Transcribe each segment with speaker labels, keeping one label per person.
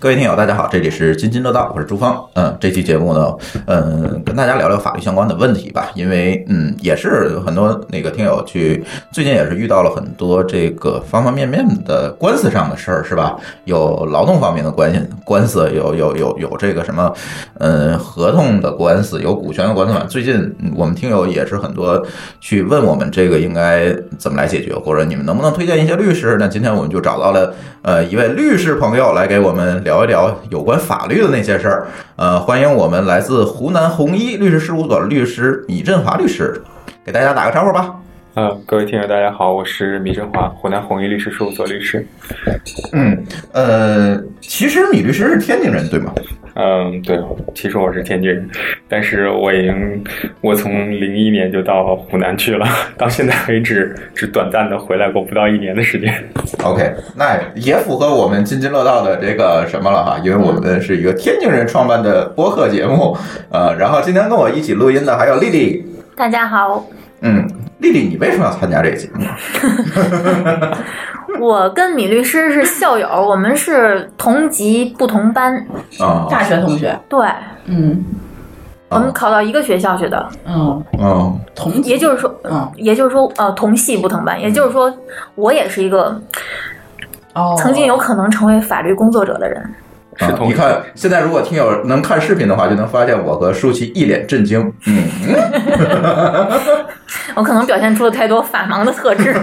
Speaker 1: 各位听友，大家好，这里是津津乐道，我是朱芳。嗯，这期节目呢，嗯，跟大家聊聊法律相关的问题吧，因为嗯，也是很多那个听友去，最近也是遇到了很多这个方方面面的官司上的事儿，是吧？有劳动方面的关系官司，有有有有这个什么，嗯，合同的官司，有股权的官司。最近我们听友也是很多去问我们这个应该怎么来解决，或者你们能不能推荐一些律师？那今天我们就找到了呃一位律师朋友来给我们。聊一聊有关法律的那些事儿，呃，欢迎我们来自湖南弘一律师事务所律师米振华律师，给大家打个招呼吧。
Speaker 2: 嗯，各位听友，大家好，我是米振华，湖南弘一律师事务所律师。
Speaker 1: 嗯，呃，其实米律师是天津人，对吗？
Speaker 2: 嗯，对，其实我是天津人，但是我已经，我从零一年就到湖南去了，到现在为止只短暂的回来过不到一年的时间。
Speaker 1: OK，那也符合我们津津乐道的这个什么了哈，因为我们是一个天津人创办的播客节目，呃，然后今天跟我一起录音的还有丽丽，
Speaker 3: 大家好。
Speaker 1: 嗯，丽丽，你为什么要参加这个节目？啊
Speaker 3: 我跟米律师是校友， 我们是同级不同班，
Speaker 1: 啊、
Speaker 4: 大学同学。
Speaker 3: 对，
Speaker 5: 啊
Speaker 4: 嗯，
Speaker 3: 我们考到一个学校去的。
Speaker 4: 嗯
Speaker 1: 嗯，
Speaker 4: 同
Speaker 3: 也就是说，
Speaker 4: 嗯，
Speaker 3: 也就是说，呃，同系不同班，也就是说，我也是一个
Speaker 4: 哦，
Speaker 3: 曾经有可能成为法律工作者的人。
Speaker 2: 是
Speaker 1: 啊、
Speaker 2: 同
Speaker 1: 你看，现在如果听友能看视频的话，就能发现我和舒淇一脸震惊。嗯，
Speaker 3: 我可能表现出了太多法盲的特质。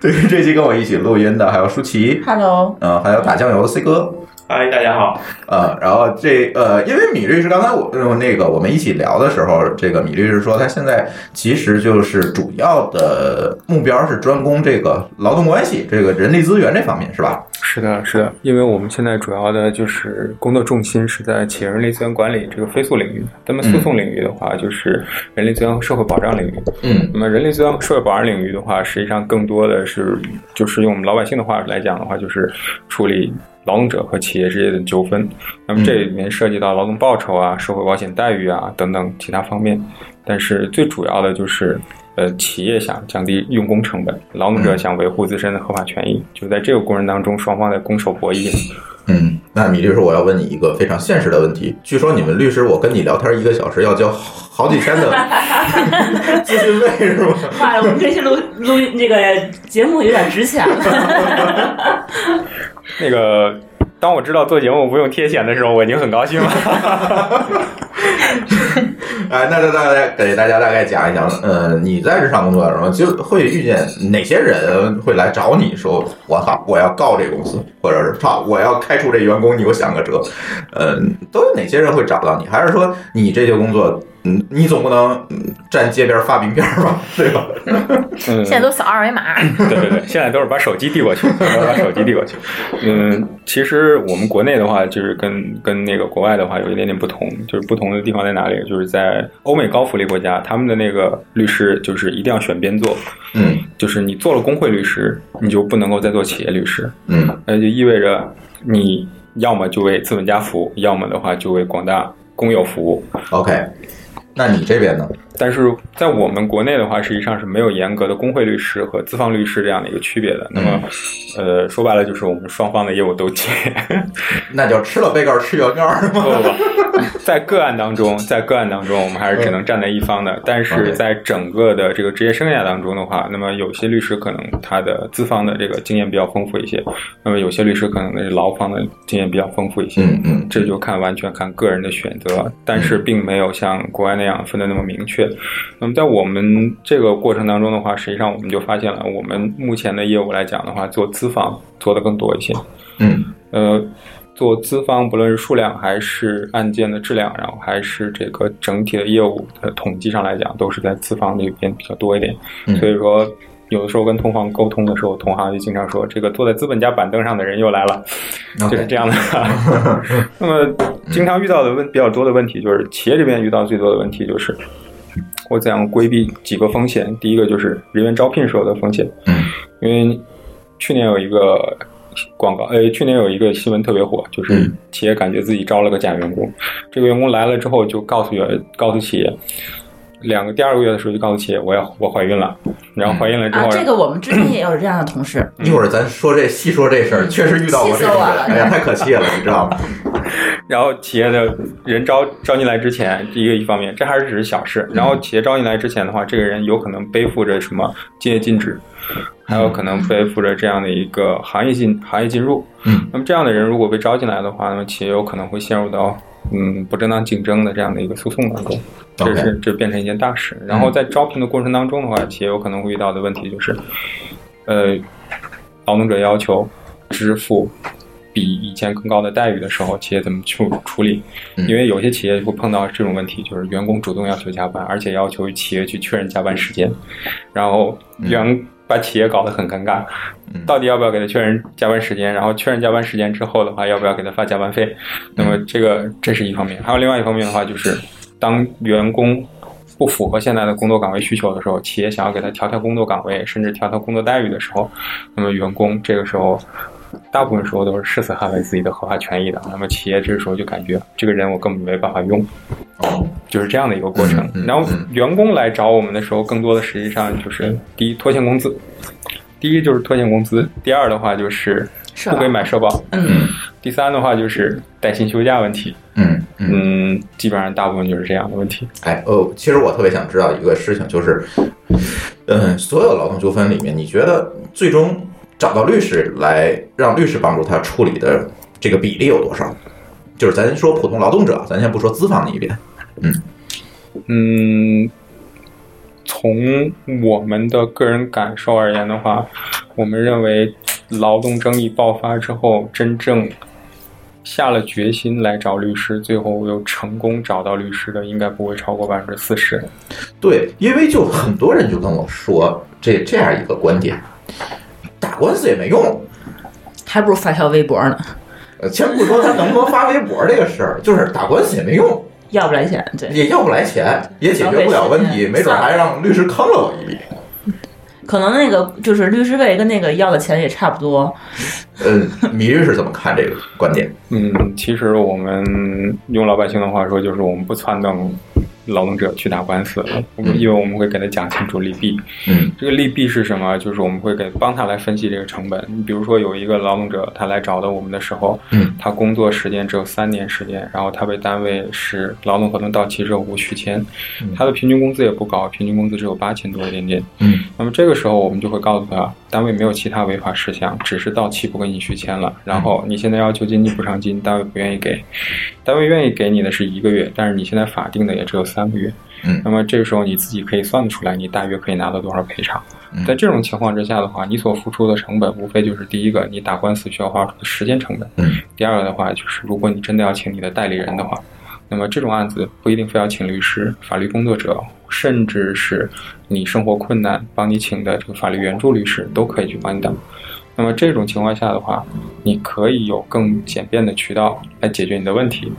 Speaker 1: 对，这期跟我一起录音的还有舒淇，
Speaker 5: 哦
Speaker 4: Hello，
Speaker 1: 嗯、还有打酱油的 C 哥，
Speaker 2: 嗨，哎大家好。
Speaker 1: 呃，然后这呃，因为米律师刚才我呃那个我们一起聊的时候，这个米律师说他现在其实就是主要的目标是专攻这个劳动关系、这个人力资源这方面，是吧？
Speaker 2: 是的，是的，因为我们现在主要的就是工作重心是在企业人力资源管理这个非诉领域，那么诉讼领域的话，就是人力资源和社会保障领域。
Speaker 1: 嗯
Speaker 2: 那么人力资源和社会保障领域的话，实际上更多的是，就是用我们老百姓的话来讲的话，就是处理劳动者和企业之间的纠纷。那么这里面涉及到劳动报酬啊、社会保险待遇啊等等其他方面，但是最主要的就是。呃，企业想降低用工成本，劳动者想维护自身的合法权益，就在这个过程当中，双方在攻守博弈。
Speaker 1: 嗯，那米律师，我要问你一个非常现实的问题。据说你们律师，我跟你聊天一个小时要交好几千的咨询费，是吗？
Speaker 4: 哇，我们这期录录这个节目有点值钱 了。
Speaker 2: 那个，当我知道做节目不用贴钱的时候，我已经很高兴了。
Speaker 1: 哎，那就大概给大家大概讲一讲，呃，你在日常工作中就会遇见哪些人会来找你说，我操，我要告这公司，或者是操，我要开除这员工，你给我想个辙，呃，都有哪些人会找到你？还是说你这些工作，嗯，你总不能嗯站街边发名片吧，对吧？
Speaker 2: 嗯，
Speaker 3: 现在都扫二维码，
Speaker 2: 对对对，现在都是把手机递过去，都是把手机递过去。嗯，其实我们国内的话，就是跟跟那个国外的话有一点点不同，就是不同的地方在哪里？就是在欧美高福利国家，他们的那个律师就是一定要选边做，
Speaker 1: 嗯
Speaker 2: 就是你做了工会律师，你就不能够再做企业律师，
Speaker 1: 嗯
Speaker 2: 那就意味着你要么就为资本家服务，要么的话就为广大工友服务。
Speaker 1: ，OK，那你这边呢？
Speaker 2: 但是在我们国内的话，实际上是没有严格的工会律师和资方律师这样的一个区别的。那么，呃，说白了就是我们双方的业务都接。
Speaker 1: 那叫吃了被告吃原告是
Speaker 2: 不
Speaker 1: 吗？
Speaker 2: 不不， 在个案当中，在个案当中，我们还是只能站在一方的。但是在整个的这个职业生涯当中的话，那么有些律师可能他的资方的这个经验比较丰富一些，那么有些律师可能劳方的经验比较丰富一些。
Speaker 1: 嗯嗯
Speaker 2: 这就看完全看个人的选择，但是并没有像国外那样分的那么明确。那么在我们这个过程当中的话，实际上我们就发现了，我们目前的业务来讲的话，做资方做的更多一些。
Speaker 1: 嗯
Speaker 2: 呃，做资方不论是数量还是案件的质量，然后还是这个整体的业务的统计上来讲，都是在资方那边比较多一点。
Speaker 1: 嗯
Speaker 2: 所以说，有的时候跟同行沟通的时候，同行就经常说，这个坐在资本家板凳上的人又来了，就是这样的。 那么，经常遇到的问比较多的问题，就是企业这边遇到最多的问题就是。我怎样规避几个风险？第一个就是人员招聘时候的风险，
Speaker 1: 嗯
Speaker 2: 因为去年有一个广告，呃，去年有一个新闻特别火，就是
Speaker 1: 嗯
Speaker 2: 企业感觉自己招了个假员工，这个员工来了之后就告诉员告诉企业，两个第二个月的时候就告诉企业我要我怀孕了，然后怀孕了之后，
Speaker 5: 啊，这个我们之前也有这样的同事，
Speaker 1: 一会儿咱说这细说这事儿，确实遇到过这种人，哎呀，太可气了，你知道吗？
Speaker 2: 然后企业的人招招进来之前，第一个一方面这还是只是小事，
Speaker 1: 嗯
Speaker 2: 然后企业招进来之前的话，这个人有可能背负着什么竞业禁止，
Speaker 1: 嗯
Speaker 2: 还有可能背负着这样的一个行业进行业进入，
Speaker 1: 嗯，
Speaker 2: 那么这样的人如果被招进来的话，那么企业有可能会陷入到嗯不正当竞争的这样的一个诉讼当中，这
Speaker 1: OK
Speaker 2: 是这变成一件大事。然后在招聘的过程当中的话，企业有可能会遇到的问题就是，呃，劳动者要求支付。比以前更高的待遇的时候，企业怎么去处理？
Speaker 1: 嗯
Speaker 2: 因为有些企业会碰到这种问题，就是员工主动要求加班，而且要求企业去确认加班时间，然后员把企业搞得很尴尬。
Speaker 1: 嗯
Speaker 2: 到底要不要给他确认加班时间？然后确认加班时间之后的话，要不要给他发加班费？那么这个这是一方面，还有另外一方面的话，就是当员工不符合现在的工作岗位需求的时候，企业想要给他调调工作岗位，甚至调调工作待遇的时候，那么员工这个时候。大部分时候都是誓死捍卫自己的合法权益的，那么企业这时候就感觉这个人我根本没办法用，
Speaker 1: 哦，
Speaker 2: 就是这样的一个过程。
Speaker 1: 嗯嗯
Speaker 2: 然后
Speaker 1: 嗯
Speaker 2: 员工来找我们的时候，更多的实际上就是第一拖欠工资，第一就是拖欠工资，第二的话就是
Speaker 5: 社
Speaker 2: 不
Speaker 5: 保
Speaker 2: 给买社保，
Speaker 5: 嗯，
Speaker 2: 第三的话就是带薪休假问题。
Speaker 1: 嗯嗯，
Speaker 2: 嗯，基本上大部分就是这样的问题。
Speaker 1: 哎哦，其实我特别想知道一个事情，就是，嗯，所有劳动纠纷里面，你觉得最终找到律师来让律师帮助他处理的这个比例有多少？就是咱说普通劳动者，咱先不说资方那一边，
Speaker 2: 嗯，从我们的个人感受而言的话，我们认为劳动争议爆发之后，真正下了决心来找律师，最后又成功找到律师的，应该不会超过百分之四十。
Speaker 1: 对，因为就很多人就跟我说这这样一个观点，打官司也没用。
Speaker 5: 还不如发条微博呢，
Speaker 1: 呃，先不说他能不能发微博这个事儿，就是打官司也没用，
Speaker 5: 要不来钱，对，
Speaker 1: 也要不来钱，也解决不了问题，没准还让律师坑了我一笔。
Speaker 5: 可能那个就是律师费跟那个要的钱也差不多，
Speaker 1: 呃，米律师怎么看这个观点？
Speaker 2: 嗯，其实我们用老百姓的话说，就是我们不撺掇劳动者去打官司，我们因为我们会给他讲清楚利弊。
Speaker 1: 嗯
Speaker 2: 这个利弊是什么？就是我们会给帮他来分析这个成本。你比如说，有一个劳动者他来找到我们的时候，
Speaker 1: 嗯
Speaker 2: 他工作时间只有三年时间，然后他被单位是劳动合同到期之后无续签
Speaker 1: 嗯，
Speaker 2: 他的平均工资也不高，平均工资只有八千多一点点。
Speaker 1: 嗯
Speaker 2: 那么这个时候我们就会告诉他，单位没有其他违法事项，只是到期不给你续签了。然
Speaker 1: 嗯
Speaker 2: 后你现在要求经济补偿金，单位不愿意给，单位愿意给你的是一个月，但是你现在法定的也只有三个月。
Speaker 1: 嗯
Speaker 2: 那么这个时候你自己可以算得出来，你大约可以拿到多少赔偿
Speaker 1: 嗯。
Speaker 2: 在这种情况之下的话，你所付出的成本无非就是第一个，你打官司需要花出的时间成本；
Speaker 1: 嗯
Speaker 2: 第二个的话，就是如果你真的要请你的代理人的话，那么这种案子不一定非要请律师、法律工作者，甚至是你生活困难帮你请的这个法律援助律师都可以去帮你打。那么这种情况下的话，你可以有更简便的渠道来解决你的问题。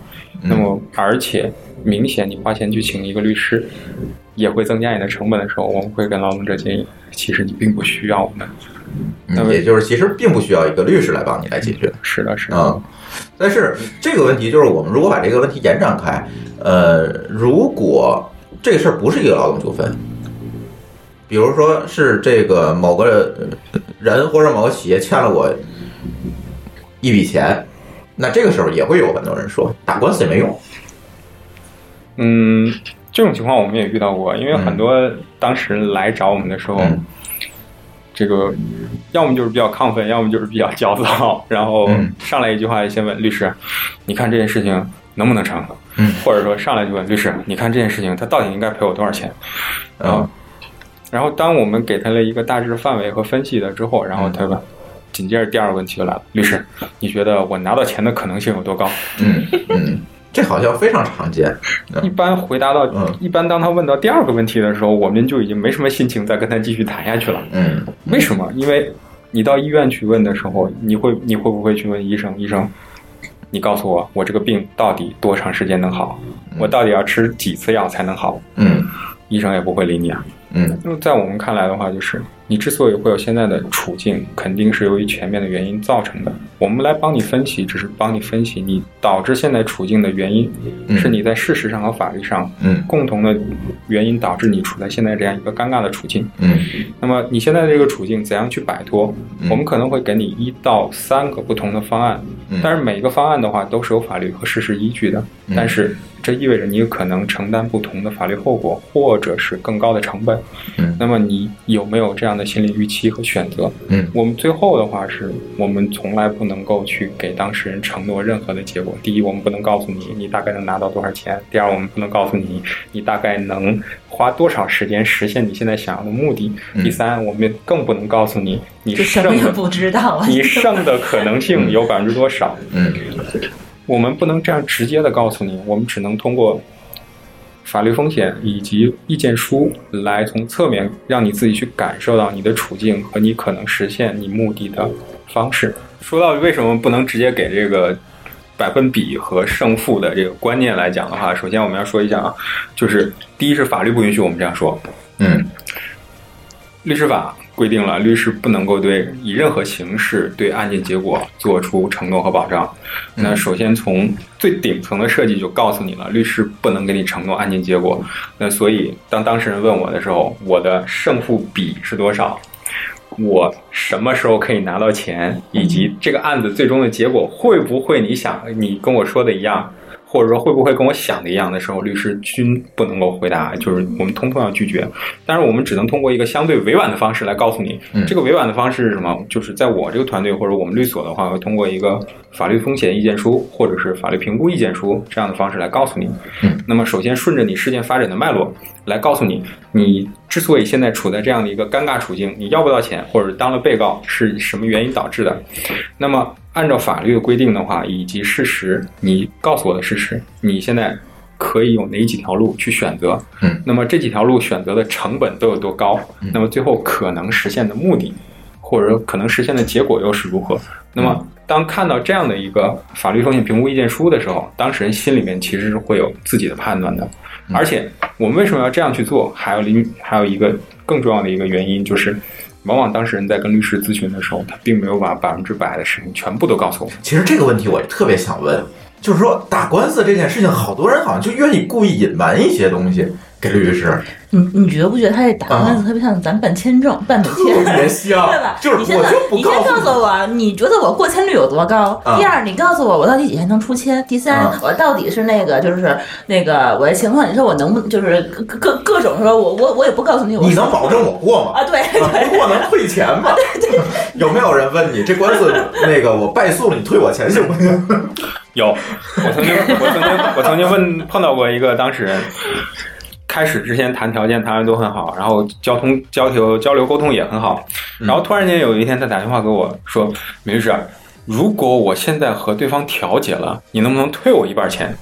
Speaker 2: 那么而且明显你花钱去请一个律师，也会增加你的成本的时候，我们会跟劳动者建议，其实你并不需要我们。
Speaker 1: 嗯，也就是其实并不需要一个律师来帮你来解决。
Speaker 2: 是的，是的。
Speaker 1: 啊、但是这个问题就是，我们如果把这个问题延展开，呃，如果这个事儿不是一个劳动纠纷，比如说是这个某个呃人或者某个企业欠了我一笔钱，那这个时候也会有很多人说打官司也没用，
Speaker 2: 嗯，这种情况我们也遇到过，因为很多当事人来找我们的时候，
Speaker 1: 嗯
Speaker 2: 这个要么就是比较亢奋，要么就是比较焦躁， 然后
Speaker 1: 嗯
Speaker 2: 上来一句话就先问律师：“你看这件事情能不能成？”
Speaker 1: 嗯
Speaker 2: 或者说上来就问律师：“你看这件事情他到底应该赔我多少钱？”
Speaker 1: 嗯
Speaker 2: 啊，然后当我们给他了一个大致的范围和分析的之后，然后他问。紧接着第二个问题就来了，律师，你觉得我拿到钱的可能性有多高？
Speaker 1: 嗯嗯，这好像非常常见。
Speaker 2: 一般回答到，
Speaker 1: 嗯
Speaker 2: 一般当他问到第二个问题的时候，我们就已经没什么心情再跟他继续谈下去了。
Speaker 1: 嗯
Speaker 2: 为什么？因为你到医院去问的时候，你会你会不会去问医生？医生，你告诉我，我这个病到底多长时间能好？我到底要吃几次药才能好？
Speaker 1: 嗯
Speaker 2: 医生也不会理你啊。
Speaker 1: 嗯
Speaker 2: 那么在我们看来的话，就是你之所以会有现在的处境，肯定是由于前面的原因造成的。我们来帮你分析，只是帮你分析你导致现在处境的原因，
Speaker 1: 嗯
Speaker 2: 是你在事实上和法律上
Speaker 1: 嗯
Speaker 2: 共同的原因导致你处在现在这样一个尴尬的处境。
Speaker 1: 嗯
Speaker 2: 那么你现在这个处境怎样去摆脱？
Speaker 1: 嗯
Speaker 2: 我们可能会给你一到三个不同的方案，
Speaker 1: 嗯
Speaker 2: 但是每个方案的话都是有法律和事实依据的，
Speaker 1: 嗯
Speaker 2: 但是这意味着你有可能承担不同的法律后果，或者是更高的成本。
Speaker 1: 嗯
Speaker 2: 那么你有没有这样的心理预期和选择？
Speaker 1: 嗯
Speaker 2: 我们最后的话是我们从来不能够去给当事人承诺任何的结果。第一，我们不能告诉你你大概能拿到多少钱；第二，我们不能告诉你你大概能花多少时间实现你现在想要的目的；
Speaker 1: 嗯
Speaker 2: 第三，我们更不能告诉你你
Speaker 5: 就什么
Speaker 2: 剩
Speaker 5: 也
Speaker 2: 的
Speaker 5: 不知道啊。
Speaker 2: 你剩的可能性有百分之多少。
Speaker 1: 嗯
Speaker 2: 我们不能这样直接的告诉你，我们只能通过法律风险以及意见书来从侧面让你自己去感受到你的处境和你可能实现你目的的方式。说到为什么不能直接给这个百分比和胜负的这个观念来讲的话，首先我们要说一下啊，就是第一是法律不允许我们这样说，
Speaker 1: 嗯
Speaker 2: 律师法规定了，律师不能够对以任何形式对案件结果做出承诺和保障。那首先从最顶层的设计就告诉你了，律师不能给你承诺案件结果。那所以当当事人问我的时候，我的胜负比是多少？我什么时候可以拿到钱，以及这个案子最终的结果会不会你想你跟我说的一样，或者说会不会跟我想的一样的时候，律师均不能够回答，就是我们通通要拒绝。但是我们只能通过一个相对委婉的方式来告诉你，
Speaker 1: 嗯
Speaker 2: 这个委婉的方式是什么？就是在我这个团队或者我们律所的话，会通过一个法律风险意见书或者是法律评估意见书这样的方式来告诉你。
Speaker 1: 嗯
Speaker 2: 那么首先顺着你事件发展的脉络来告诉你，你之所以现在处在这样的一个尴尬处境，你要不到钱或者当了被告是什么原因导致的？那么按照法律的规定的话，以及事实，你告诉我的事实，你现在可以有哪几条路去选择？
Speaker 1: 嗯，
Speaker 2: 那么这几条路选择的成本都有多高？那么最后可能实现的目的，或者说可能实现的结果又是如何？那么当看到这样的一个法律风险评估意见书的时候，当事人心里面其实是会有自己的判断的。而且我们为什么要这样去做？还有另还有一个更重要的一个原因就是。往往当事人在跟律师咨询的时候，他并没有把百分之百的事情全部都告诉我们。
Speaker 1: 其实这个问题我特别想问，就是说打官司这件事情，好多人好像就愿意故意隐瞒一些东西给律师，
Speaker 5: 你你觉得不觉得他这打官司
Speaker 2: 啊
Speaker 5: 特别像咱办签证、办美
Speaker 1: 特
Speaker 5: 签？
Speaker 1: 别像
Speaker 5: 对
Speaker 1: 哦
Speaker 5: 吧？，
Speaker 1: 就是
Speaker 5: 你先
Speaker 1: 我
Speaker 5: 告
Speaker 1: 就不
Speaker 5: 你先告
Speaker 1: 诉
Speaker 5: 诉我，你觉得我过签率有多高？
Speaker 1: 嗯
Speaker 5: 第二，你告诉我我到底几天能出签？第三
Speaker 1: 嗯，
Speaker 5: 我到底是那个就是那个我的情况，你说我能不就是各各各种说我我我也不告诉你，我
Speaker 1: 你，你能保证我过吗？
Speaker 5: 啊？ 对
Speaker 1: 啊
Speaker 5: 对，
Speaker 1: 不过能退钱吗？ 有没有人问你这官司那个我败诉了，你退我钱行不行？
Speaker 2: 有，我曾经，我曾经，我曾经问碰到过一个当事人，开始之前谈条件谈的都很好，然后交通交流交流沟通也很好，然后突然间有一天他打电话给我说：“梅律师，啊如果我现在和对方调解了，你能不能退我一半钱？”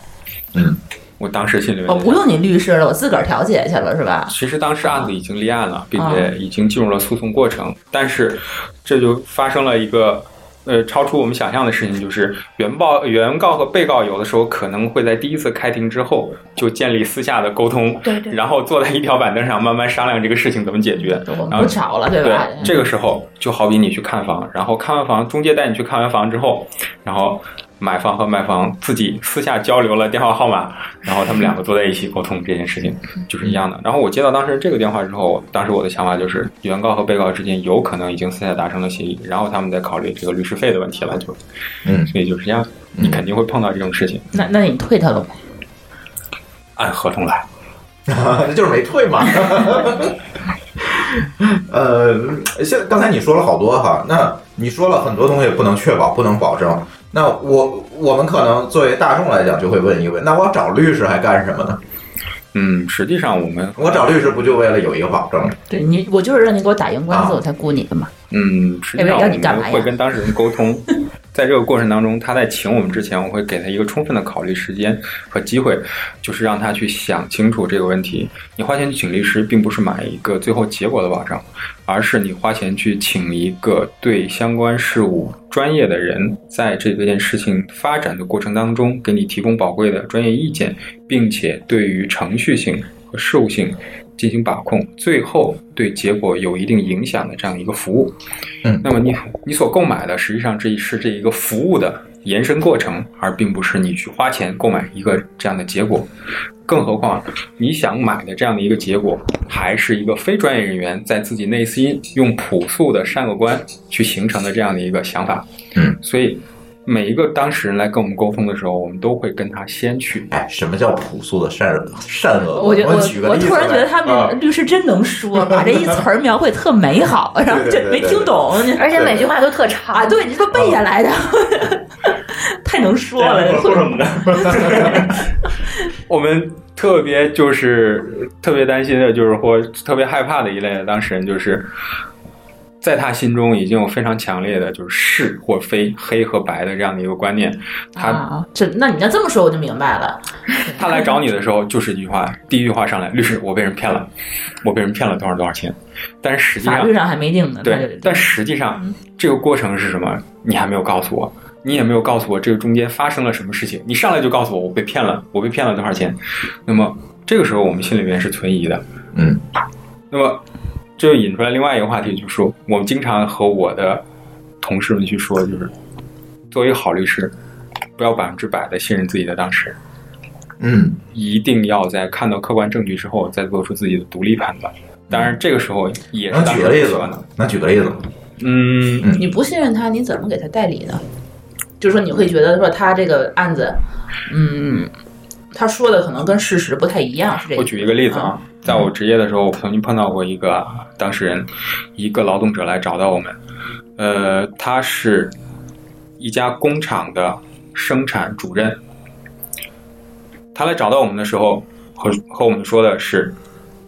Speaker 1: 嗯，
Speaker 2: 我当时心里面
Speaker 5: 哦我不用你律师了，我自个儿调解去了是吧？
Speaker 2: 其实当时案子已经立案了，并
Speaker 5: 啊
Speaker 2: 且已经进入了诉讼过程，但是这就发生了一个。呃，超出我们想象的事情就是，原告、原告和被告有的时候可能会在第一次开庭之后就建立私下的沟通，
Speaker 3: 对对
Speaker 2: 然后坐在一条板凳上慢慢商量这个事情怎么解决。
Speaker 1: 嗯
Speaker 2: 然
Speaker 5: 我们
Speaker 2: 后
Speaker 5: 不吵了，对吧？嗯
Speaker 2: 这个时候就好比你去看房，然后看完房，中介带你去看完房之后，然后买方和卖方自己私下交流了电话号码，然后他们两个坐在一起沟通这件事情，就是一样
Speaker 5: 嗯
Speaker 2: 的。然后我接到当时这个电话之后，当时我的想法就是，原告和被告之间有可能已经私下达成了协议，然后他们再考虑这个律师费的问题了，就，
Speaker 1: 嗯
Speaker 2: 所以就是这样，你肯定会碰到这种事情。
Speaker 5: 那那你退他了吗？
Speaker 2: 按嗯合同来。
Speaker 1: 啊这就是没退嘛。 呃，现在刚才你说了好多哈，那你说了很多东西不能确保、不能保证。那我我们可能作为大众来讲，就会问一个问：那我找律师还干什么呢？
Speaker 2: 嗯，实际上我们
Speaker 1: 我找律师不就为了有一个保证吗？
Speaker 5: 对你，我就是让你给我打赢官司，
Speaker 1: 啊
Speaker 5: 我才雇你的嘛。
Speaker 2: 嗯，实际
Speaker 5: 哎
Speaker 2: 上
Speaker 5: 喂
Speaker 2: 我
Speaker 5: 要你干
Speaker 2: 们
Speaker 5: 嘛呀
Speaker 2: 会跟当事人沟通，在这个过程当中，他在请我们之前，我会给他一个充分的考虑时间和机会，就是让他去想清楚这个问题。你花钱去请律师，并不是买一个最后结果的保障，而是你花钱去请一个对相关事务专业的人，在这个件事情发展的过程当中，给你提供宝贵的专业意见，并且对于程序性和事务性。进行把控，最后对结果有一定影响的这样一个服务，那么你你所购买的，实际上这是这一个服务的延伸过程，而并不是你去花钱购买一个这样的结果。更何况，你想买的这样的一个结果，还是一个非专业人员在自己内心用朴素的善恶观去形成的这样的一个想法。
Speaker 1: 嗯，
Speaker 2: 所以每一个当事人来跟我们沟通的时候，我们都会跟他先去
Speaker 1: 哎，什么叫朴素的善善恶？
Speaker 5: 我觉我
Speaker 1: 们举个
Speaker 5: 我
Speaker 1: 例子
Speaker 5: 突然觉得
Speaker 1: 来
Speaker 5: 他
Speaker 1: 啊
Speaker 5: 们律师真 能说，把这一词儿描绘特美好，然后
Speaker 1: 对对
Speaker 5: 这
Speaker 1: 对
Speaker 5: 没
Speaker 1: 对
Speaker 5: 听懂
Speaker 3: 而且每句话都特长
Speaker 5: 啊，对，你说背下来的， 太能说
Speaker 2: 哎
Speaker 5: 了，
Speaker 1: 啊说什么呢？
Speaker 2: 我们特别就是特别担心的，就是或特别害怕的一类的当事人，就是在他心中已经有非常强烈的就是是或非、黑和白的这样的一个观念。他、
Speaker 5: 啊，这那你要这么说我就明白了，
Speaker 2: 他来找你的时候，就是一句话，第一句话上来，律师，我被人骗了，我被人骗了多少多少钱，但是实际
Speaker 5: 法
Speaker 2: 上
Speaker 5: 律上还没定呢。他就
Speaker 2: 对，但实际上、这个过程是什么？你还没有告诉我，你也没有告诉我这个中间发生了什么事情。你上来就告诉我我被骗了，我被骗了多少钱？那么这个时候我们心里面是存疑的。
Speaker 1: 嗯，
Speaker 2: 那么这就引出来另外一个话题，就是说我们经常和我的同事们去说，就是作为一个好律师，不要百分之百的信任自己的当事人，
Speaker 1: 嗯，
Speaker 2: 一定要在看到客观证据之后，再做出自己的独立判断。当然，这个时候也是
Speaker 1: 能
Speaker 2: 当
Speaker 1: 举
Speaker 2: 事
Speaker 1: 个例
Speaker 2: 人
Speaker 1: 子
Speaker 2: 喜欢
Speaker 1: 吗
Speaker 2: 的。？
Speaker 1: 能举个例子吗？
Speaker 2: 嗯，
Speaker 5: 你不信任他，你怎么给他代理呢？就是说你会觉得说他这个案子，嗯，他说的可能跟事实不太一样，是这个嗯
Speaker 2: 我
Speaker 5: 意思
Speaker 2: 举一个例子啊，在我职业的时候，我曾经碰到过一个当事人，一个劳动者来找到我们，呃，他是一家工厂的生产主任，他来找到我们的时候，和和我们说的是。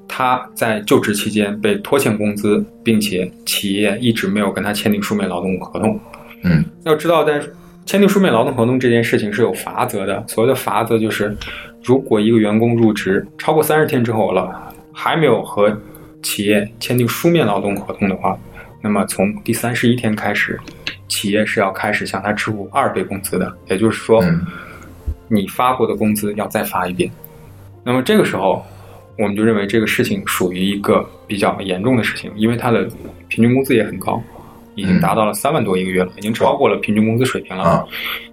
Speaker 2: 他在就职期间被拖欠工资，并且企业一直没有跟他签订书面劳动合同。
Speaker 1: 嗯，
Speaker 2: 要知道，在签订书面劳动合同这件事情是有罚则的。所谓的罚则就是，如果一个员工入职超过三十天之后了，还没有和企业签订书面劳动合同的话，那么从第三十一天开始，企业是要开始向他支付二倍工资的。也就是说，
Speaker 1: 嗯
Speaker 2: 你发过的工资要再发一遍。那么这个时候，我们就认为这个事情属于一个比较严重的事情，因为他的平均工资也很高，已经达到了三万多一个月了，已经超过了平均工资水平了。
Speaker 1: 嗯啊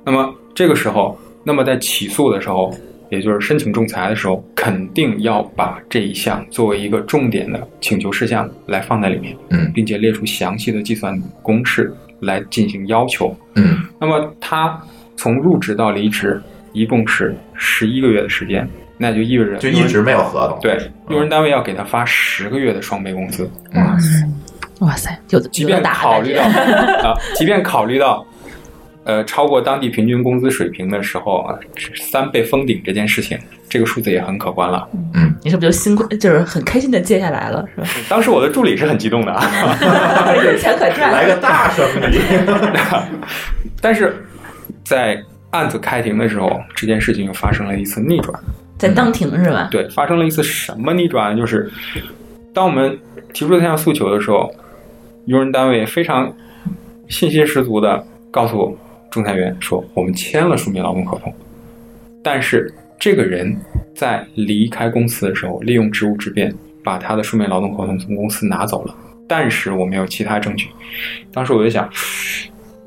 Speaker 2: 那么这个时候，那么在起诉的时候，也就是申请仲裁的时候，肯定要把这一项作为一个重点的请求事项来放在里面，
Speaker 1: 嗯
Speaker 2: 并且列出详细的计算公式来进行要求。
Speaker 1: 嗯
Speaker 2: 那么他从入职到离职一共是十一个月的时间，那也就意味着
Speaker 1: 就一嗯直没有合同。
Speaker 2: 对用人单位要给他发十个月的双倍工资，
Speaker 1: 嗯，
Speaker 5: 哦哇塞，有的
Speaker 2: 即
Speaker 5: 有的
Speaker 2: 便
Speaker 5: 打
Speaker 2: 考虑到
Speaker 5: 感觉
Speaker 2: 啊，即便考虑到。呃，超过当地平均工资水平的时候啊，是三倍封顶这件事情，这个数字也很可观
Speaker 5: 嗯
Speaker 2: 了。
Speaker 5: 你是不是就辛苦，就是很开心的接下来了，是吧？
Speaker 2: 当时我的助理是很激动的啊，
Speaker 5: 有 钱可赚，
Speaker 1: 来个大声的。
Speaker 2: 但是在案子开庭的时候，这件事情又发生了一次逆转。
Speaker 5: 在当庭是吧？
Speaker 2: 对，发生了一次什么逆转呢？就是当我们提出这项诉求的时候，用人单位非常信心十足的告诉仲裁员说，我们签了书面劳动合同，但是这个人在离开公司的时候，利用职务之便把他的书面劳动合同从公司拿走了，但是我们有其他证据。当时我就想，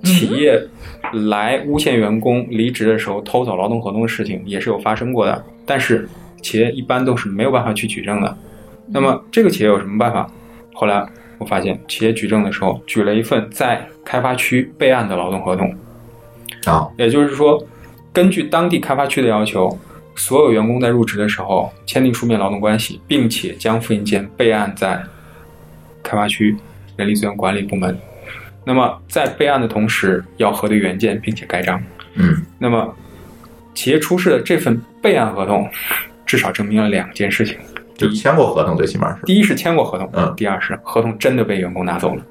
Speaker 2: 企业来诬陷员工离职的时候偷走劳动合同的事情也是有发生过的，但是企业一般都是没有办法去举证的。那么这个企业有什么办法？后来我发现，企业举证的时候举了一份在开发区备案的劳动合同，
Speaker 1: 啊，
Speaker 2: 也就是说，根据当地开发区的要求，所有员工在入职的时候签订书面劳动关系，并且将复印件备案在开发区人力资源管理部门。那么在备案的同时，要核对原件并且盖章。
Speaker 1: 嗯
Speaker 2: 那么企业出示的这份备案合同，至少证明了两件事情：
Speaker 1: 就签过合同，最起码是。
Speaker 2: 第一是签过合同，
Speaker 1: 嗯
Speaker 2: 第二是合同真的被员工拿走了。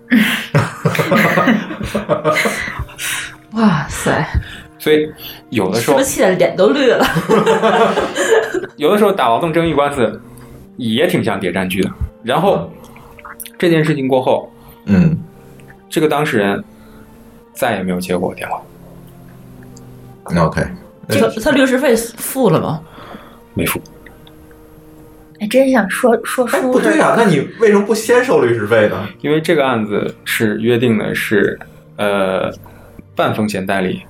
Speaker 5: 哇塞，
Speaker 2: 所以有的时
Speaker 5: 是
Speaker 2: 候
Speaker 5: 不是气得脸都绿了？
Speaker 2: 有的时候打劳动争议官司也挺像谍战剧的。然后这件事情过后，
Speaker 1: 嗯，
Speaker 2: 这个当事人再也没有接过我电话，
Speaker 1: 那 OK，那
Speaker 5: 他他律师费付了吗？
Speaker 2: 没付。
Speaker 3: 哎，真想说说
Speaker 1: 哎，
Speaker 3: 书
Speaker 1: 不对
Speaker 3: 似
Speaker 1: 呀、
Speaker 3: 的。
Speaker 5: 啊
Speaker 1: 那你为什么不先收律师费呢？
Speaker 2: 因为这个案子是约定的是，呃，半风险代理，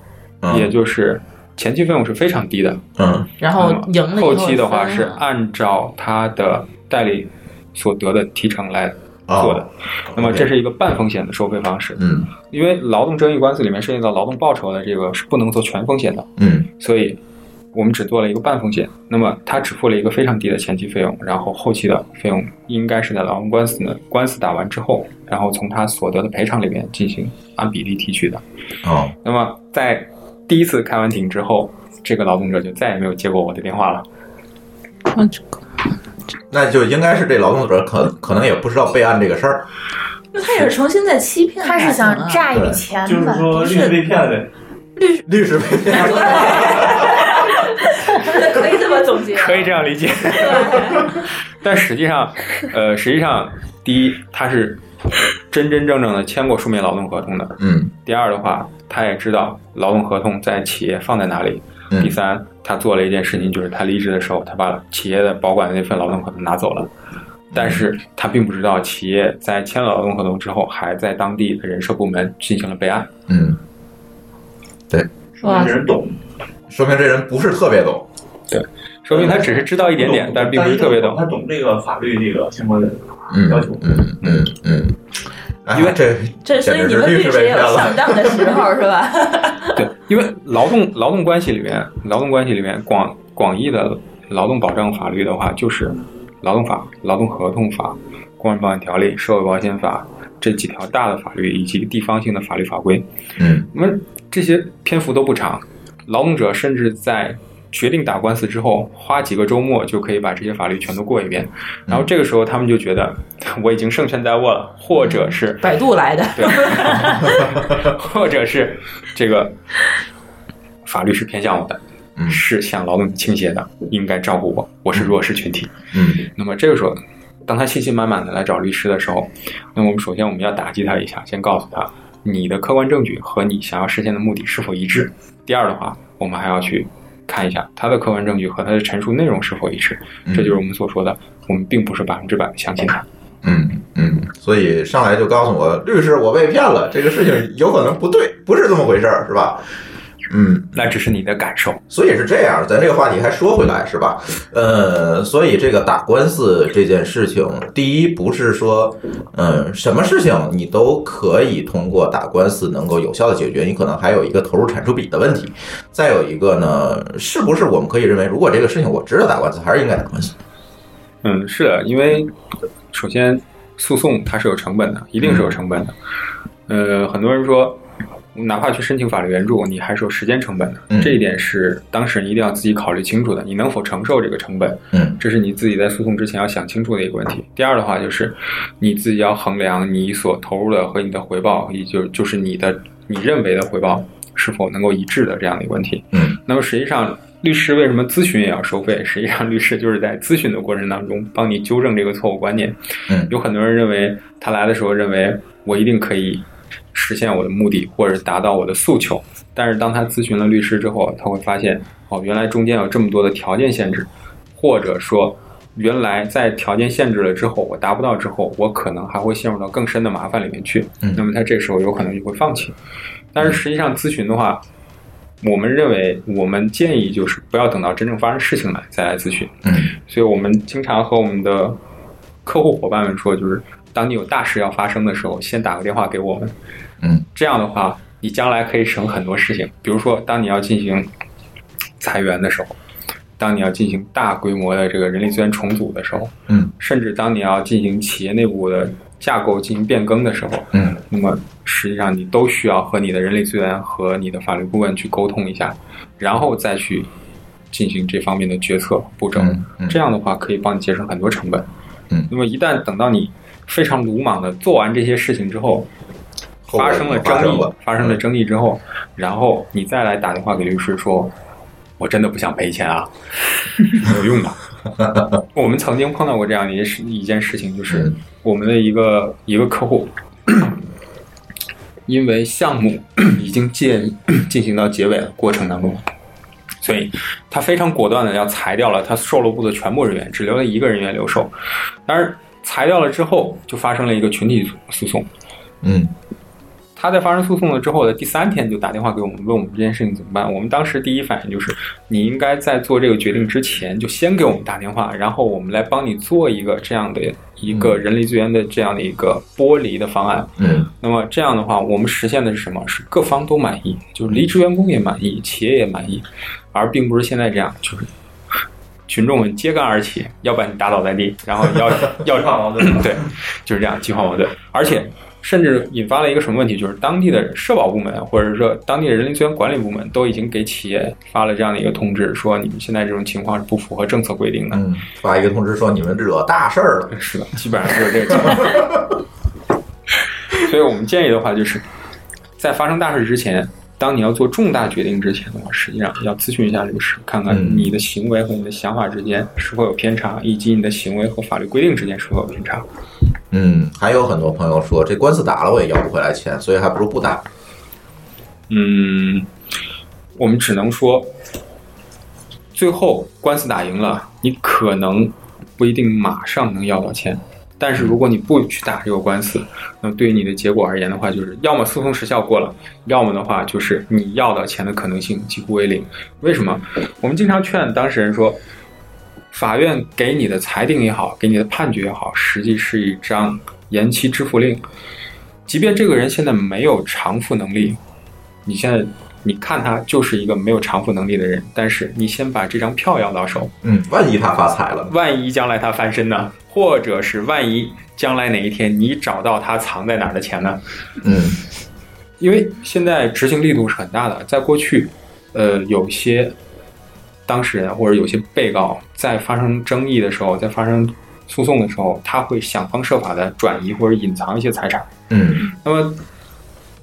Speaker 1: 嗯
Speaker 2: 也就是前期费用是非常低的，
Speaker 1: 嗯
Speaker 5: 然后啊赢
Speaker 2: 那么
Speaker 5: 了以
Speaker 2: 后期的
Speaker 5: 的
Speaker 2: 话是按照他的代理所得的提成来做的。
Speaker 1: 哦
Speaker 2: 那么这是一个半风险的收费方式，
Speaker 1: 嗯
Speaker 2: 因为劳动争议官司里面涉及到劳动报酬的这个是不能做全风险的，
Speaker 1: 嗯
Speaker 2: 所以我们只做了一个半风险。那么他只付了一个非常低的前期费用，然后后期的费用应该是在劳动官司呢官司打完之后，然后从他所得的赔偿里面进行按比例提取的。
Speaker 1: 哦
Speaker 2: 那么在第一次开完庭之后，这个劳动者就再也没有接过我的电话了。
Speaker 5: 嗯这个
Speaker 1: 那就应该是这劳动者可可能也不知道备案这个事儿，
Speaker 5: 那他也是重新在欺骗
Speaker 3: 他是
Speaker 5: 法
Speaker 3: 想
Speaker 5: 庭啊
Speaker 3: 诈一笔
Speaker 1: 对
Speaker 3: 钱
Speaker 6: 就是
Speaker 3: 吧？
Speaker 6: 说律师被骗呗，
Speaker 1: 律师被 骗了。
Speaker 4: 可以这么总结。
Speaker 2: 可以这样理解。 但实际上，呃，实际上，第一，他是真真正正的签过书面劳动合同的；
Speaker 1: 嗯
Speaker 2: 第二的话，他也知道劳动合同在企业放在哪里；
Speaker 1: 嗯
Speaker 2: 第三，他做了一件事情，就是他离职的时候，他把企业的保管的那份劳动合同拿走了。但是他并不知道，企业在签了劳动合同之后，还在当地的人社部门进行了备案。
Speaker 1: 嗯，
Speaker 6: 说明这人懂，
Speaker 1: 说明这人不是特别懂。
Speaker 2: 说明他只是知道一点点，但并不是特别懂
Speaker 6: 他。懂这个法律这个相关的
Speaker 1: 嗯
Speaker 6: 要求。
Speaker 1: 嗯嗯嗯，哎
Speaker 2: 因为
Speaker 1: 这
Speaker 5: 这，所以
Speaker 1: 简
Speaker 5: 你
Speaker 1: 直是
Speaker 5: 们
Speaker 1: 律
Speaker 5: 律
Speaker 1: 师
Speaker 5: 师
Speaker 1: 被
Speaker 5: 也
Speaker 1: 骗
Speaker 5: 有上
Speaker 1: 了。
Speaker 5: 当的时候是吧？
Speaker 2: 对，因为劳动劳动关系里面，劳动关系里面广广义的劳动保障法律的话，就是劳动法、劳动合同法、工人保险条例、社会保险法这几条大的法律以及地方性的法律法规。
Speaker 1: 嗯
Speaker 2: 那么这些篇幅都不长，劳动者甚至在决定打官司之后，花几个周末就可以把这些法律全都过一遍。然后这个时候，他们就觉得 我已经胜券在握了，或者是
Speaker 5: 百度来的，
Speaker 1: 嗯
Speaker 2: 对， 或者是这个法律是偏向我的，
Speaker 1: 嗯
Speaker 2: 是向劳动倾斜的，应该照顾我，我是弱势群体。
Speaker 1: 嗯
Speaker 2: 那么这个时候，当他信心满满的来找律师的时候，那么我们首先我们要打击他一下，先告诉他你的客观证据和你想要实现的目的是否一致。第二的话，我们还要去看一下他的客观证据和他的陈述内容是否一致。这就是我们所说的，我们并不是百分之百地相信他。
Speaker 1: 嗯嗯，所以上来就告诉我，律师我被骗了，这个事情有可能不对，不是这么回事儿，是吧？嗯，
Speaker 2: 那只是你的感受，
Speaker 1: 所以是这样，咱这个话题还说回来是吧？呃，所以这个打官司这件事情，第一不是说，嗯、什么事情你都可以通过打官司能够有效的解决，你可能还有一个投入产出比的问题。再有一个呢，是不是我们可以认为，如果这个事情我知道打官司，还是应该打官司？
Speaker 2: 嗯，是的，因为首先诉讼它是有成本的，一定是有成本的。呃，很多人说，哪怕去申请法律援助，你还是有时间成本的。
Speaker 1: 嗯
Speaker 2: 这一点是当事人一定要自己考虑清楚的，你能否承受这个成本？
Speaker 1: 嗯
Speaker 2: 这是你自己在诉讼之前要想清楚的一个问题。第二的话就是，你自己要衡量你所投入的和你的回报，也就就是你的你认为的回报是否能够一致的这样的一个问题。
Speaker 1: 嗯
Speaker 2: 那么实际上，律师为什么咨询也要收费？实际上，律师就是在咨询的过程当中帮你纠正这个错误观念。
Speaker 1: 嗯
Speaker 2: 有很多人认为他来的时候认为我一定可以实现我的目的，或者达到我的诉求，但是当他咨询了律师之后，他会发现哦，原来中间有这么多的条件限制，或者说。原来在条件限制了之后，我达不到之后，我可能还会陷入到更深的麻烦里面去。
Speaker 1: 嗯
Speaker 2: 那么他这时候有可能就会放弃。但是实际上咨询的话，我们认为，我们建议就是不要等到真正发生事情来再来咨询。
Speaker 1: 嗯
Speaker 2: 所以我们经常和我们的客户伙伴们说，就是当你有大事要发生的时候，先打个电话给我们。
Speaker 1: 嗯，
Speaker 2: 这样的话，你将来可以省很多事情。比如说，当你要进行裁员的时候，当你要进行大规模的这个人力资源重组的时候，
Speaker 1: 嗯，
Speaker 2: 甚至当你要进行企业内部的架构进行变更的时候，
Speaker 1: 嗯，
Speaker 2: 那么实际上你都需要和你的人力资源和你的法律顾问去沟通一下，然后再去进行这方面的决策步骤。
Speaker 1: 嗯嗯
Speaker 2: 这样的话可以帮你节省很多成本。
Speaker 1: 嗯
Speaker 2: 那么一旦等到你非常鲁莽的做完这些事情之后，
Speaker 1: 后果
Speaker 2: 发生了
Speaker 1: 发
Speaker 2: 争
Speaker 1: 生
Speaker 2: 议
Speaker 1: 了，嗯
Speaker 2: 发生了争议之后，然后你再来打电话给律师说，我真的不想赔钱啊，没有用的。 我们曾经碰到过这样一事一件事情，就是
Speaker 1: 嗯
Speaker 2: 我们的一个一个客户， 因为项目 已经进进行到结尾的过程当中，所以他非常果断的要裁掉了他售楼部的全部人员，只留了一个人员留售。但是裁掉了之后，就发生了一个群体诉讼。
Speaker 1: 嗯
Speaker 2: 他在发生诉讼了之后的第三天就打电话给我们，问我们这件事情怎么办。我们当时第一反应就是，你应该在做这个决定之前就先给我们打电话，然后我们来帮你做一个这样的一个人力资源的这样的一个剥离的方案。
Speaker 1: 嗯
Speaker 2: 那么这样的话，我们实现的是什么？是各方都满意，就是离职员工也满意，企业也满意，而并不是现在这样，就是群众们揭竿而起，要把你打倒在地，然后要 要
Speaker 6: 激化矛盾
Speaker 2: 对，就是这样激化矛盾，而且。甚至引发了一个什么问题，就是当地的社保部门或者说当地的人力资源管理部门都已经给企业发了这样的一个通知，说你们现在这种情况是不符合政策规定的，
Speaker 1: 嗯，发一个通知说你们惹大事儿了。
Speaker 2: 是的，基本上就是这个情况。 所以我们建议的话，就是在发生大事之前，当你要做重大决定之前的话，实际上要咨询一下律师，看看
Speaker 1: 嗯
Speaker 2: 你的行为和你的想法之间是否有偏差，以及你的行为和法律规定之间是否有偏差。
Speaker 1: 嗯，还有很多朋友说这官司打了我也要不回来钱，所以还不如不打。
Speaker 2: 嗯，我们只能说，最后官司打赢了，你可能不一定马上能要到钱。但是如果你不去打这个官司，那对于你的结果而言的话，就是要么诉讼时效过了，要么的话就是你要到钱的可能性几乎为零。为什么？我们经常劝当事人说，法院给你的裁定也好，给你的判决也好，实际是一张延期支付令。即便这个人现在没有偿付能力，你现在你看他就是一个没有偿付能力的人，但是你先把这张票要到手，
Speaker 1: 嗯，万一他发财了呢，
Speaker 2: 万一将来他翻身呢？或者是万一将来哪一天你找到他藏在哪儿的钱呢？
Speaker 1: 嗯
Speaker 2: 因为现在执行力度是很大的，在过去，呃，有些当事人啊或者有些被告在发生争议的时候，在发生诉讼的时候，他会想方设法的转移或者隐藏一些财产。
Speaker 1: 嗯
Speaker 2: 那么，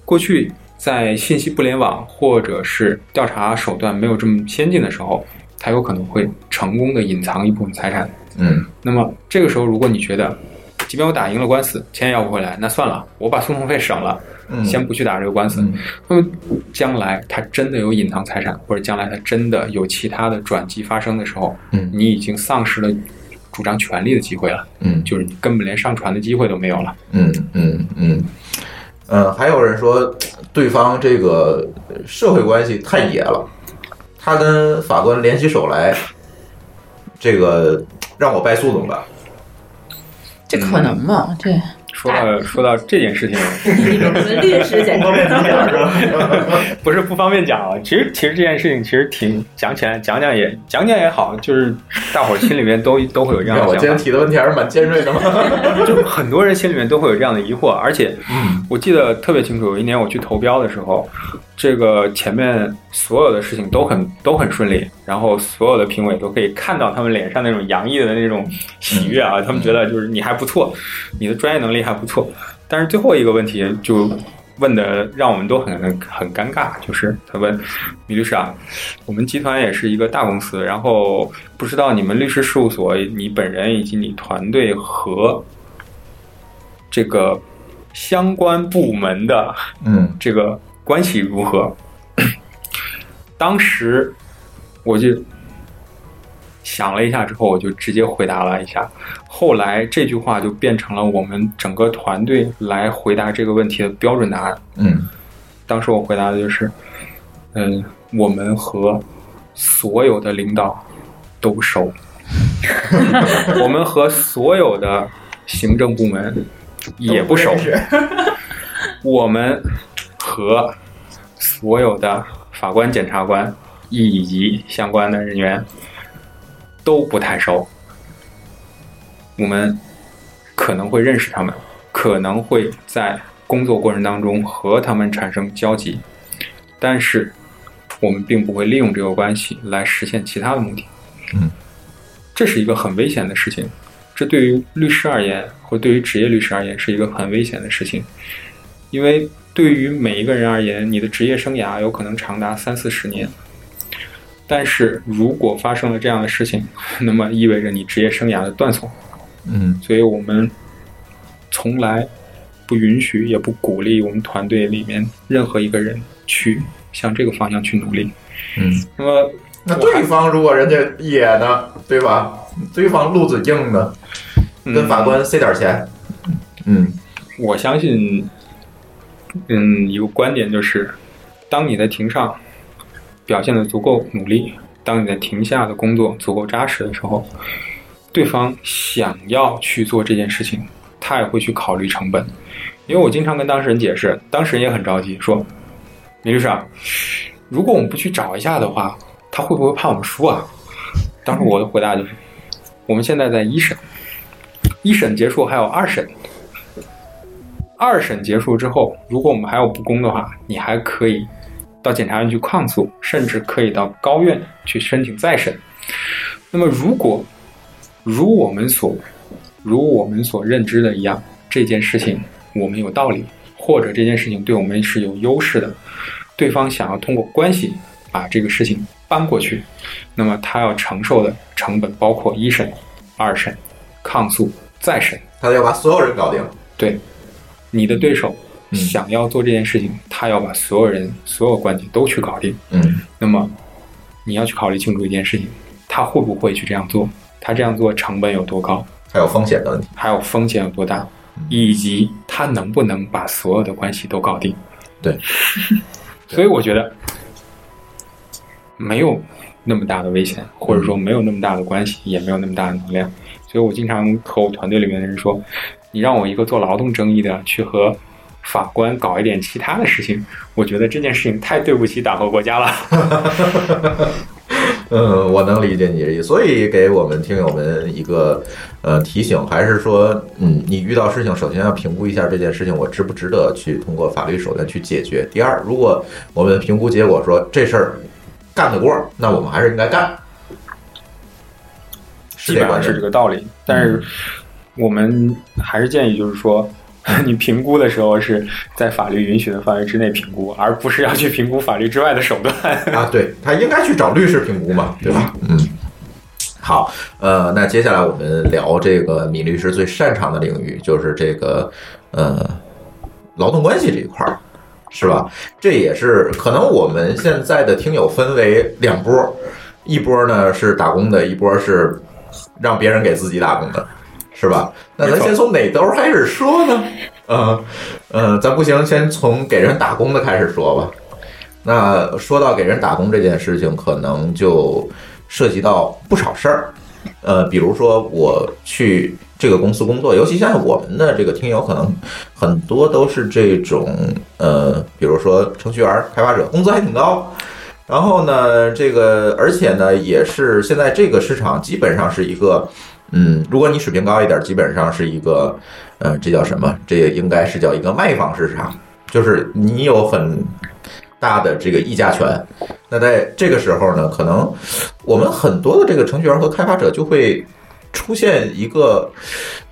Speaker 2: 过去在信息不联网或者是调查手段没有这么先进的时候，它有可能会成功的隐藏一部分财产。
Speaker 1: 嗯
Speaker 2: 那么这个时候，如果你觉得，即便我打赢了官司，钱也要不回来，那算了，我把诉讼费省了，
Speaker 1: 嗯，
Speaker 2: 先不去打这个官司。
Speaker 1: 嗯
Speaker 2: 那么将来他真的有隐藏财产，或者将来他真的有其他的转机发生的时候，
Speaker 1: 嗯
Speaker 2: 你已经丧失了主张权利的机会了，
Speaker 1: 嗯
Speaker 2: 就是你根本连上传的机会都没有了。
Speaker 1: 嗯嗯嗯，呃，还有人说对方这个社会关系太野了，他跟法官联起手来，这个让我败诉怎么办？
Speaker 5: 这可能吗？这
Speaker 2: 说到说到这件事情，
Speaker 4: 我们律师简
Speaker 6: 不方便
Speaker 4: 直
Speaker 6: 理解是吧？
Speaker 2: 不是不方便讲啊，其实其实这件事情其实挺讲起来讲讲也讲讲也好，就是大伙儿心里面都都会有这样
Speaker 1: 看我
Speaker 2: 的
Speaker 1: 今天
Speaker 2: 想法，
Speaker 1: 提的问题还是蛮尖锐的嘛。
Speaker 2: 就很多人心里面都会有这样的疑惑，而且
Speaker 1: 嗯
Speaker 2: 我记得特别清楚，有一年我去投标的时候，这个前面所有的事情都很都很顺利，然后所有的评委都可以看到他们脸上那种洋溢的那种喜悦啊，他们觉得就是你还不错，你的专业能力还不错，但是最后一个问题就问的让我们都很很很尴尬，就是他问米律师啊，我们集团也是一个大公司，然后不知道你们律师事务所，你本人以及你团队和这个相关部门的
Speaker 1: 嗯
Speaker 2: 这个关系如何？ 当时我就想了一下之后，我就直接回答了一下。后来这句话就变成了我们整个团队来回答这个问题的标准答案。
Speaker 1: 嗯
Speaker 2: 当时我回答的就是，嗯，我们和所有的领导都不熟，我们和所有的行政部门也不熟， 我们和所有的法官、检察官以及相关的人员都不太熟，我们可能会认识他们，可能会在工作过程当中和他们产生交集，但是我们并不会利用这个关系来实现其他的目的。
Speaker 1: 嗯，
Speaker 2: 这是一个很危险的事情，这对于律师而言，或对于职业律师而言，是一个很危险的事情，因为对于每一个人而言，你的职业生涯有可能长达三四十年。但是如果发生了这样的事情， 那么意味着你职业生涯的断送。
Speaker 1: 嗯，
Speaker 2: 所以我们从来不允许，也不鼓励我们团队里面任何一个人去向这个方向去努力。
Speaker 1: 嗯，
Speaker 2: 那么
Speaker 1: 那对方如果人家野呢，对吧？对方路子硬呢，
Speaker 2: 嗯
Speaker 1: 跟法官塞点钱。嗯，
Speaker 2: 我相信，嗯，一个观点就是，当你在庭上。表现的足够努力，当你在停下的工作足够扎实的时候，对方想要去做这件事情，他也会去考虑成本。因为我经常跟当事人解释，当事人也很着急，说：“李律师啊，如果我们不去找一下的话，他会不会怕我们输啊？”当时我的回答就是：“我们现在在一审，一审结束还有二审，二审结束之后，如果我们还有不公的话，你还可以。”到检察院去抗诉，甚至可以到高院去申请再审。那么，如果如我们所如我们所认知的一样，这件事情我们有道理，或者这件事情对我们是有优势的，对方想要通过关系把这个事情搬过去，那么他要承受的成本包括一审、二审、抗诉、再审，
Speaker 1: 他要把所有人搞定。
Speaker 2: 对，你的对手。想要做这件事情，他要把所有人、所有关系都去搞定。
Speaker 1: 嗯，
Speaker 2: 那么你要去考虑清楚一件事情：他会不会去这样做？他这样做成本有多高？
Speaker 1: 还有风险的问题，
Speaker 2: 还有风险有多大？以及他能不能把所有的关系都搞定？
Speaker 1: 对，
Speaker 2: 所以我觉得没有那么大的危险，或者说没有那么大的关系，也没有那么大的能量。所以我经常和我团队里面的人说：“你让我一个做劳动争议的去和。”法官搞一点其他的事情，我觉得这件事情太对不起党和国家了。
Speaker 1: 嗯，我能理解你的意思，所以给我们听友们一个呃提醒，还是说，嗯，你遇到事情，首先要评估一下这件事情我值不值得去通过法律手段去解决。第二，如果我们评估结果说这事儿干得过，那我们还是应该干。
Speaker 2: 基本上是这个嗯道理，但是我们还是建议就是说。你评估的时候是在法律允许的范围之内评估，而不是要去评估法律之外的手段
Speaker 1: 啊！对他应该去找律师评估嘛，对吧？嗯，好，呃，那接下来我们聊这个米律师最擅长的领域，就是这个呃劳动关系这一块儿，是吧？这也是可能我们现在的听友分为两波，一波呢是打工的，一波是让别人给自己打工的。是吧？那咱先从哪头开始说呢？嗯嗯，咱不行，先从给人打工的开始说吧。那说到给人打工这件事情，可能就涉及到不少事儿。呃，比如说我去这个公司工作，尤其像我们的这个听友，可能很多都是这种呃，比如说程序员、开发者，工资还挺高。然后呢，这个而且呢，也是现在这个市场基本上是一个。嗯，如果你水平高一点，基本上是一个，呃，这叫什么？这也应该是叫一个卖方市场，就是你有很大的这个议价权。那在这个时候呢，可能我们很多的这个程序员和开发者就会出现一个，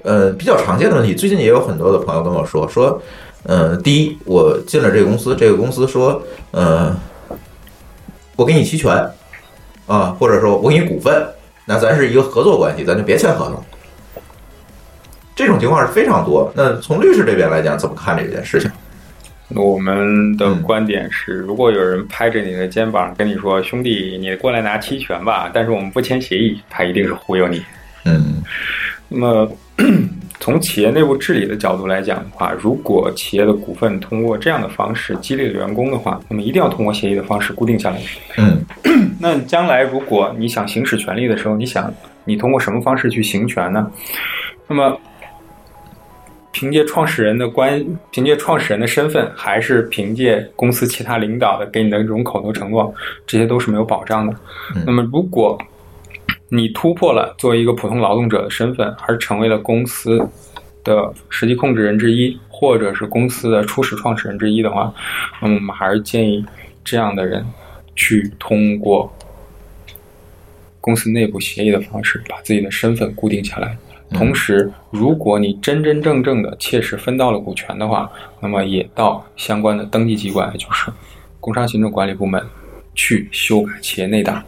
Speaker 1: 呃，比较常见的问题。最近也有很多的朋友跟我说，说，嗯、呃，第一，我进了这个公司，这个公司说，嗯、呃，我给你期权，啊、呃，或者说我给你股份。那咱是一个合作关系，咱就别签合同。这种情况是非常多。那从律师这边来讲，怎么看这件事情？
Speaker 2: 我们的观点是，如果有人拍着你的肩膀跟你说：“兄弟，你过来拿期权吧。”但是我们不签协议，他一定是忽悠你。
Speaker 1: 嗯。
Speaker 2: 那么， 从企业内部治理的角度来讲的话，如果企业的股份通过这样的方式激励了员工的话，那么一定要通过协议的方式固定下来。
Speaker 1: 嗯。
Speaker 2: 那将来如果你想行使权利的时候，你想你通过什么方式去行权呢？那么，凭借创始人的关，凭借创始人的身份，还是凭借公司其他领导的给你的这种口头承诺，这些都是没有保障的。
Speaker 1: 嗯、
Speaker 2: 那么，如果你突破了作为一个普通劳动者的身份，而成为了公司的实际控制人之一，或者是公司的初始创始人之一的话，嗯，我们还是建议这样的人去通过公司内部协议的方式，把自己的身份固定下来。同时，如果你真真正正的切实分到了股权的话，那么也到相关的登记机关，也就是工商行政管理部门去修改企业内档。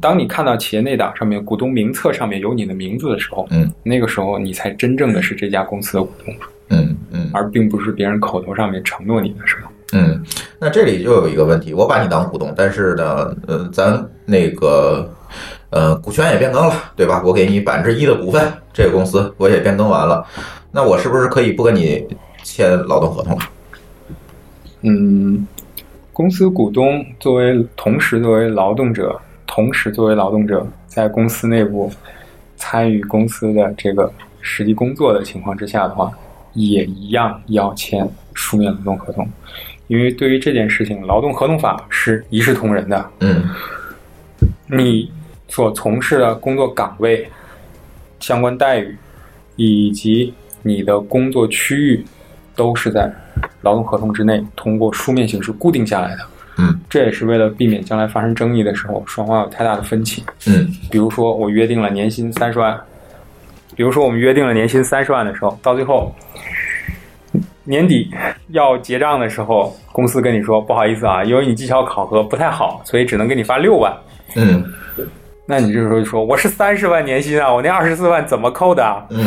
Speaker 2: 当你看到企业内档上面股东名册上面有你的名字的时候，
Speaker 1: 嗯，
Speaker 2: 那个时候你才真正的是这家公司的股东，
Speaker 1: 嗯嗯，
Speaker 2: 而并不是别人口头上面承诺你的什么。
Speaker 1: 嗯，那这里就有一个问题，我把你当股东，但是呢，呃，咱那个。呃，股权也变更了，对吧？我给你百分之一的股份，这个公司我也变更完了，那我是不是可以不跟你签劳动合同了？啊
Speaker 2: 嗯，公司股东作为同时作为劳动者，同时作为劳动者在公司内部参与公司的这个实际工作的情况之下的话，也一样要签书面劳动合同，因为对于这件事情，劳动合同法是一视同仁的。
Speaker 1: 嗯，
Speaker 2: 你。所从事的工作岗位、相关待遇，以及你的工作区域，都是在劳动合同之内通过书面形式固定下来的。
Speaker 1: 嗯，
Speaker 2: 这也是为了避免将来发生争议的时候，双方有太大的分歧。
Speaker 1: 嗯，
Speaker 2: 比如说我约定了年薪三十万，比如说我们约定了年薪三十万的时候，到最后年底要结账的时候，公司跟你说不好意思啊，由于你绩效考核不太好，所以只能给你发六万。
Speaker 1: 嗯。
Speaker 2: 那你这时候就说我是三十万年薪啊，我那二十四万怎么扣的、啊？
Speaker 1: 嗯，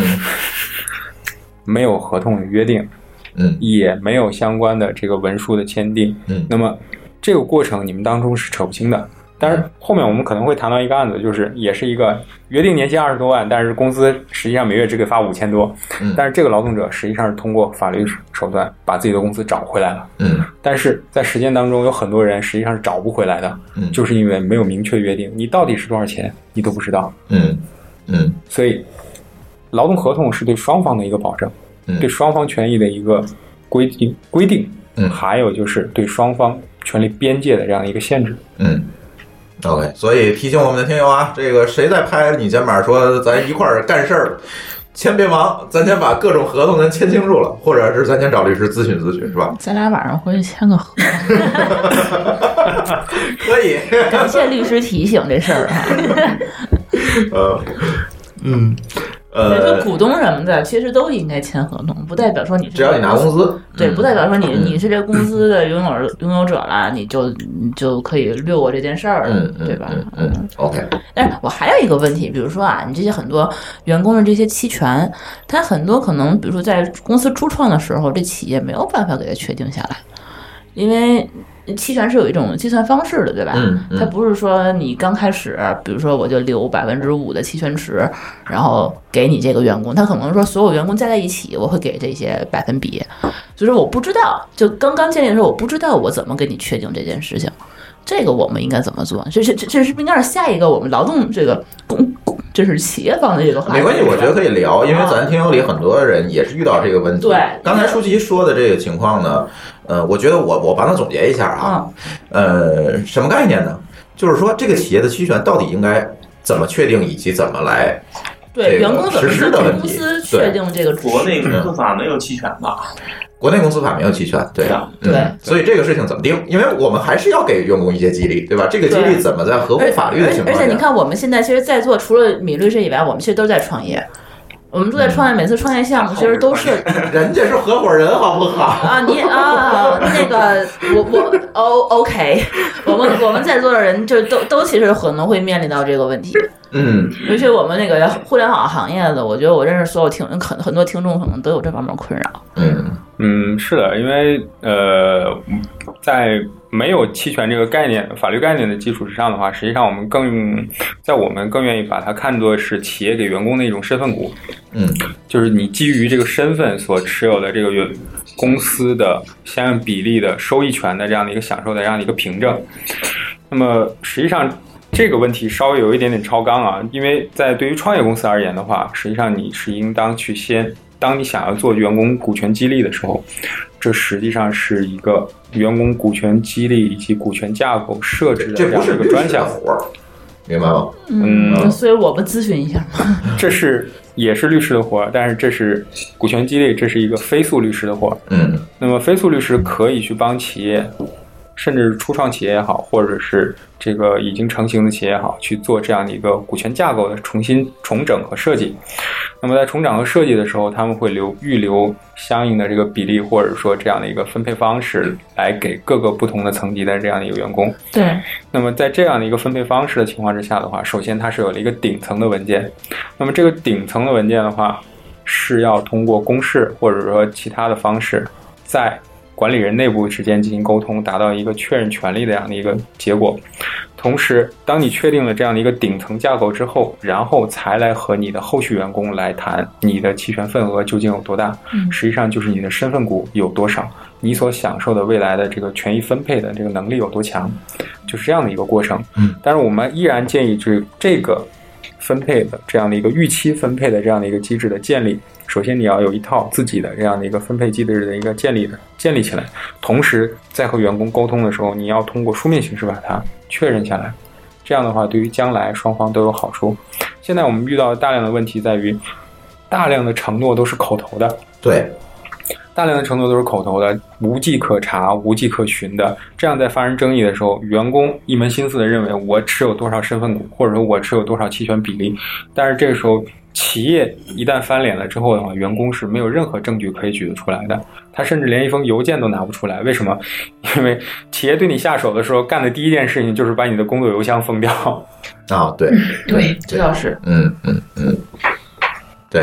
Speaker 2: 没有合同的约定，
Speaker 1: 嗯，
Speaker 2: 也没有相关的这个文书的签订，
Speaker 1: 嗯，
Speaker 2: 那么这个过程你们当中是扯不清的。但是后面我们可能会谈到一个案子，就是也是一个约定年薪二十多万，但是公司实际上每月只给发五千多，
Speaker 1: 嗯，
Speaker 2: 但是这个劳动者实际上是通过法律手段把自己的工资找回来了，
Speaker 1: 嗯，
Speaker 2: 但是在实践当中有很多人实际上是找不回来的，
Speaker 1: 嗯，
Speaker 2: 就是因为没有明确约定，你到底是多少钱你都不知道，
Speaker 1: 嗯嗯
Speaker 2: 所以劳动合同是对双方的一个保证，
Speaker 1: 嗯
Speaker 2: 对双方权益的一个规定规定，
Speaker 1: 嗯
Speaker 2: 还有就是对双方权利边界的这样一个限制。
Speaker 1: 嗯，OK。所以提醒我们的听友啊，这个谁在拍你肩膀说咱一块儿干事儿，先别忙，咱先把各种合同咱签清楚了，或者是咱先找律师咨询咨询，是吧？
Speaker 5: 咱俩晚上回去签个合，
Speaker 1: 可以，
Speaker 5: 感谢律师提醒这事儿啊。
Speaker 1: 呃，嗯，
Speaker 5: 所以说
Speaker 1: 呃，
Speaker 5: 股东什么的，其实都应该签合同，不代表说你是
Speaker 1: 只要你拿工资，
Speaker 5: 对，
Speaker 1: 嗯
Speaker 5: 不代表说你你是这公司的拥有拥有者啦，你就你就可以略过这件事儿了
Speaker 1: 嗯，嗯，
Speaker 5: 对吧？
Speaker 1: 嗯嗯，OK，
Speaker 5: 但是我还有一个问题，比如说啊，你这些很多员工的这些期权，他很多可能，比如说在公司初创的时候，这企业没有办法给它确定下来，因为期权是有一种计算方式的，对吧？
Speaker 1: 嗯嗯
Speaker 5: 它不是说你刚开始，比如说我就留百分之五的期权池，然后给你这个员工，他可能说所有员工加在一起，我会给这些百分比，所以说我不知道，就刚刚建立的时候，我不知道我怎么给你确定这件事情。这个我们应该怎么做？这是这这是不是应该是下一个我们劳动这个工，这是企业方的这个话题。
Speaker 1: 没关系，我觉得可以聊，因为咱听友里很多人也是遇到这个问题。
Speaker 5: 对
Speaker 1: 刚才舒淇说的这个情况呢，呃，我觉得我我帮他总结一下
Speaker 5: 嗯
Speaker 1: 啊，呃，什么概念呢？就是说这个企业的期权到底应该怎么确定，以及怎么来这
Speaker 5: 对
Speaker 1: 个
Speaker 5: 员工怎么
Speaker 1: 实施
Speaker 5: 向
Speaker 1: 的问
Speaker 5: 公
Speaker 1: 题
Speaker 5: 司
Speaker 1: 对
Speaker 5: 确定这个主
Speaker 6: 国内公司法没有期权吧？
Speaker 1: 国内公司法没有期权，对
Speaker 6: 对啊
Speaker 1: 嗯
Speaker 5: 对
Speaker 1: 所以这个事情怎么定？因为我们还是要给员工一些激励，对吧？这个激励
Speaker 5: 对哎
Speaker 1: 怎么在合乎法律的情
Speaker 5: 而
Speaker 1: 况
Speaker 5: 且你
Speaker 1: 下？
Speaker 5: 看，我们现在其实，在座除了米律师以外，我们其实都在创业。我们都在
Speaker 1: 嗯
Speaker 5: 创业，每次创业项目其实都是
Speaker 1: 人家是合伙人，好不好？
Speaker 5: 啊，你啊，那个我我哦 OK，我 们我们在座的人就都都其实可能会面临到这个问题。
Speaker 1: 嗯
Speaker 5: 尤其我们那个互联网行业的，我觉得我认识所有听很很多听众可能都有这方面困扰。
Speaker 1: 嗯
Speaker 2: 嗯，是的，因为呃，在没有期权这个概念、法律概念的基础之上的话，实际上我们更在我们更愿意把它看作是企业给员工的一种身份股，
Speaker 1: 嗯
Speaker 2: 就是你基于这个身份所持有的这个员公司的相应比例的收益权的这样的一个享受的这样的一个凭证。那么实际上这个问题稍微有一点点超纲啊，因为在对于创业公司而言的话，实际上你是应当去先，当你想要做员工股权激励的时候，这实际上是一个员工股权激励以及股权架构设置的
Speaker 1: 这
Speaker 2: 这
Speaker 1: 不
Speaker 2: 样
Speaker 1: 是
Speaker 2: 一个
Speaker 1: 律师
Speaker 2: 专
Speaker 1: 的
Speaker 2: 项。
Speaker 1: 活儿，明白吗？
Speaker 5: 嗯，所以我们咨询一下嘛。
Speaker 2: 这是也是律师的活儿，但是这是股权激励，这是一个非诉律师的活儿。
Speaker 1: 嗯，
Speaker 2: 那么非诉律师可以去帮企业，甚至是初创企业也好，或者是这个已经成型的企业也好，去做这样的一个股权架构的重新重整和设计。那么在重整和设计的时候，他们会留预留相应的这个比例，或者说这样的一个分配方式，来给各个不同的层级的这样的一个员工。
Speaker 5: 对，
Speaker 2: 那么在这样的一个分配方式的情况之下的话，首先它是有了一个顶层的文件，那么这个顶层的文件的话，是要通过公示或者说其他的方式，在管理人内部之间进行沟通，达到一个确认权利的这样的一个结果。同时，当你确定了这样的一个顶层架构之后，然后才来和你的后续员工来谈你的期权份额究竟有多大，实际上就是你的身份股有多少，你所享受的未来的这个权益分配的这个能力有多强，就是这样的一个过程。
Speaker 1: 嗯，
Speaker 2: 但是我们依然建议这这个分配的这样的一个预期分配的这样的一个机制的建立，首先你要有一套自己的这样的一个分配机制的一个建立的建立起来，同时在和员工沟通的时候，你要通过书面形式把它确认下来，这样的话对于将来双方都有好处。现在我们遇到大量的问题在于，大量的承诺都是口头的，
Speaker 1: 对，
Speaker 2: 大量的承诺都是口头的，无迹可查、无迹可寻的。这样在发生争议的时候，员工一门心思的认为我持有多少身份股，或者说我持有多少期权比例。但是这个时候，企业一旦翻脸了之后的话，员工是没有任何证据可以举得出来的，他甚至连一封邮件都拿不出来。为什么？ 因为企业对你下手的时候，干的第一件事情就是把你的工作邮箱封掉。
Speaker 1: 啊，对，
Speaker 5: 对，这倒是。
Speaker 1: 嗯嗯嗯，对，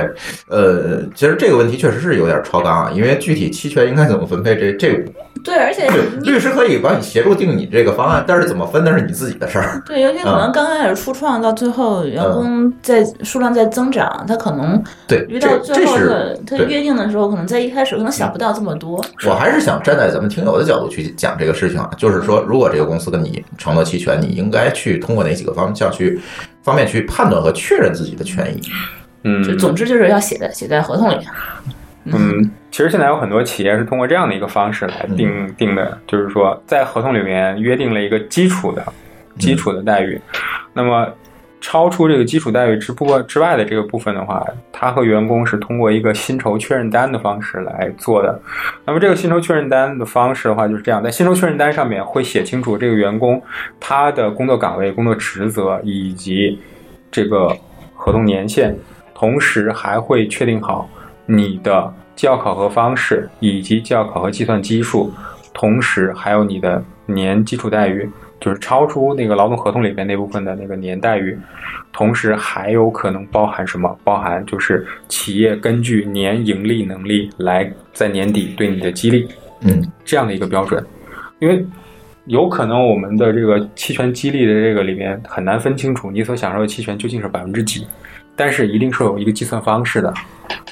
Speaker 1: 呃，其实这个问题确实是有点超纲啊，因为具体期权应该怎么分配，这这
Speaker 5: 对，而且
Speaker 1: 对
Speaker 5: 你
Speaker 1: 律师可以帮你协助定你这个方案，但是怎么分那是你自己的事儿。
Speaker 5: 对，尤其可
Speaker 2: 嗯
Speaker 5: 能刚开始初创，到最后员工在数量在增长，他可能
Speaker 1: 对，
Speaker 5: 遇到
Speaker 1: 这
Speaker 5: 最
Speaker 1: 这
Speaker 5: 后
Speaker 1: 是
Speaker 5: 的他
Speaker 1: 对。
Speaker 5: 约定的时候，可能在一开始可能想不到这么多。
Speaker 1: 我还是想站在咱们听友的角度去讲这个事情啊，就是说，如果这个公司跟你承诺期权，你应该去通过哪几个方向去方面去判断和确认自己的权益？
Speaker 2: 嗯，
Speaker 5: 就总之就是要写在写在合同里。啊
Speaker 2: 嗯，其实现在有很多企业是通过这样的一个方式来定、定的，就是说在合同里面约定了一个基础的基础的待遇，那么。超出这个基础待遇之不过之外的这个部分的话，它和员工是通过一个薪酬确认单的方式来做的。那么这个薪酬确认单的方式的话，就是这样，在薪酬确认单上面会写清楚这个员工他的工作岗位、工作职责以及这个合同年限，同时还会确定好你的绩效考核方式以及绩效考核计算基数，同时还有你的年基础待遇，就是超出那个劳动合同里面那部分的那个年待遇，同时还有可能包含什么？包含就是企业根据年盈利能力来在年底对你的激励。
Speaker 1: 嗯
Speaker 2: 这样的一个标准，因为有可能我们的这个期权激励的这个里面很难分清楚你所享受的期权究竟是百分之几，但是一定是有一个计算方式的。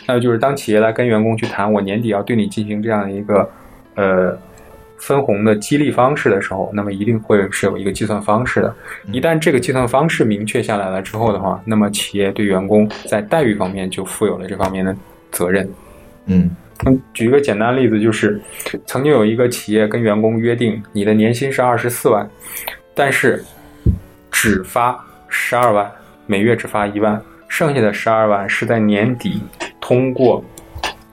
Speaker 2: 那就是当企业来跟员工去谈我年底要对你进行这样一个呃分红的激励方式的时候，那么一定会是有一个计算方式的。一旦这个计算方式明确下来了之后的话，那么企业对员工在待遇方面就负有了这方面的责任。
Speaker 1: 嗯
Speaker 2: 嗯，举一个简单例子，就是曾经有一个企业跟员工约定，你的年薪是二十四万，但是只发十二万，每月只发一万，剩下的十二万是在年底通过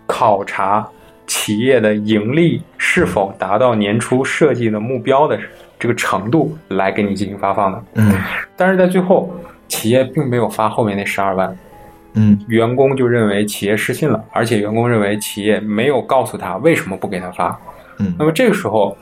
Speaker 2: 考察企业的盈利是否达到年初设计的目标的这个程度来给你进行发放的。
Speaker 1: 嗯
Speaker 2: 但是在最后，企业并没有发后面那十二万，
Speaker 1: 嗯
Speaker 2: 员工就认为企业失信了，而且员工认为企业没有告诉他为什么不给他发。
Speaker 1: 嗯
Speaker 2: 那么这个时候，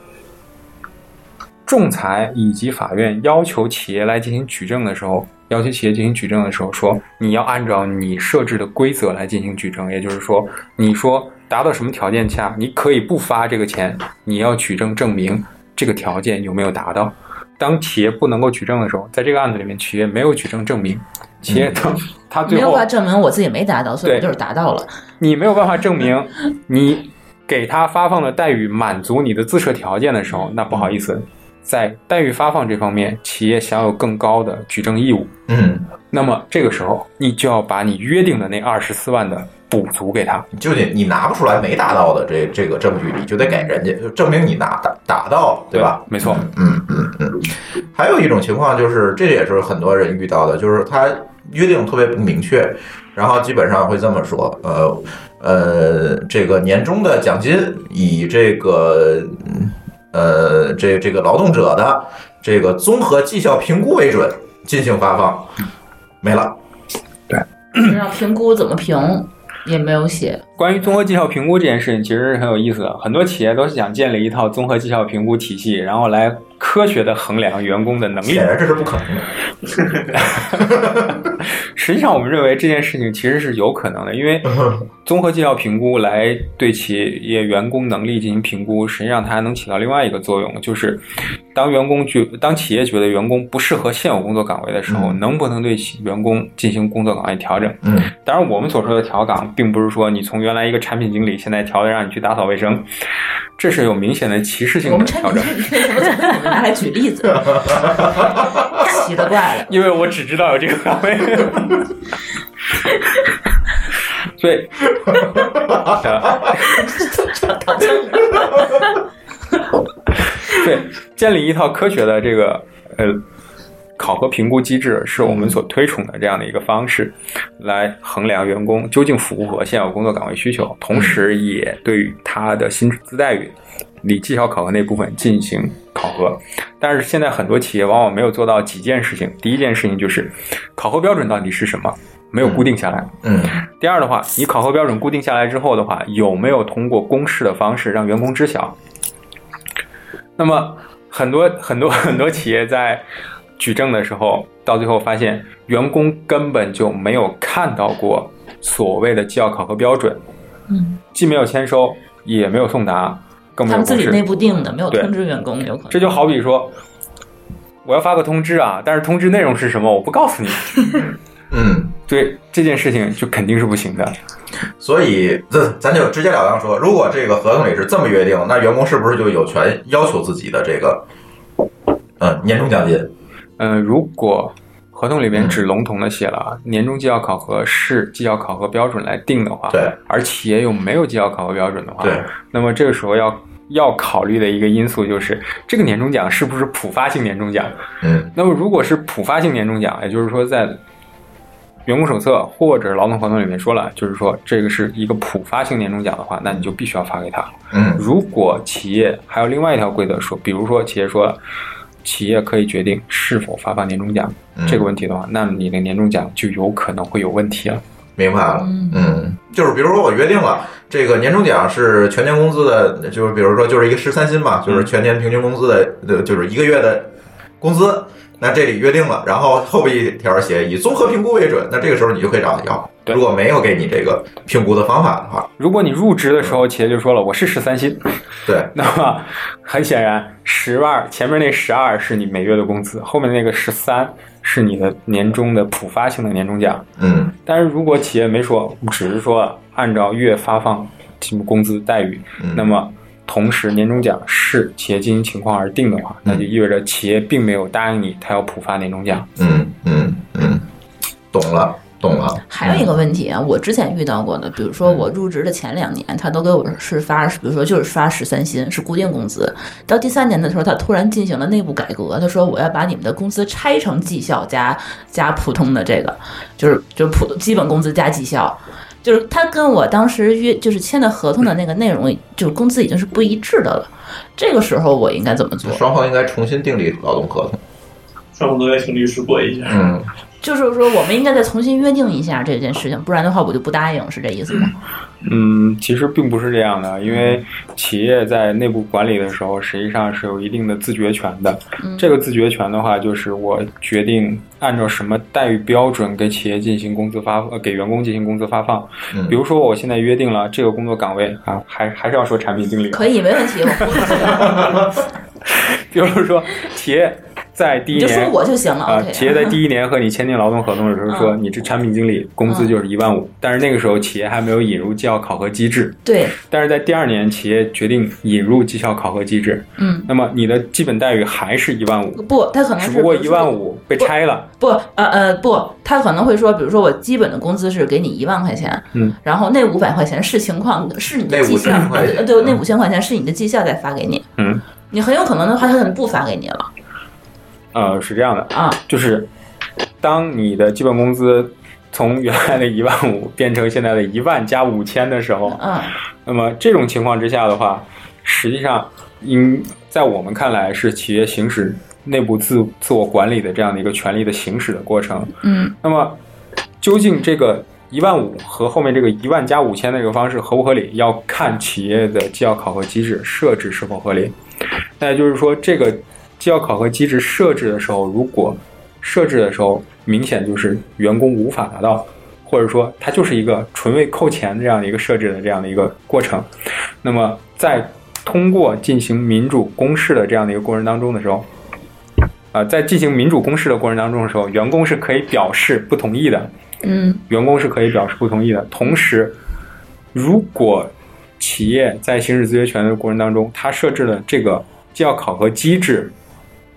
Speaker 2: 仲裁以及法院要求企业来进行举证的时候，要求企业进行举证的时候说，你要按照你设置的规则来进行举证，也就是说，你说达到什么条件下你可以不发这个钱，你要举证证明这个条件有没有达到。当企业不能够举证的时候，在这个案子里面，企业没有举证证明，企业当他
Speaker 5: 嗯没
Speaker 2: 最
Speaker 5: 有
Speaker 2: 后
Speaker 5: 办法证明我自己没达到，所以我
Speaker 2: 对
Speaker 5: 就是达到了。
Speaker 2: 你没有办法证明你给他发放的待遇满足你的自设条件的时候，那不好意思，在待遇发放这方面，企业享有更高的举证义务。
Speaker 1: 嗯
Speaker 2: 那么这个时候，你就要把你约定的那二十四万的补足给他。
Speaker 1: 就得你拿不出来没达到的这这个证据，你就得给人家，就证明你拿达达到了，对吧？
Speaker 2: 没错，
Speaker 1: 嗯嗯嗯。还有一种情况就是，这也是很多人遇到的，就是他约定特别不明确，然后基本上会这么说，呃呃，这个年终的奖金以这个嗯呃这这个劳动者的这个综合绩效评估为准进行发放，没了。
Speaker 5: 让评估怎么评也没有写，
Speaker 2: 关于综合绩效评估这件事情，其实是很有意思的。很多企业都是想建立一套综合绩效评估体系，然后来科学的衡量员工的能力
Speaker 1: 显。然这是不可能的。
Speaker 2: 实际上，我们认为这件事情其实是有可能的，因为综合绩效评估来对企业员工能力进行评估，实际上它还能起到另外一个作用，就是当员工觉当企业觉得员工不适合现有工作岗位的时候，
Speaker 1: 嗯
Speaker 2: 能不能对其员工进行工作岗位调整？
Speaker 1: 嗯，
Speaker 2: 当然，我们所说的调岗，并不是说你从原来一个产品经理现在调的让你去打扫卫生，这是有明显的歧视性
Speaker 5: 我
Speaker 2: 的
Speaker 5: 们产
Speaker 2: 调
Speaker 5: 品
Speaker 2: 整。
Speaker 5: 经理为什么总被你们拿来举 例子？奇了怪了。
Speaker 2: 因为我只知道有这个岗位，所以对，建立一套科学的这个呃考核评估机制，是我们所推崇的这样的一个方式，来衡量员工究竟符不符合现有工作岗位需求，同时也对于他的薪资待遇。以绩效考核那部分进行考核，但是现在很多企业往往没有做到几件事情。第一件事情就是，考核标准到底是什么，没有固定下来。
Speaker 1: 嗯
Speaker 2: 第二的话，你考核标准固定下来之后的话，有没有通过公示的方式让员工知晓？那么很多 很多很多企业在举证的时候，到最后发现员工根本就没有看到过所谓的绩效考核标准，
Speaker 5: 嗯，
Speaker 2: 既没有签收，也没有送达，更没有
Speaker 5: 他们
Speaker 2: 公
Speaker 5: 自己
Speaker 2: 示。
Speaker 5: 内部定的，没有
Speaker 2: 对
Speaker 5: 通知员工，有可能。
Speaker 2: 这就好比说，我要发个通知啊，但是通知内容是什么，我不告诉你。
Speaker 1: 嗯。
Speaker 2: 对这件事情就肯定是不行的。
Speaker 1: 所以，这咱就直截了当说，如果这个合同里是这么约定，那员工是不是就有权要求自己的这个，嗯，年终奖金？
Speaker 2: 嗯，如果合同里
Speaker 1: 嗯
Speaker 2: 面只笼统的写了啊年终绩效考核是绩效考核标准来定的话，
Speaker 1: 对，
Speaker 2: 而企业又没有绩效考核标准的话，
Speaker 1: 对，
Speaker 2: 那么这个时候要要考虑的一个因素就是这个年终奖是不是普发性年终奖？
Speaker 1: 嗯
Speaker 2: 那么如果是普发性年终奖，也就是说在员工手册或者劳动合同里面说了，就是说这个是一个普发性年终奖的话，那你就必须要发给他。
Speaker 1: 嗯
Speaker 2: 如果企业还有另外一条规则说，比如说企业说了，企业可以决定是否发放年终奖、
Speaker 1: 嗯
Speaker 2: 这个问题的话，那么你的年终奖就有可能会有问题了。
Speaker 1: 明白了。嗯，就是比如说我约定了这个年终奖是全年工资的，就是比如说就是一个十三薪嘛，
Speaker 2: 嗯
Speaker 1: 就是全年平均工资的，呃就是一个月的工资。那这里约定了，然后后边一条写以综合评估为准，那这个时候你就可以找他要。
Speaker 2: 对
Speaker 1: 如果没有给你这个评估的方法的话，
Speaker 2: 如果你入职的时候，企业就说了我是十三薪，
Speaker 1: 对，
Speaker 2: 那么很显然，十万前面那十二是你每月的工资，后面那个十三是你的年终的普发性的年终奖。
Speaker 1: 嗯
Speaker 2: 但是如果企业没说，只是说按照月发放什么工资待遇，
Speaker 1: 嗯
Speaker 2: 那么同时年终奖是企业经营情况而定的话，那就意味着企业并没有答应你，他要普发年终奖。
Speaker 1: 嗯嗯嗯，懂了懂了。
Speaker 5: 还
Speaker 2: 嗯
Speaker 5: 有一个问题啊，我之前遇到过的，比如说我入职的前两年，他都给我是发，比如说就是发十三薪，是固定工资。到第三年的时候，他突然进行了内部改革，他说我要把你们的工资拆成绩效加加普通的这个，就是就是普基本工资加绩效。就是他跟我当时约就是签的合同的那个内容，就是工资已经是不一致的了。这个时候我应该怎么做？
Speaker 1: 双方应该重新订立劳动合同。
Speaker 6: 双方都该请律师过一 下。
Speaker 1: 嗯，
Speaker 5: 就是说我们应该再重新约定一下这件事情，不然的话我就不答应，是这意思吗？
Speaker 2: 嗯，其实并不是这样的，因为企业在内部管理的时候，实际上是有一定的自觉权的。嗯这
Speaker 5: 嗯
Speaker 2: 个自觉权的话，就是我决定按照什么待遇标准给企业进行工资发，呃给员工进行工资发放。
Speaker 1: 嗯
Speaker 2: 比如说，我现在约定了这个工作岗位啊，还还是要说产品经理啊，
Speaker 5: 可以，没问题，我不会。
Speaker 2: 比如说企业在第一
Speaker 5: 你就
Speaker 2: 年，
Speaker 5: 说我就行了
Speaker 2: 啊、
Speaker 5: OK
Speaker 2: 企业在第一年和你签订劳动合同的
Speaker 5: 嗯
Speaker 2: 时候说，你这产品经理工资就是一万五、但是那个时候企业还没有引入绩效考核机制。
Speaker 5: 对，
Speaker 2: 但是在第二年，企业决定引入绩效考核机制，
Speaker 5: 嗯，
Speaker 2: 那么你的基本待遇还是一万五，
Speaker 5: 不，他可能
Speaker 2: 只
Speaker 5: 是
Speaker 2: 不过
Speaker 5: 比
Speaker 2: 一
Speaker 5: 如说
Speaker 2: 万五被拆了，
Speaker 5: 不，呃呃，不，他可能会说，比如说我基本的工资是给你一万块钱，
Speaker 2: 嗯，
Speaker 5: 然后那五百块钱是情况是你的
Speaker 1: 那
Speaker 5: 绩效
Speaker 1: 500，块钱
Speaker 5: 呃对，那
Speaker 1: 嗯
Speaker 5: 五千块钱是你的绩效再发给你，
Speaker 2: 嗯，
Speaker 5: 你很有可能的话，他可能不发给你了
Speaker 2: 呃，是这样的，
Speaker 5: 啊，
Speaker 2: 就是当你的基本工资从原来的一万五变成现在的一万加五千的时候，
Speaker 5: 嗯，
Speaker 2: 那么这种情况之下的话，实际上应在我们看来是企业行使内部自自我管理的这样的一个权利的行使的过程。
Speaker 5: 嗯，
Speaker 2: 那么究竟这个一万五和后面这个一万加五千的这个方式合不合理，要看企业的绩效考核机制设置是否合理。那也就是说，这个绩效考核机制设置的时候，如果设置的时候明显就是员工无法达到，或者说它就是一个纯为扣钱这样的一个设置的这样的一个过程，那么在通过进行民主公示的这样的一个过程当中的时候，啊、在进行民主公示的过程当中的时候，员工是可以表示不同意的，
Speaker 5: 嗯，
Speaker 2: 员工是可以表示不同意的。同时，如果企业在行使自决权的过程当中，它设置了这个绩效考核机制，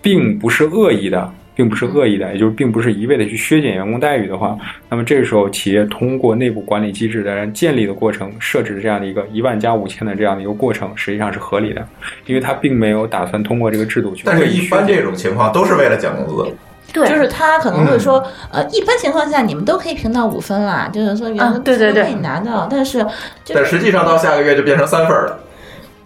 Speaker 2: 并不是恶意的，并不是恶意的，也就是并不是一味的去削减员工待遇的话，那么这时候企业通过内部管理机制的建立的过程，设置这样的一个一万加五千的这样的一个过程，实际上是合理的，因为它并没有打算通过这个制度去。
Speaker 1: 但是，一般这种情况都是为了讲工资。
Speaker 3: 对，
Speaker 5: 就是他可
Speaker 2: 嗯
Speaker 5: 能会说，呃，一般情况下你们都可以评到五分啦，就是说员
Speaker 3: 啊
Speaker 5: 工
Speaker 3: 对对
Speaker 5: 都可
Speaker 3: 对
Speaker 5: 以拿到，但是这
Speaker 1: 但实际上到下个月就变成三分了。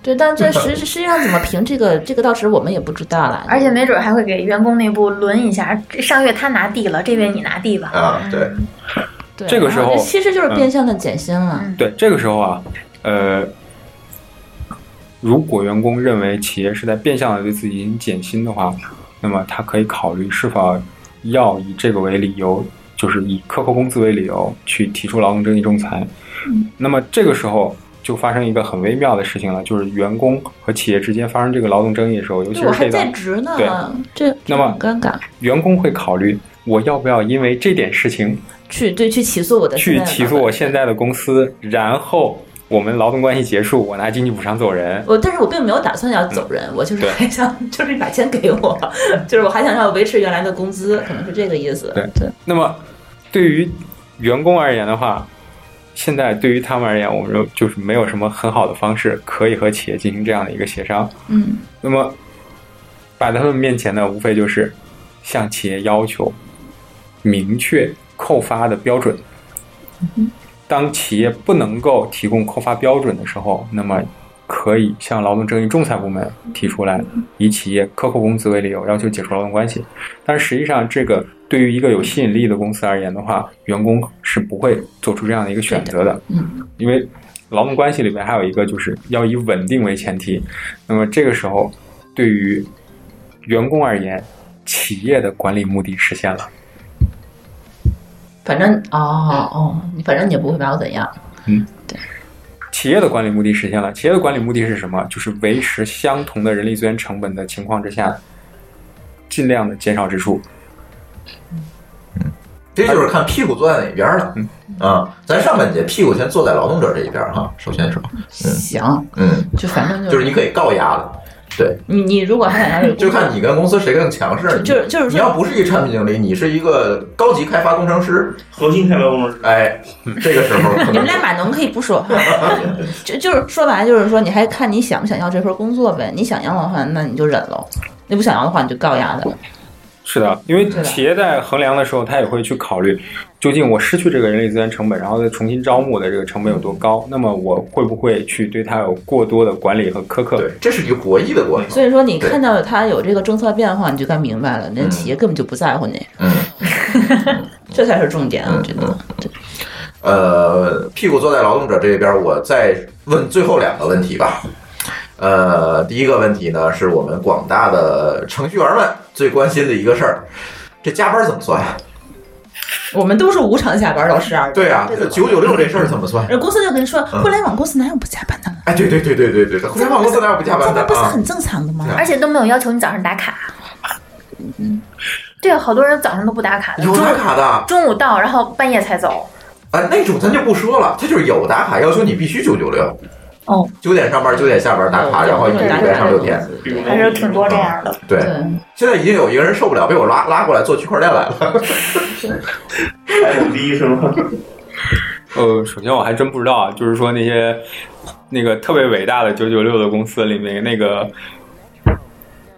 Speaker 5: 对，但这实实际上怎么评这个这个到时我们也不知道了，
Speaker 3: 而且没准还会给员工内部轮一下，这上月他拿 D 了，这月你拿 D 吧。
Speaker 1: 啊，
Speaker 5: 嗯
Speaker 1: 对，
Speaker 5: 对
Speaker 2: 这个时候
Speaker 5: 然后其实就是
Speaker 2: 嗯
Speaker 5: 变相的减薪了，
Speaker 1: 嗯
Speaker 2: 对这个时候啊，呃，如果员工认为企业是在变相的对自己进行减薪的话，那么他可以考虑是否要以这个为理由，就是以克扣工资为理由去提出劳动争议仲裁。
Speaker 5: 嗯
Speaker 2: 那么这个时候。就发生一个很微妙的事情了，就是员工和企业之间发生这个劳动争议的时候，尤其
Speaker 5: 对我
Speaker 2: 是
Speaker 5: 还
Speaker 2: 这档
Speaker 5: 在职呢
Speaker 2: 对，
Speaker 5: 这这
Speaker 2: 那么
Speaker 5: 很尴尬，
Speaker 2: 员工会考虑，我要不要因为这点事情
Speaker 5: 去对去起诉我的现
Speaker 2: 去
Speaker 5: 在的
Speaker 2: 起
Speaker 5: 老
Speaker 2: 诉
Speaker 5: 板
Speaker 2: 我现在的公司，然后我们劳动关系结束，我拿经济补偿走人。
Speaker 5: 我但是我并没有打算要走人，我就是
Speaker 2: 嗯对
Speaker 5: 还想，就是你把钱给我， 就是我还想要维持原来的工资，可能是这个意思。
Speaker 2: 对
Speaker 5: 对，
Speaker 2: 那么，对于员工而言的话，现在对于他们而言，我们就就是没有什么很好的方式可以和企业进行这样的一个协商。
Speaker 5: 嗯，
Speaker 2: 那么，摆在他们面前的无非就是向企业要求明确扣发的标准。当企业不能够提供扣发标准的时候，那么可以向劳动争议仲裁部门提出来，以企业克扣工资为理由要求解除劳动关系。但是实际上，这个对于一个有吸引力的公司而言的话，员工是不会做出这样的一个选择的，
Speaker 5: 嗯，
Speaker 2: 因为劳动关系里面还有一个就是要以稳定为前提。那么这个时候，对于员工而言，企业的管理目的实现了。
Speaker 5: 反正哦哦，你反正你也不会把我怎样。
Speaker 2: 企业的管理目的实现了。企业的管理目的是什么？就是维持相同的人力资源成本的情况之下，尽量的减少支出。
Speaker 1: 这就是看屁股坐在哪边了。
Speaker 2: 嗯
Speaker 1: 啊，咱上半节屁股先坐在劳动者这一边哈，首先说，
Speaker 5: 行，
Speaker 1: 嗯，
Speaker 5: 就反正
Speaker 1: 就是你可以告压的，对，
Speaker 5: 你你如果还想要有 工
Speaker 1: 就
Speaker 5: 作
Speaker 1: 看你跟公司谁更强势。
Speaker 5: 就就是说
Speaker 1: 你要不是一产品经理，你是一个高级开发工程师，
Speaker 6: 核心开发工程师，
Speaker 1: 哎，这个时候可
Speaker 5: 你们
Speaker 1: 能
Speaker 5: 俩码农可以不说话，就就是说白了就是说，你还看你想不想要这份工作呗。你想要的话，那你就忍喽；你不想要的话，你就告丫的。
Speaker 2: 是的，因为
Speaker 5: 对的
Speaker 2: 企业在衡量的时候，他也会去考虑，究竟我失去这个人力资源成本，然后再重新招募的这个成本有多高，那么我会不会去对它有过多的管理和苛刻？
Speaker 1: 对，这是一个博弈的过程。
Speaker 5: 所以说，你
Speaker 1: 对
Speaker 5: 看到他有这个政策变化，你就该明白了，人
Speaker 1: 嗯
Speaker 5: 企业根本就不在乎你，
Speaker 1: 嗯，
Speaker 5: 这才是重点，我
Speaker 1: 嗯
Speaker 5: 觉得。
Speaker 1: 呃，屁股坐在劳动者这边，我再问最后两个问题吧。呃，第一个问题呢，是我们广大的程序员们最关心的一个事儿，这加班怎么算？啊
Speaker 5: 我们都是无偿下班到十二点，
Speaker 1: 对啊
Speaker 5: 这怎，么
Speaker 1: 九九六这事儿怎么算？
Speaker 5: 人公司就跟你说，
Speaker 1: 嗯
Speaker 5: 互联网公司哪有不加班的了？
Speaker 1: 哎，对对对对对对，互联网公司哪有不加
Speaker 5: 加
Speaker 1: 班的
Speaker 5: 班不是
Speaker 1: 啊？
Speaker 5: 很正常的吗？
Speaker 1: 对啊
Speaker 3: 而且都没有要求你早上打卡，
Speaker 5: 嗯，
Speaker 3: 对，好多人早上都不打卡的，
Speaker 1: 有打卡的
Speaker 3: 中午，中午到，然后半夜才走。
Speaker 1: 啊，那种咱就不说了，他就是有打卡，要求你必须九九六，
Speaker 3: 哦，
Speaker 1: 九点上班，九点下班嗯打卡，然嗯后一直连上六天。
Speaker 4: 还是挺多这样的。
Speaker 1: 对，现在已经有一个人受不了，被我拉拉过来做区块链来了。
Speaker 6: 还有逼是吗？
Speaker 2: 呃，首先我还真不知道啊，就是说那些那个特别伟大的九九六的公司里面那个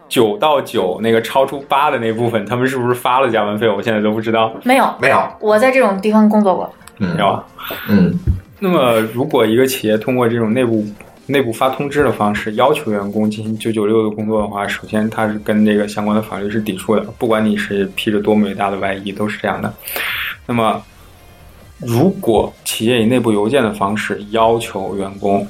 Speaker 2: 九到九那个超出八的那部分，他们是不是发了加班费？我现在都不知道，
Speaker 3: 没有，
Speaker 1: 没哦有，
Speaker 3: 我在这种地方工作过，
Speaker 2: 你知道吧？
Speaker 1: 嗯，
Speaker 2: 那么如果一个企业通过这种内部内部发通知的方式要求员工进行九九六的工作的话，首先它是跟这个相关的法律是抵触的，不管你是披着多么伟大的外衣，都是这样的。那么。如果企业以内部邮件的方式要求员工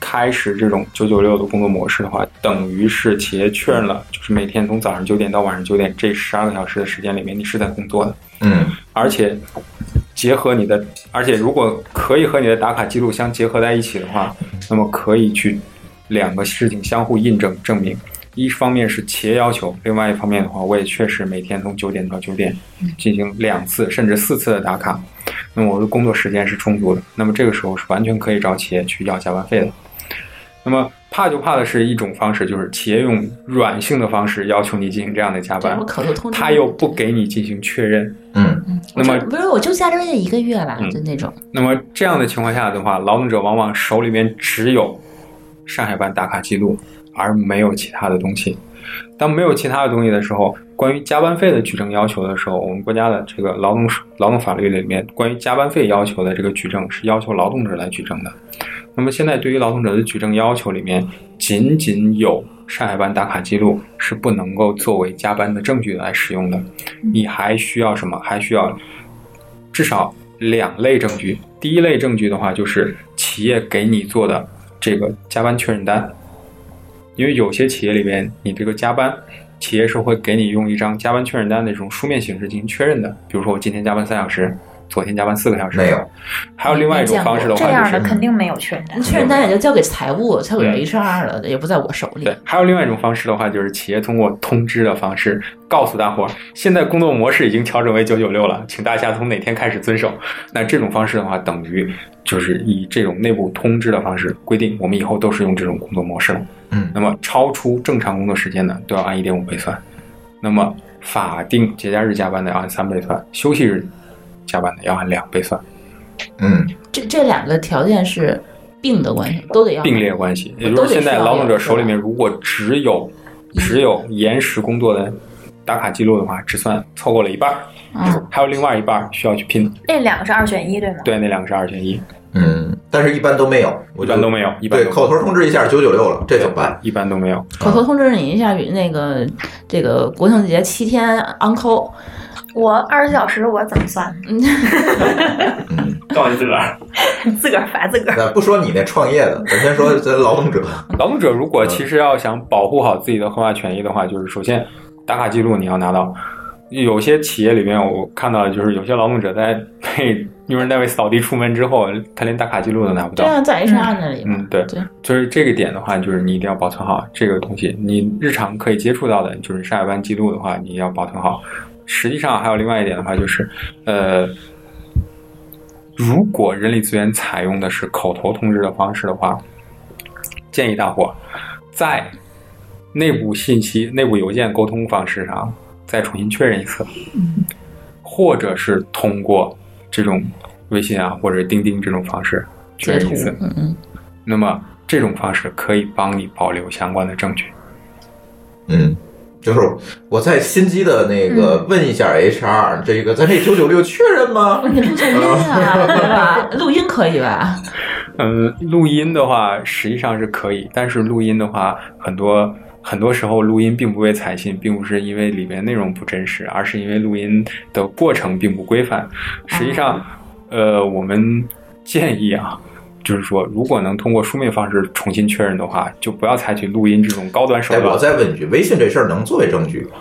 Speaker 2: 开始这种九九六的工作模式的话，等于是企业确认了，就是每天从早上九点到晚上九点这十二个小时的时间里面，你是在工作的。
Speaker 1: 嗯，
Speaker 2: 而且结合你的，而且如果可以和你的打卡记录相结合在一起的话，那么可以去两个事情相互印证证明。一方面是企业要求，另外一方面的话，我也确实每天从九点到九点进行两次甚至四次的打卡，那么我的工作时间是充足的。那么这个时候是完全可以找企业去要加班费的。那么怕就怕的是一种方式，就是企业用软性的方式要求你进行这样的加班
Speaker 5: 我，口头通知
Speaker 2: 他又不给你进行确认。
Speaker 1: 嗯，
Speaker 2: 那么
Speaker 5: 不是我就下周月一个月了，
Speaker 2: 嗯
Speaker 5: 就那种
Speaker 2: 那么这样的情况下的话，劳动者往往手里面只有上海办打卡记录，而没有其他的东西。当没有其他的东西的时候，关于加班费的举证要求的时候，我们国家的这个劳动劳动法律里面关于加班费要求的这个举证是要求劳动者来举证的。那么现在对于劳动者的举证要求里面，仅仅有上海办打卡记录是不能够作为加班的证据来使用的，
Speaker 3: 嗯
Speaker 2: 你还需要什么？还需要至少两类证据。第一类证据的话，就是企业给你做的这个加班确认单，因为有些企业里边，你这个加班，企业是会给你用一张加班确认单的这种书面形式进行确认的。比如说，我今天加班三小时，昨天加班四个小时，
Speaker 1: 没有。
Speaker 2: 还有另外一种方式的
Speaker 3: 这
Speaker 2: 话，就
Speaker 3: 样
Speaker 2: 是
Speaker 3: 的肯定没有确认
Speaker 4: 嗯
Speaker 1: 嗯
Speaker 3: 单。
Speaker 5: 确认单也就交给财务、交给 HR 了，也不在我手里
Speaker 2: 嗯对。，还有另外一种方式的话，就是企业通过通知的方式告诉大伙儿，现在工作模式已经调整为九九六了，请大家从哪天开始遵守。那这种方式的话，等于就是以这种内部通知的方式规定，我们以后都是用这种工作模式了。
Speaker 1: 嗯
Speaker 2: 那么超出正常工作时间的都要按一点五倍算，那么法定节假日加班的要按三倍算，休息日加班的要按两倍算，
Speaker 1: 嗯，
Speaker 5: 这这两个条件是并的关系，都得要
Speaker 2: 并列关系。
Speaker 5: 啊都
Speaker 2: 也就是
Speaker 5: 得
Speaker 2: 现在
Speaker 5: 需要
Speaker 2: 劳动者
Speaker 5: 有嗯
Speaker 2: 手里面如果只有只有延时工作的打卡记录的话，只算凑够了一半儿，
Speaker 5: 嗯
Speaker 2: 还有另外一半儿需要去拼。
Speaker 3: 那两个是二选一，对吗？
Speaker 2: 对，那两个是二选一，
Speaker 1: 嗯，但是一般都没有，我
Speaker 2: 一
Speaker 1: 觉
Speaker 2: 般
Speaker 1: 得
Speaker 2: 都没有，一般
Speaker 1: 对，
Speaker 2: 都
Speaker 1: 口头通知一下九九六了，这怎么办？
Speaker 2: 一般都没有。
Speaker 5: 口头通知你一下，那个这个国庆节七天 on call，
Speaker 4: 我二十小时我怎么算？
Speaker 6: 告诉你自个儿，
Speaker 4: 自个儿罚自个儿。
Speaker 1: 咱不说你那创业的，咱 先说咱劳动者。
Speaker 2: 劳动者如
Speaker 1: 嗯
Speaker 2: 果其实要想保护好自己的合法权益的话，就是首先打卡记录你要拿到。有些企业里面，我看到就是有些劳动者在被用人单位扫地出门之后，他连打卡记录都拿不
Speaker 5: 这
Speaker 2: 到。
Speaker 5: 样在 HR 那里嘛
Speaker 2: 嗯，对，
Speaker 5: 对
Speaker 2: 就是这个点的话，就是你一定要保存好这个东西。你日常可以接触到的，就是上下班记录的话，你要保存好。实际上还有另外一点的话，就是呃，如果人力资源采用的是口头通知的方式的话，建议大伙儿在内部信息、内部邮件沟通方式上再重新确认一次，
Speaker 5: 嗯
Speaker 2: 或者是通过这种微信啊或者钉钉这种方式确
Speaker 5: 截
Speaker 2: 认
Speaker 5: 图
Speaker 2: 一次。，
Speaker 5: 嗯嗯，
Speaker 2: 那么这种方式可以帮你保留相关的证据。
Speaker 1: 嗯，就是我在心机的那个问一下 HR，、这个咱这九九六确认
Speaker 4: 哦
Speaker 1: 吗？
Speaker 5: 你录音 啊，对吧？录音可以吧？
Speaker 2: 嗯，录音的话实际上是可以，但是录音的话，很多很多时候录音并不被采信，并不是因为里面内容不真实，而是因为录音的过程并不规范。实际上，呃，我们建议啊。就是说，如果能通过书面方式重新确认的话，就不要采取录音这种高端手
Speaker 1: 哎，
Speaker 2: 段。
Speaker 1: 我再问一句，微信这事儿能作为证据吗？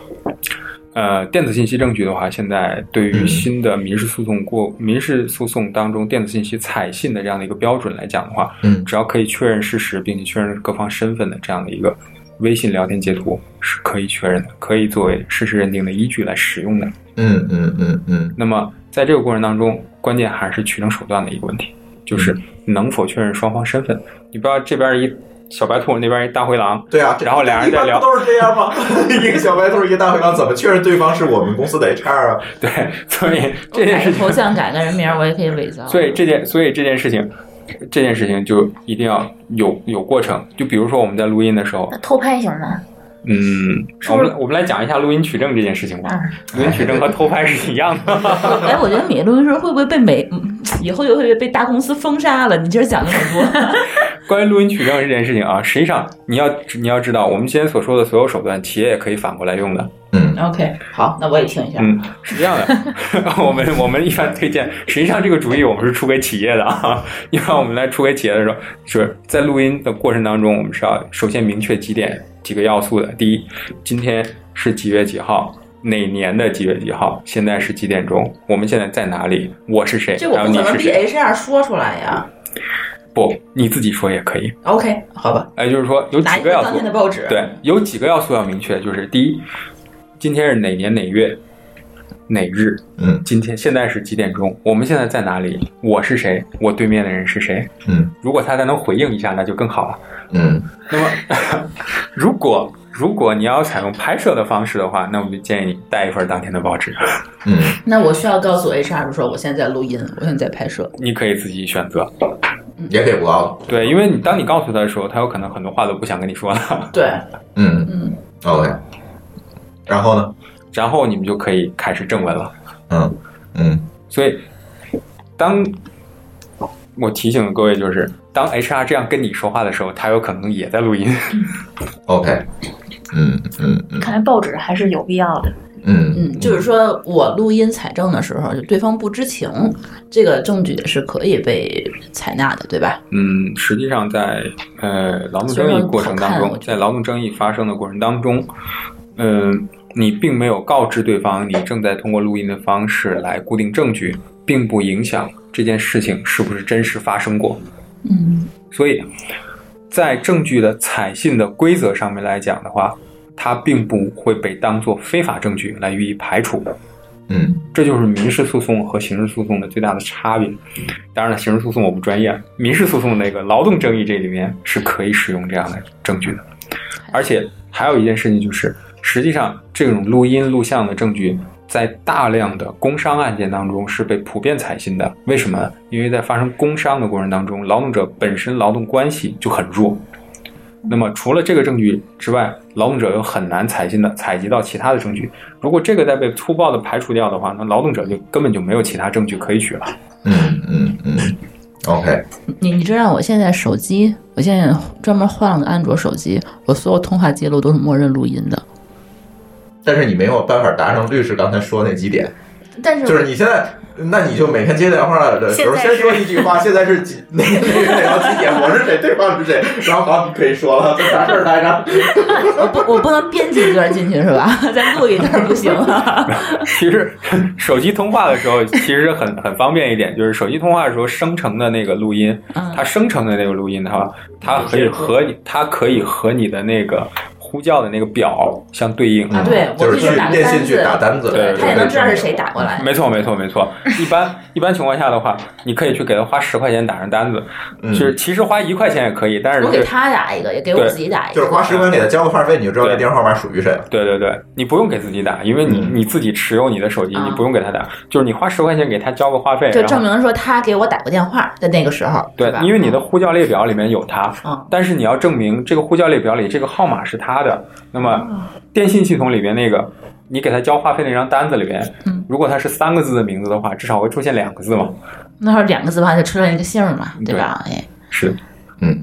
Speaker 2: 呃，电子信息证据的话，现在对于新的民事诉讼过民事诉讼当中电子信息采信的这样的一个标准来讲的话，
Speaker 1: 嗯
Speaker 2: 只要可以确认事实，并且确认各方身份的这样的一个微信聊天截图是可以确认的，可以作为事实认定的依据来使用的。
Speaker 1: 嗯嗯嗯嗯，
Speaker 2: 那么在这个过程当中，关键还是取证手段的一个问题，就是能否确认双方身份。你不要这边一小白兔，那边一大灰狼，
Speaker 1: 对啊，这
Speaker 2: 然后俩人在
Speaker 1: 一般
Speaker 2: 聊
Speaker 1: 不，都是这样吗？ 一个小白兔，一个大灰狼，怎么确认对方是我们公司的 HR 啊？
Speaker 2: 对，所以这件
Speaker 5: 改
Speaker 2: 事
Speaker 5: 个
Speaker 2: 情
Speaker 5: 头像改个人名儿，我也可以伪造。
Speaker 3: 啊
Speaker 2: 所以这件，所以这件事情，这件事情就一定要有有过程。就比如说我们在录音的时候
Speaker 3: 那，偷拍行吗？
Speaker 2: 嗯，
Speaker 3: 是
Speaker 2: 我
Speaker 3: 不是嗯
Speaker 2: 们我们来讲一下录音取证这件事情吧。录音取证和偷拍是一样的。
Speaker 5: 哎，我觉得米录音师会不会被美嗯以后就会被大公司封杀了？你今儿讲了很多，
Speaker 2: 关于录音取证这件事情啊，实际上你要你要知道，我们今天所说的所有手段，企业也可以反过来用的。
Speaker 1: 嗯
Speaker 5: OK，好，那我也听一下。
Speaker 2: 嗯，是这样的， 我们我们一般推荐，实际上这个主意我们是出给企业的啊。一般我们来出给企业的时候，是在录音的过程当中，我们是要首先明确几点几个要素的。第一，今天是几月几号。哪年的几月几号？现在是几点钟？我们现在在哪里？我是谁？
Speaker 4: 这我
Speaker 2: 还有
Speaker 4: 不
Speaker 2: 你
Speaker 4: 可能
Speaker 2: 是
Speaker 4: 逼
Speaker 2: 谁？
Speaker 4: HR 说出来呀。
Speaker 2: 不，你自己说也可以。
Speaker 4: OK，好吧，
Speaker 2: 哎，就是说有
Speaker 4: 拿
Speaker 2: 几
Speaker 4: 一
Speaker 2: 个
Speaker 4: 个
Speaker 2: 要
Speaker 4: 当
Speaker 2: 素
Speaker 4: 天的。报纸，
Speaker 2: 对，有几个要素要明确，就是第一，今天是哪年哪月哪日？
Speaker 1: 嗯
Speaker 2: 今天现在是几点钟？我们现在在哪里？我是谁？我对面的人是谁？
Speaker 1: 嗯
Speaker 2: 如果他再能回应一下，那就更好了。
Speaker 1: 嗯
Speaker 2: 那么，如果如果你要采用拍摄的方式的话，那我们就建议你带一份当天的报纸，
Speaker 1: 嗯
Speaker 5: 那我需要告诉 HR 说，我现在在录音，我现在在拍摄。
Speaker 2: 你可以自己选择。
Speaker 1: 嗯，也可以不告。
Speaker 2: 对，因为你当你告诉他的时候，他有可能很多话都不想跟你说了。
Speaker 5: 对，
Speaker 1: 嗯
Speaker 5: 嗯，
Speaker 1: ，OK。然后呢？
Speaker 2: 然后你们就可以开始正文了。
Speaker 1: 嗯嗯
Speaker 2: 所以，当我提醒各位，就是当 HR 这样跟你说话的时候，他有可能也在录音。
Speaker 1: ，OK。嗯嗯嗯
Speaker 3: 看来报纸还是有必要的。
Speaker 1: 嗯
Speaker 5: 嗯，就是说我录音采证的时候，就对方不知情，这个证据是可以被采纳的，对吧？
Speaker 2: 嗯，实际上在呃劳动争议过程当
Speaker 5: 虽然
Speaker 2: 中
Speaker 5: 好看，
Speaker 2: 在劳动争议发生的过程当中，嗯、你并没有告知对方你正在通过录音的方式来固定证据，并不影响这件事情是不是真实发生过。
Speaker 5: 嗯
Speaker 2: 所以在证据的采信的规则上面来讲的话，它并不会被当作非法证据来予以排除。
Speaker 1: 嗯
Speaker 2: 这就是民事诉讼和刑事诉讼的最大的差别。当然了，刑事诉讼我不专业，民事诉讼那个劳动争议这里面是可以使用这样的证据的。而且还有一件事情就是，实际上这种录音录像的证据。在大量的工伤案件当中是被普遍采信的，为什么呢？因为在发生工伤的过程当中，劳动者本身劳动关系就很弱，那么除了这个证据之外，劳动者又很难采信的采集到其他的证据。如果这个再被粗暴的排除掉的话，那劳动者就根本就没有其他证据可以 取了。
Speaker 1: 嗯嗯嗯，OK。
Speaker 5: 你你知道我现在手机，我现在专门换了个安卓手机，我所有通话记录都是默认录音的。
Speaker 1: 但是你没有办法达成律师刚才说那几点，
Speaker 5: 但是
Speaker 1: 就是你现在，那你就每天接电话的时候
Speaker 3: 现在
Speaker 1: 先
Speaker 3: 是
Speaker 1: 说一句话，现在是几那那个哪个几点，我是谁，对方是 谁，然后好，你可以说了，这啥事儿来着？
Speaker 5: 我不我不能编辑一段进去是 吧？再录一段不行啊。
Speaker 2: 其实手机通话的时候，其实很很方便一点，就是手机通话的时候生成的那个录音，
Speaker 5: 嗯
Speaker 2: 它生成的那个录音的话，它可以和你，它可以和你的那个呼叫的那个表相对应。
Speaker 5: 啊对
Speaker 1: 嗯
Speaker 5: 我
Speaker 1: 就是
Speaker 5: 必须
Speaker 1: 去
Speaker 5: 打
Speaker 1: 电
Speaker 5: 单
Speaker 1: 信
Speaker 5: 子
Speaker 1: 去打单子，
Speaker 2: 对
Speaker 5: 他也
Speaker 2: 对
Speaker 5: 能知道是谁打过来。
Speaker 2: 没错，没错，没错。一般 一般情况下的话，你可以去给他花十块钱打上单子，
Speaker 1: 嗯
Speaker 2: 就是其实花一块钱也可以，但是
Speaker 5: 我给
Speaker 2: 对
Speaker 5: 他打一个，也给我
Speaker 2: 对
Speaker 5: 自己打一
Speaker 1: 就是
Speaker 5: 个。
Speaker 1: 花十块钱给他交个话费，你就知道这电话号码属于谁了。
Speaker 2: 对对对，你不用给自己打，因为你、
Speaker 1: 嗯
Speaker 2: 你自己持有你的手机，
Speaker 5: 啊
Speaker 2: 你不用给他打，就是你花十块钱给他交个话费，
Speaker 5: 就
Speaker 2: 然后
Speaker 5: 证明说他给我打过电话在那个时候，
Speaker 2: 对
Speaker 5: 吧？，
Speaker 2: 因为你的呼叫列表里面有他，
Speaker 5: 嗯
Speaker 2: 但是你要证明这个呼叫列表里这个号码是他的，那
Speaker 5: 哦
Speaker 2: 么电信系统里面那个。你给他交话费那张单子里边
Speaker 5: 嗯，
Speaker 2: 如果他是三个字的名字的话，至少会出现两个字嘛？
Speaker 5: 那要是两个字吧，就出现一个姓儿嘛，对吧？哎，
Speaker 2: 是，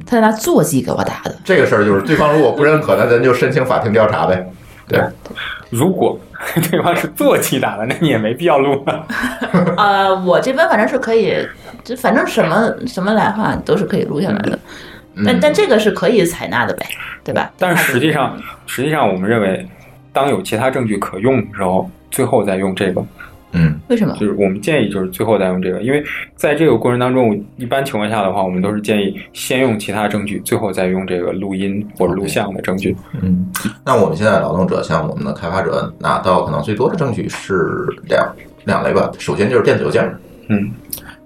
Speaker 5: 他拿座机给我打 的，
Speaker 1: 这个事儿就是对方如果不认可，那咱就申请法庭调查呗。对，
Speaker 2: 如果 对方是座机打的，那你也没必要录了。
Speaker 5: 呃，我这边反正是可以，就反正什么什么来话都是可以录下来的，但但这个是可以采纳的呗，对吧？
Speaker 2: 嗯但是实际上，实际上我们认为，当有其他证据可用的时候，最后再用这个，
Speaker 1: 嗯，
Speaker 5: 为什么？
Speaker 2: 就是我们建议就是最后再用这个，因为在这个过程当中，一般情况下的话，我们都是建议先用其他证据，最后再用这个录音或者录像的证据。
Speaker 1: 嗯，那我们现在劳动者像我们的开发者拿到可能最多的证据是两两类吧，首先就是电子邮件，
Speaker 2: 嗯。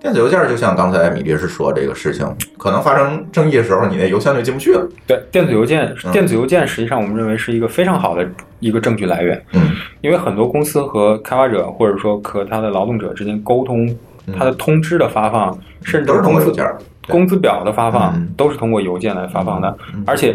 Speaker 1: 电子邮件就像刚才米律师说这个事情，可能发生争议的时候，你那邮箱就进不去了。
Speaker 2: 对，电子邮件，
Speaker 1: 嗯
Speaker 2: 电子邮件实际上我们认为是一个非常好的一个证据来源，
Speaker 1: 嗯，
Speaker 2: 因为很多公司和开发者或者说和他的劳动者之间沟通，他的通知的发放，甚
Speaker 1: 嗯
Speaker 2: 至
Speaker 1: 都是通
Speaker 2: 工
Speaker 1: 过邮
Speaker 2: 资
Speaker 1: 件。
Speaker 2: 工资表的发放
Speaker 1: 嗯
Speaker 2: 都是通过邮件来发放的，而且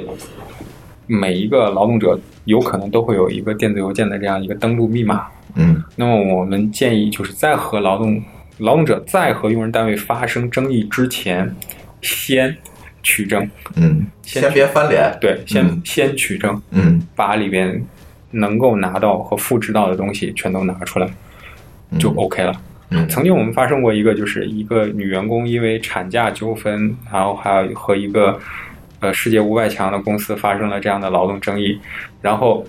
Speaker 2: 每一个劳动者有可能都会有一个电子邮件的这样一个登录密码。
Speaker 1: 嗯，
Speaker 2: 那么我们建议就是在和劳动劳动者在和用人单位发生争议之前，先取证，
Speaker 1: 嗯，
Speaker 2: 先
Speaker 1: 先别翻脸。
Speaker 2: 对，先、
Speaker 1: 嗯
Speaker 2: 先取证，
Speaker 1: 嗯，
Speaker 2: 把里边能够拿到和复制到的东西全都拿出来，就哦 OK 了。
Speaker 1: 嗯
Speaker 2: 曾经我们发生过一个，就是一个女员工因为产假纠纷，然后还有和一个呃世界五百强的公司发生了这样的劳动争议，然后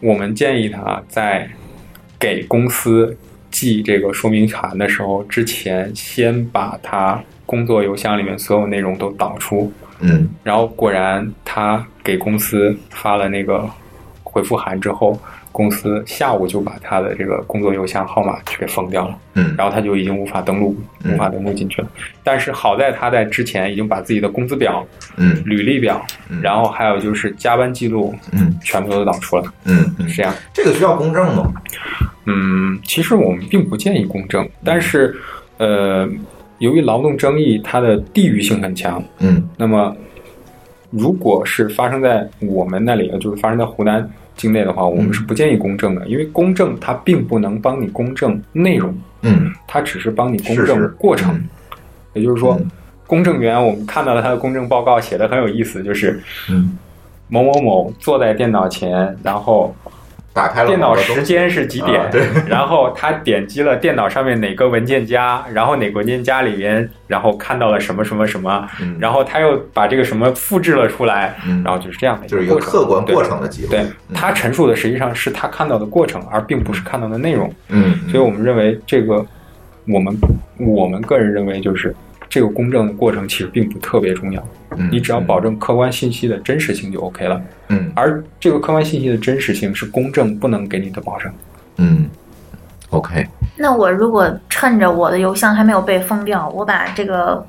Speaker 2: 我们建议她在给公司寄这个说明函的时候之前，先把她工作邮箱里面所有内容都导出，
Speaker 1: 嗯
Speaker 2: 然后果然他给公司发了那个回复函之后，公司下午就把他的这个工作邮箱号码给封掉了，
Speaker 1: 嗯
Speaker 2: 然后他就已经无法登录，
Speaker 1: 嗯
Speaker 2: 无法登录进去了。但是好在他在之前已经把自己的工资表、
Speaker 1: 嗯
Speaker 2: 履历表，
Speaker 1: 嗯
Speaker 2: 然后还有就是加班记录，
Speaker 1: 嗯
Speaker 2: 全部都导出了。
Speaker 1: 嗯嗯，
Speaker 2: 是这样，
Speaker 1: 这个需要公证吗？
Speaker 2: 嗯，其实我们并不建议公
Speaker 1: 嗯
Speaker 2: 证，但是呃，由于劳动争议它的地域性很强，
Speaker 1: 嗯
Speaker 2: 那么，如果是发生在我们那里，就是发生在湖南境内的话，我们
Speaker 1: 嗯
Speaker 2: 是不建议公证的，因为公证它并不能帮你公证内容，
Speaker 1: 嗯
Speaker 2: 它只是帮你公
Speaker 1: 是是
Speaker 2: 证过程。
Speaker 1: 嗯
Speaker 2: 也就是说，
Speaker 1: 嗯
Speaker 2: 公证员我们看到了他的公证报告写的很有意思，就是
Speaker 1: 嗯，
Speaker 2: 某某某坐在电脑前，然后
Speaker 1: 打开了
Speaker 2: 电脑
Speaker 1: 我的东
Speaker 2: 时
Speaker 1: 西
Speaker 2: 间是几点？
Speaker 1: 啊对
Speaker 2: 然后他点击了电脑上面哪个文件夹，然后哪个文件夹里面，然后看到了什么什么什么，
Speaker 1: 嗯
Speaker 2: 然后他又把这个什么复制了出来，
Speaker 1: 嗯
Speaker 2: 然后就是这样的
Speaker 1: 就是一
Speaker 2: 个
Speaker 1: 个
Speaker 2: 过程
Speaker 1: 客观
Speaker 2: 对
Speaker 1: 过程的记录。
Speaker 2: 对
Speaker 1: 嗯
Speaker 2: 他陈述的实际上是他看到的过程，而并不是看到的内容。
Speaker 1: 嗯，嗯
Speaker 2: 所以我们认为这个，我们我们个人认为就是这个公证的过程其实并不特别重要，
Speaker 1: 嗯
Speaker 2: 你只要保证客观信息的真实性就 OK 了。
Speaker 1: 嗯
Speaker 2: 而这个客观信息的真实性是公证不能给你的保证。
Speaker 1: 嗯，OK，
Speaker 3: 那我如果趁着我的邮箱还没有被封掉，我把这个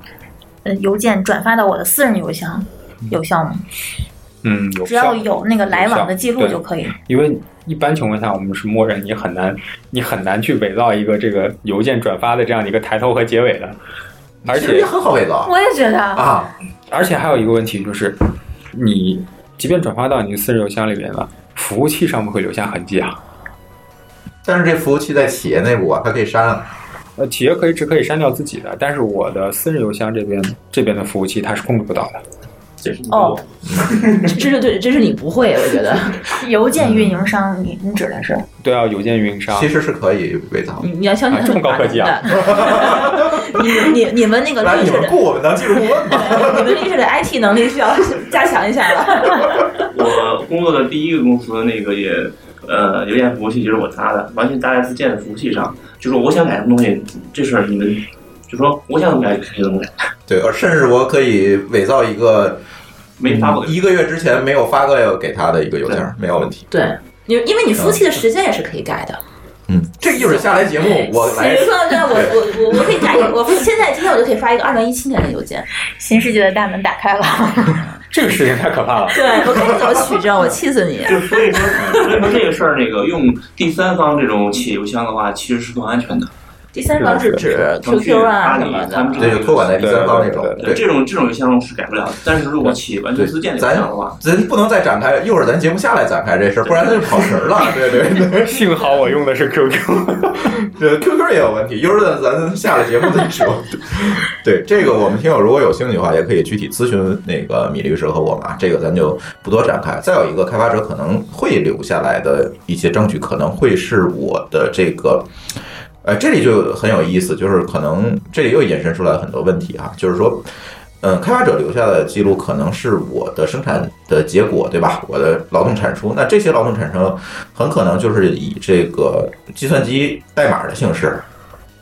Speaker 3: 呃邮件转发到我的私人邮箱，有效吗？
Speaker 2: 嗯，有
Speaker 3: 只要
Speaker 2: 效。
Speaker 3: 有那个来往的记录
Speaker 2: 有效
Speaker 3: 就可以。
Speaker 2: 因为一般情况下，我们是默认你很难，你很难去伪造一个这个邮件转发的这样的一个抬头和结尾的。而
Speaker 1: 其实也
Speaker 2: 且
Speaker 3: 啊
Speaker 1: 很好伪造
Speaker 3: 我也觉得，
Speaker 1: 啊。
Speaker 2: 而且还有一个问题就是，你即便转发到你私人邮箱里边了，服务器上面会留下痕迹啊。
Speaker 1: 但是这服务器在企业内部啊，它可以删啊。
Speaker 2: 呃，企业可以只可以删掉自己的，但是我的私人邮箱这边这边的服务器它是控制不到的。
Speaker 6: 解释不
Speaker 5: 哦
Speaker 6: 多，
Speaker 5: 这这是对，这是你不会，我觉得
Speaker 3: 邮件运营商，你你指的是？
Speaker 2: 对啊，邮件运营商
Speaker 1: 其实是可以伪造的。
Speaker 5: 你你要相信
Speaker 2: 啊
Speaker 5: 他
Speaker 2: 这
Speaker 5: 们
Speaker 2: 么高科技啊
Speaker 5: 把能的！你 你你们那个
Speaker 1: 来，
Speaker 5: 律
Speaker 1: 你
Speaker 5: 师
Speaker 1: 们
Speaker 5: 的，
Speaker 1: 雇我们当技术顾问吧。
Speaker 5: 你们律师的 IT 能力需要加强一下了。
Speaker 6: 我工作的第一个公司那个也，呃，邮件服务器就是我搭的，完全搭在自建的服务器上。就说我想改什么东西，这事儿你们就说我想怎么改就怎么改，
Speaker 1: 对，而呃甚至我可以伪造一个
Speaker 6: 没发过给
Speaker 1: 一个月之前没有发过给他的一个邮件，没有问题。
Speaker 5: 对，你因为你服务器的时间也是可以改的。
Speaker 1: 嗯，这一会儿下来节目 我
Speaker 5: 比
Speaker 1: 来
Speaker 5: 如，说，对我我我我可以改，我现在今天我就可以发一个二零一七年的邮件。
Speaker 3: 新世界的大门打开了。
Speaker 2: 这个事情太可怕了。
Speaker 5: 对，我看你怎么取证，我气死你！
Speaker 6: 就所以说，所以说这个事儿，那个用第三方这种企业邮箱的话，其实是更安全的。
Speaker 5: 第三方是指
Speaker 6: 腾讯、
Speaker 5: QQ
Speaker 6: 阿
Speaker 5: 啊
Speaker 6: 里
Speaker 5: 什么
Speaker 6: 他们
Speaker 5: 的。
Speaker 6: 这
Speaker 1: 对，
Speaker 6: 种
Speaker 1: 就托管在第三方那种。
Speaker 6: 对这种这种邮箱是改不了的。但是如果企业完全自建
Speaker 1: 对，
Speaker 6: 的邮
Speaker 1: 咱
Speaker 6: 箱的话，
Speaker 1: 咱不能再展开，一会儿咱节目下来展开这事儿，不然它就跑题儿了。对对对，
Speaker 2: 幸好我用的是 QQ。
Speaker 1: 这 QQ 也有问题，一会儿咱咱下了节目再说。对这个，我们听友如果有兴趣的话，也可以具体咨询那个米律师和我们啊，这个咱就不多展开。再有一个，开发者可能会留下来的一些证据，可能会是我的这个。呃，这里就很有意思，就是可能这里又引申出来很多问题啊，就是说，嗯，开发者留下的记录可能是我的生产的结果，对吧？我的劳动产出，那这些劳动产生很可能就是以这个计算机代码的形式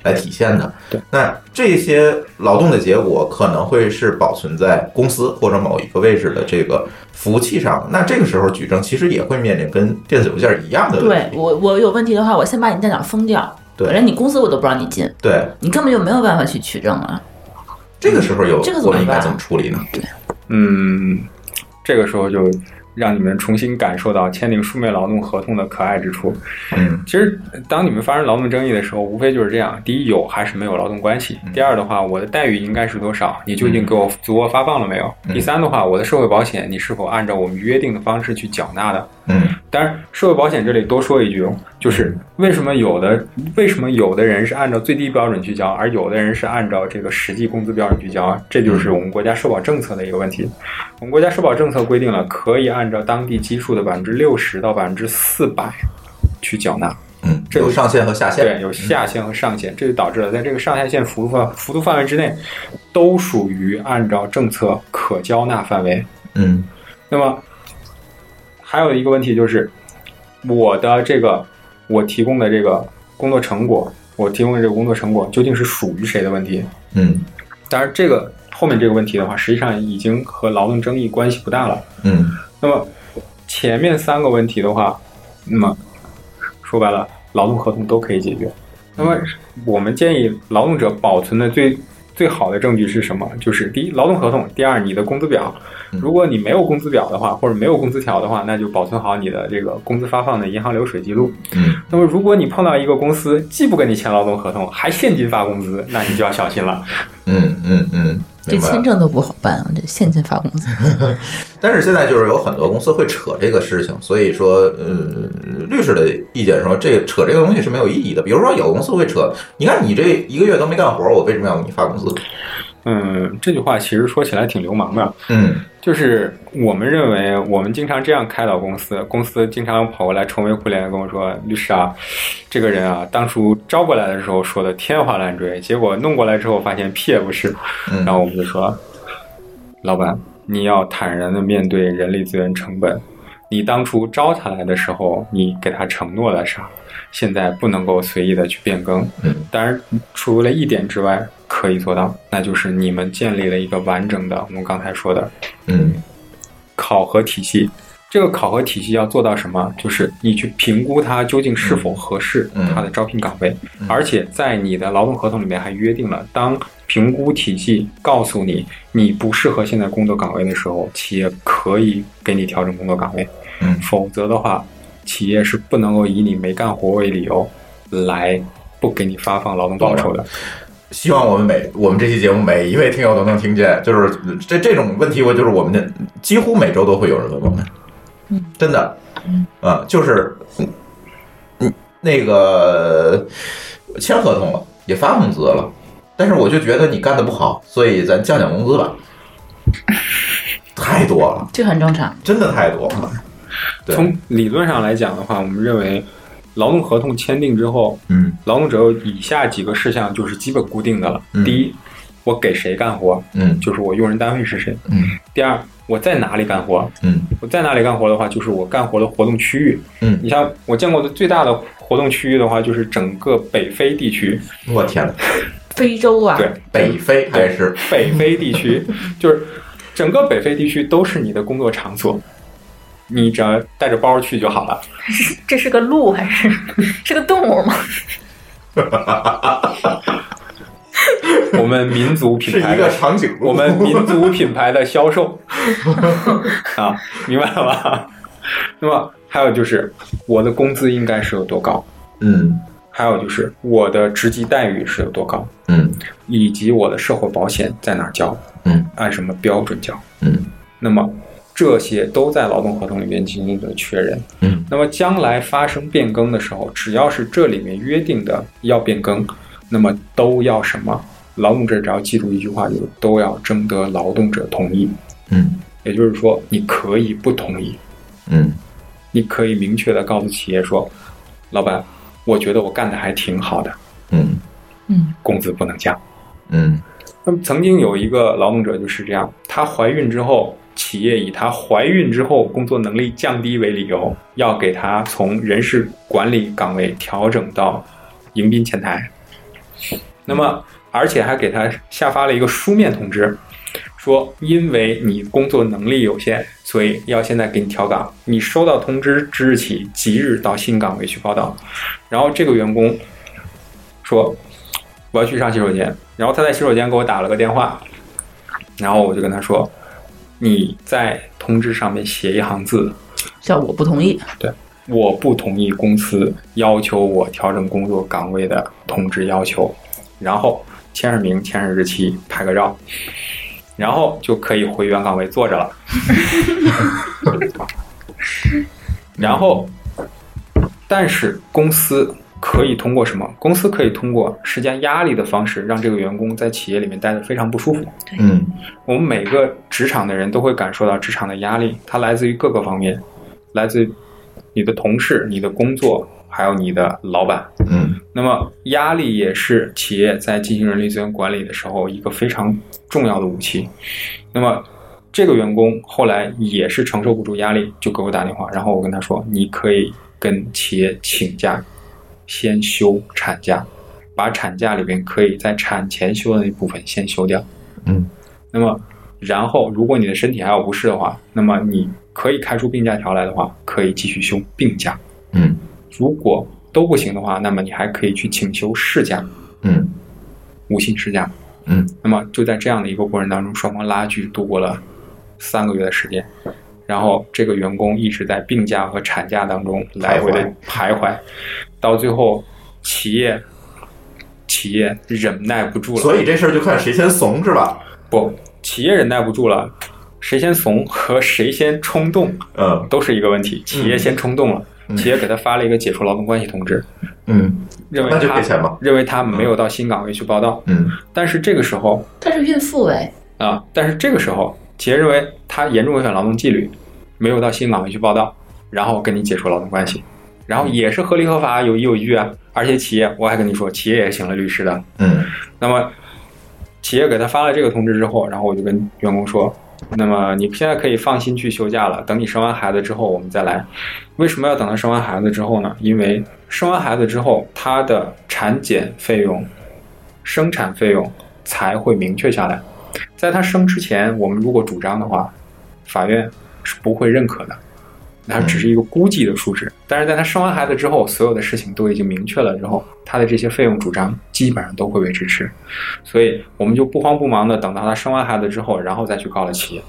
Speaker 1: 来体现的。
Speaker 2: 对，
Speaker 1: 那这些劳动的结果可能会是保存在公司或者某一个位置的这个服务器上。那这个时候矩阵其实也会面临跟电子邮件一样的问
Speaker 5: 对
Speaker 1: 题。
Speaker 5: 我我有问题的话，我先把你电脑封掉，
Speaker 1: 对
Speaker 5: 连你公司我都不让你进，
Speaker 1: 对，
Speaker 5: 你根本就没有办法去取证啊了。
Speaker 1: 这个时候有
Speaker 5: 这个怎么
Speaker 1: 我们应该
Speaker 5: 办啊
Speaker 1: 怎么处理呢？
Speaker 2: 嗯，这个时候就让你们重新感受到签订书面劳动合同的可爱之处。
Speaker 1: 嗯，
Speaker 2: 其实当你们发生劳动争议的时候，无非就是这样：第一，有还是没有劳动关系；第二的话，我的待遇应该是多少？你究竟给我足额发放了没有？第三的话，我的社会保险你是否按照我们约定的方式去缴纳的？
Speaker 1: 嗯
Speaker 2: 当然，社会保险这里多说一句，哦，就是为什么有的为什么有的人是按照最低标准去交，而有的人是按照这个实际工资标准去交，这就是我们国家社保政策的一个问题。我们国家社保政策规定了，可以按照当地基数的百分之六十到百分之四百去缴纳。
Speaker 1: 嗯，
Speaker 2: 这个
Speaker 1: 有上限和下限。
Speaker 2: 对，有下限和上限，这就导致了在这个上下限幅度范幅度范围之内，都属于按照政策可交纳范围。
Speaker 1: 嗯
Speaker 2: 那么还有一个问题就是，我的这个我提供的这个工作成果，我提供的这个工作成果究竟是属于谁的问题？
Speaker 1: 嗯
Speaker 2: 当然，这个后面这个问题的话，实际上已经和劳动争议关系不大了。
Speaker 1: 嗯
Speaker 2: 那么前面三个问题的话，那么说白了，劳动合同都可以解决。那么
Speaker 1: 嗯
Speaker 2: 我们建议劳动者保存的最最好的证据是什么？就是第一，劳动合同；第二，你的工资表。
Speaker 1: 嗯
Speaker 2: 如果你没有工资表的话，或者没有工资条的话，那就保存好你的这个工资发放的银行流水记录。
Speaker 1: 嗯
Speaker 2: 那么，如果你碰到一个公司既不跟你签劳动合同，还现金发工资，那你就要小心了。
Speaker 1: 嗯嗯嗯，
Speaker 5: 这
Speaker 1: 明白了
Speaker 5: 签证都不好办啊，这现金发工资。
Speaker 1: 但是现在就是有很多公司会扯这个事情，所以说，呃，律师的意见说，这扯这个东西是没有意义的。比如说，有公司会扯，你看你这一个月都没干活，我为什么要给你发工资？
Speaker 2: 嗯，这句话其实说起来挺流氓的。
Speaker 1: 嗯
Speaker 2: 就是我们认为，我们经常这样开导公司，公司经常跑过来愁眉苦脸的跟我说：“律师啊，这个人啊，当初招过来的时候说的天花乱坠，结果弄过来之后发现屁也不是。”
Speaker 1: 嗯
Speaker 2: 然后我们就说：“老板，你要坦然的面对人力资源成本。你当初招他来的时候，你给他承诺了啥？现在不能够随意的去变更。
Speaker 1: 嗯
Speaker 2: 当然，除了一点之外，可以做到，那就是你们建立了一个完整的，我们刚才说的
Speaker 1: 嗯
Speaker 2: 考核体系。这个考核体系要做到什么？就是你去评估它究竟是否合适
Speaker 1: 嗯
Speaker 2: 它的招聘岗位，而且在你的劳动合同里面还约定了，当评估体系告诉你你不适合现在工作岗位的时候，企业可以给你调整工作岗位，
Speaker 1: 嗯
Speaker 2: 否则的话，企业是不能够以你没干活为理由来不给你发放劳动报酬的。
Speaker 1: 希望我们每我们这期节目每一位听友都能听见，就是这这种问题，我就是我们的几乎每周都会有人问我们，真的，啊，就是，嗯，嗯那个签合同了，也发工资了，但是我就觉得你干的不好，所以咱降降工资吧，太多了，
Speaker 5: 这很正常。
Speaker 1: 真的太多了，对，
Speaker 2: 从理论上来讲的话，我们认为劳动合同签订之后，
Speaker 1: 嗯
Speaker 2: 劳动者有以下几个事项就是基本固定的了。
Speaker 1: 嗯
Speaker 2: 第一，我给谁干活，
Speaker 1: 嗯
Speaker 2: 就是我用人单位是谁；
Speaker 1: 嗯
Speaker 2: 第二，我在哪里干活，
Speaker 1: 嗯
Speaker 2: 我在哪里干活的话，就是我干活的活动区域。
Speaker 1: 嗯，
Speaker 2: 你像我见过的最大的活动区域的话，就是整个北非地区。
Speaker 1: 我天呐，
Speaker 5: 非洲啊，
Speaker 2: 对，
Speaker 1: 北非还是
Speaker 2: 北非地区，就是整个北非地区都是你的工作场所，你只要带着包去就好了。
Speaker 3: 这是个鹿还是是个动物吗？
Speaker 2: 我们民族
Speaker 1: 是
Speaker 2: 品
Speaker 1: 一
Speaker 2: 牌
Speaker 1: 个
Speaker 2: 的
Speaker 1: 长颈鹿，
Speaker 2: 我们民族品牌的销售啊，明白了吧？ 那么还有就是我的工资应该是有多高，
Speaker 1: 嗯
Speaker 2: 还有就是我的职级待遇是有多高，
Speaker 1: 嗯
Speaker 2: 以及我的社会保险在哪儿交，
Speaker 1: 嗯
Speaker 2: 按什么标准交。
Speaker 1: 嗯
Speaker 2: 那么这些都在劳动合同里面进行的确认。
Speaker 1: 嗯，
Speaker 2: 那么将来发生变更的时候，只要是这里面约定的要变更，那么都要什么？劳动者只要记住一句话，就是都要征得劳动者同意。
Speaker 1: 嗯
Speaker 2: 也就是说，你可以不同意，
Speaker 1: 嗯
Speaker 2: 你可以明确的告诉企业说，老板，我觉得我干的还挺好的，
Speaker 1: 嗯
Speaker 2: 工资不能降。
Speaker 1: 嗯
Speaker 2: 那么曾经有一个劳动者就是这样，她怀孕之后，企业以她怀孕之后工作能力降低为理由，要给她从人事管理岗位调整到迎宾前台。那么，而且还给她下发了一个书面通知，说因为你工作能力有限，所以要现在给你调岗。你收到通知之日起，即日到新岗位去报道。然后这个员工说：“我要去上洗手间。”然后他在洗手间给我打了个电话，然后我就跟他说：“你在通知上面写一行字，
Speaker 5: 叫我不同意。
Speaker 2: 对，我不同意公司要求我调整工作岗位的通知要求。”然后签上名、签上日期、拍个照，然后就可以回原岗位坐着了。 然后，但是公司可以通过什么？公司可以通过施加压力的方式，让这个员工在企业里面待得非常不舒服。
Speaker 1: 嗯
Speaker 2: 我们每个职场的人都会感受到职场的压力，它来自于各个方面，来自于你的同事、你的工作，还有你的老板。
Speaker 1: 嗯
Speaker 2: 那么压力也是企业在进行人力资源管理的时候一个非常重要的武器。那么这个员工后来也是承受不住压力，就给我打电话，然后我跟他说，你可以跟企业请假，先休产假，把产假里边可以在产前休的那部分先休掉。
Speaker 1: 嗯
Speaker 2: 那么，然后如果你的身体还有不适的话，那么你可以开出病假条来的话，可以继续休病假。
Speaker 1: 嗯
Speaker 2: 如果都不行的话，那么你还可以去请求事假，
Speaker 1: 嗯
Speaker 2: 无薪事假。
Speaker 1: 嗯，
Speaker 2: 那么就在这样的一个过程当中，双方拉锯度过了三个月的时间，然后这个员工一直在病假和产假当中来回的徘徊，到最后企业企业忍耐不住了，
Speaker 1: 所以这事儿就看谁先怂是吧？
Speaker 2: 不，企业忍耐不住了，谁先怂和谁先冲动
Speaker 1: 嗯
Speaker 2: 都是一个问题。企业先冲动了，
Speaker 1: 嗯
Speaker 2: 企业给他发了一个解除劳动关系通知，
Speaker 1: 嗯，
Speaker 2: 认为
Speaker 1: 那就
Speaker 2: 他
Speaker 1: 赔钱吧。
Speaker 2: 认为他没有到新岗位去报道。
Speaker 1: 嗯
Speaker 2: 但是这个时候
Speaker 5: 但是孕妇哎，
Speaker 2: 啊，但是这个时候，企业认为他严重违反劳动纪律，没有到新岗位去报道，然后跟你解除劳动关系，然后也是合理合法，有依有据啊。而且企业，我还跟你说，企业也请了律师的，
Speaker 1: 嗯
Speaker 2: 那么企业给他发了这个通知之后，然后我就跟员工说，那么你现在可以放心去休假了，等你生完孩子之后我们再来。为什么要等到生完孩子之后呢？因为生完孩子之后，他的产检费用、生产费用才会明确下来。在他生之前，我们如果主张的话，法院是不会认可的。那只是一个估计的数值，但是在他生完孩子之后，所有的事情都已经明确了之后，他的这些费用主张基本上都会被支持，所以我们就不慌不忙的等到他生完孩子之后，然后再去告了企业。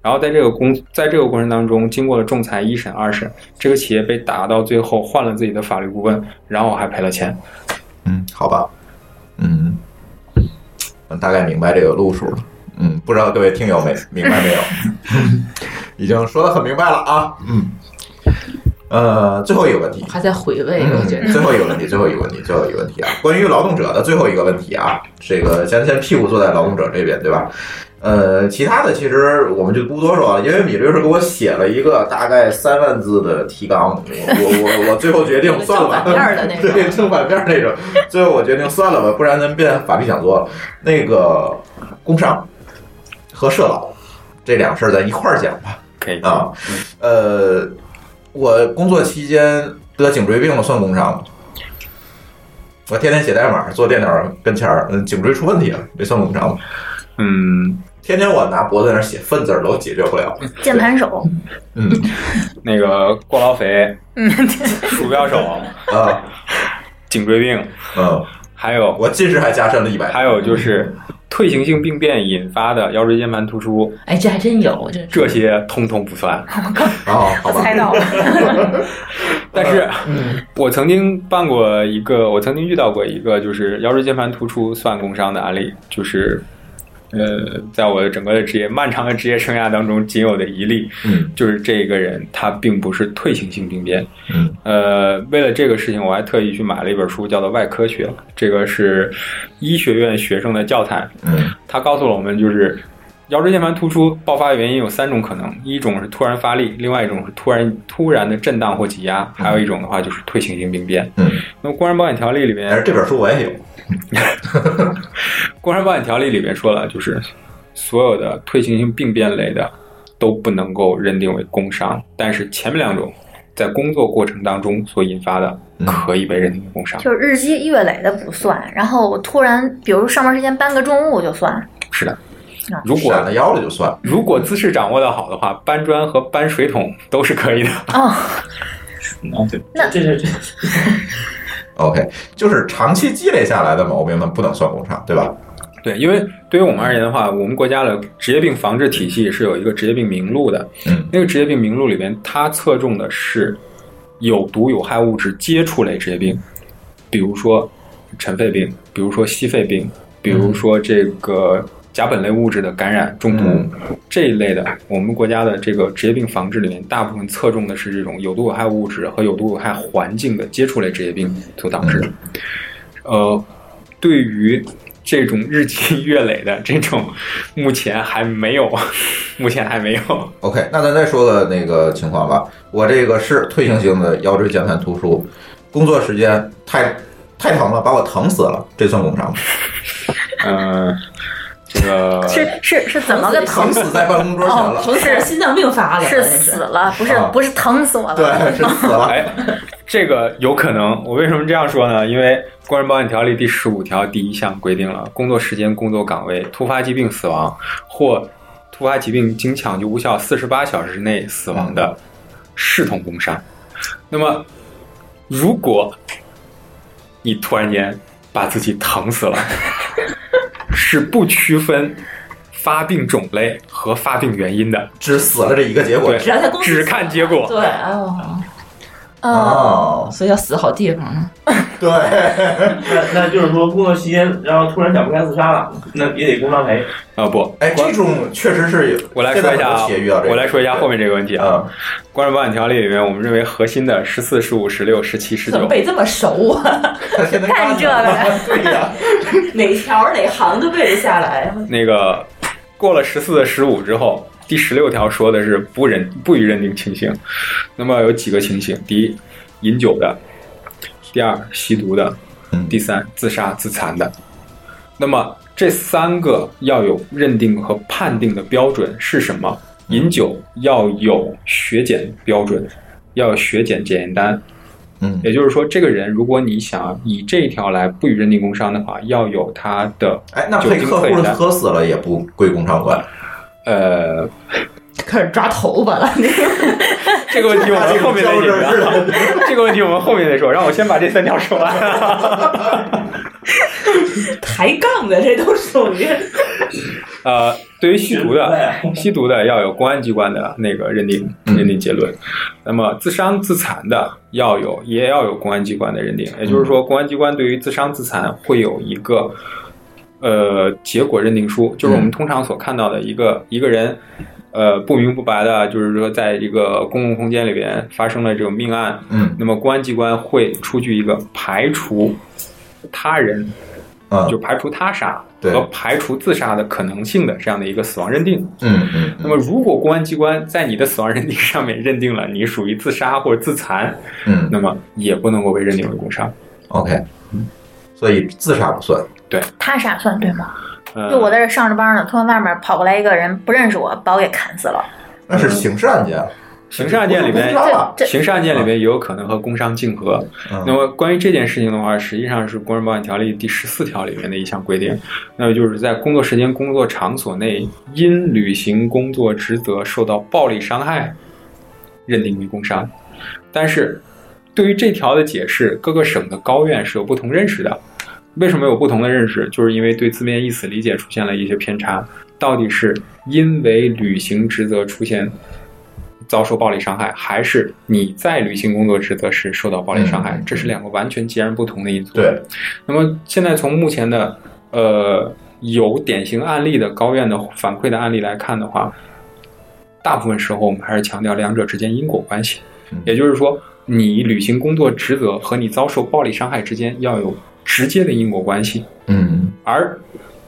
Speaker 2: 然后在这个公，在这个过程当中，经过了仲裁一审、二审，这个企业被打到最后换了自己的法律顾问，然后还赔了钱。
Speaker 1: 嗯，好吧，嗯，我大概明白这个路数了。嗯，不知道各位听友没明白没有？已经说的很明白了啊。嗯，呃，最后一个问题，
Speaker 5: 还在回味，我觉
Speaker 1: 嗯，
Speaker 5: 得
Speaker 1: 最后一个问题，最后一个问题，最后一个问题啊！关于劳动者的最后一个问题啊，这个先先屁股坐在劳动者这边，对吧？呃，其他的其实我们就不多说了，因为米律师给我写了一个大概三万字的提纲，我我我我最后决定算了吧，
Speaker 5: 正反面儿的那 种
Speaker 1: 对，正反面儿那种，最后我决定算了吧，不然咱们变法律讲座了。那个工伤和社保这两事儿咱一块儿讲吧。
Speaker 2: 可以，
Speaker 1: 啊，呃，我工作期间得颈椎病了，算工伤吗？我天天写代码，坐电脑跟前儿，嗯，颈椎出问题了，这算工伤吗？
Speaker 2: 嗯，
Speaker 1: 天天我拿脖子在那儿写粪字儿都解决不了，
Speaker 3: 键盘手，
Speaker 1: 嗯
Speaker 2: 那个过劳肥、
Speaker 3: 嗯，
Speaker 2: 鼠标手、
Speaker 1: 啊
Speaker 2: 颈椎病，
Speaker 1: 嗯，
Speaker 2: 还有
Speaker 1: 我近视还加深了一百，
Speaker 2: 还有就是退行性病变引发的腰椎间盘突出，
Speaker 5: 哎，这还真有，这
Speaker 2: 这些通通不算。
Speaker 1: 哦，好
Speaker 3: 我
Speaker 1: 吧
Speaker 3: 猜，到了，
Speaker 2: 但是，我曾经办过一个，我曾经遇到过一个，就是腰椎间盘突出算工伤的案例，就是，呃，在我的整个的职业漫长的职业生涯当中仅有的一例，
Speaker 1: 嗯
Speaker 2: 就是这个人他并不是退行性病变，
Speaker 1: 嗯
Speaker 2: 呃，为了这个事情，我还特意去买了一本书，叫做《外科学》，这个是医学院学生的教材，
Speaker 1: 嗯
Speaker 2: 他告诉了我们，就是腰椎间盘突出爆发原因有三种可能：一种是突然发力，另外一种是突然突然的震荡或挤压，还有一种的话就是退行性病变。
Speaker 1: 嗯，
Speaker 2: 那么《工人保险条例》里
Speaker 1: 但
Speaker 2: 面
Speaker 1: 是这本书我也有，
Speaker 2: 工伤保险条例里面说了，就是所有的退行性病变类的都不能够认定为工伤，但是前面两种在工作过程当中所引发的可以被认定为工伤。
Speaker 3: 就是日积月累的不算，然后我突然，比如上班时间搬个重物就算，哦
Speaker 2: 是的，如果
Speaker 1: 闪了腰了就算。
Speaker 2: 如果姿势掌握的好的话，搬砖和搬水桶都是可以的。
Speaker 3: 哦，
Speaker 6: 啊，对，
Speaker 3: 那
Speaker 6: 这是这
Speaker 1: OK，就是长期积累下来的毛病呢，不能算工伤，对吧？
Speaker 2: 对，因为对于我们而言的话，我们国家的职业病防治体系是有一个职业病名录的。
Speaker 1: 嗯，
Speaker 2: 那个职业病名录里边，它侧重的是有毒有害物质接触类职业病，比如说尘肺病，比如说吸肺病，比如说这个甲苯类物质的感染、中毒、
Speaker 1: 嗯
Speaker 2: 这一类的。我们国家的这个职业病防治里面，大部分侧重的是这种有毒有害物质和有毒有害环境的接触类职业病所导
Speaker 1: 嗯
Speaker 2: 致的。呃，对于这种日积月累的这种， 目前还没有， 目前还没有。
Speaker 1: OK，那咱再说个那个情况吧。我这个是退行性的腰椎间盘突出，工作时间太太疼了，把我疼死了，这算工伤吗？
Speaker 2: 嗯，这个
Speaker 3: 是是是怎么个
Speaker 1: 疼？
Speaker 3: 疼
Speaker 1: 死在办公桌前了，
Speaker 3: 哦
Speaker 5: 从此哦心脏病发了，
Speaker 3: 是
Speaker 5: 真
Speaker 3: 死了，不是
Speaker 1: 啊
Speaker 3: 不是疼死我了。
Speaker 1: 对，是死了。
Speaker 2: 哎，这个有可能。我为什么这样说呢？因为《工人保险条例》第十五条第一项规定了，工作时间、工作岗位、突发疾病死亡或突发疾病经抢救无效四十八小时内死亡的
Speaker 5: 嗯
Speaker 2: 视同工伤。那么，如果你突然间把自己疼 死了，是不区分发病种类和发病原因的，
Speaker 1: 只死了这一个结果
Speaker 2: 对，
Speaker 5: 只要在公司
Speaker 2: 只看结果。
Speaker 5: 对，哎呦，
Speaker 1: 哦，
Speaker 5: 所以要死好地方啊！
Speaker 1: 对，
Speaker 3: 哦
Speaker 6: 那那就是说，工作期间，然后突然想不开自杀了，那也得工伤赔。
Speaker 2: 啊、不，
Speaker 1: 哎，这种确实是有。
Speaker 2: 我来说一
Speaker 1: 现在
Speaker 2: 下
Speaker 1: 很
Speaker 2: 啊
Speaker 1: 多企业遇到这，个，
Speaker 2: 我来说一下后面这个问题啊。
Speaker 1: 嗯，
Speaker 2: 《关于保险条例》里面，我们认为核心的十四、十五、十六、十七、十
Speaker 5: 怎么
Speaker 2: 九，
Speaker 5: 背这么熟啊？
Speaker 1: 现在
Speaker 3: 干这个的
Speaker 1: 对 呀，
Speaker 4: 哪条哪行都背得下来。
Speaker 2: 那个过了十四、十五之后，第十六条说的是不认不予认定情形。那么有几个情形：第一，饮酒的；第二，吸毒的；
Speaker 1: 嗯
Speaker 2: 第三，自杀自残的。那么这三个要有认定和判定的标准是什
Speaker 1: 嗯
Speaker 2: 么？饮酒要有血检标准，要有血检检验单，
Speaker 1: 嗯
Speaker 2: 也就是说，这个人如果你想以这一条来不予认定工伤的话，要有他的
Speaker 1: 哎，那
Speaker 2: 酒
Speaker 1: 被
Speaker 2: 精
Speaker 1: 客
Speaker 2: 测
Speaker 1: 户
Speaker 2: 验单。
Speaker 1: 喝死了也不归工伤管，
Speaker 2: 呃，
Speaker 5: 开始抓头发了，那个
Speaker 2: 这个问题我们后面再解决
Speaker 1: 这个
Speaker 2: 啊。这个问题我们后面再说，让我先把这三条说完。
Speaker 4: 抬杠的这都属于
Speaker 2: 呃，对于吸毒的，
Speaker 6: 对
Speaker 2: 吸毒的要有公安机关的那个认定
Speaker 1: 嗯
Speaker 2: 认定结论，那么自伤自残的要有也要有公安机关的认定，也就是说，公安机关对于自伤自残会有一个呃结果认定书，就是
Speaker 1: 嗯
Speaker 2: 我们通常所看到的一个一个人。呃，不明不白的，就是说，在一个公共空间里边发生了这种命案，
Speaker 1: 嗯
Speaker 2: 那么公安机关会出具一个排除他人
Speaker 1: 啊，
Speaker 2: 就排除他杀
Speaker 1: 对
Speaker 2: 和排除自杀的可能性的这样的一个死亡认定。
Speaker 1: 嗯嗯
Speaker 2: 那么，如果公安机关在你的死亡认定上面认定了你属于自杀或者自残，
Speaker 1: 嗯
Speaker 2: 那么也不能够被认定为工伤。
Speaker 1: ，OK，所以自杀不算，
Speaker 3: 他杀算对吗？
Speaker 2: 呃
Speaker 3: 就我在这上着班呢，突然外面跑过来一个人不认识我，把我给砍死了。
Speaker 1: 那
Speaker 2: 嗯
Speaker 1: 是刑事案件，
Speaker 2: 刑事案件里面
Speaker 1: 不是工，伤了
Speaker 3: 这
Speaker 2: 刑事案件里面也有可能和工伤竞合。
Speaker 1: 嗯
Speaker 2: 那么关于这件事情的话，实际上是《工人保险条例》第十四条里面的一项规定，那么就是在工作时间、工作场所内因履行工作职责受到暴力伤害，认定为工伤。但是，对于这条的解释，各个省的高院是有不同认识的。为什么有不同的认识？就是因为对字面意思理解出现了一些偏差。到底是因为履行职责出现遭受暴力伤害，还是你在履行工作职责时受到暴力伤害？
Speaker 1: 嗯
Speaker 2: 这是两个完全截然不同的因素。
Speaker 1: 对，
Speaker 2: 那么现在从目前的呃有典型案例的高院的反馈的案例来看的话，大部分时候我们还是强调两者之间因果关系
Speaker 1: 嗯，
Speaker 2: 也就是说，你履行工作职责和你遭受暴力伤害之间要有直接的因果关系。
Speaker 1: 嗯
Speaker 2: 而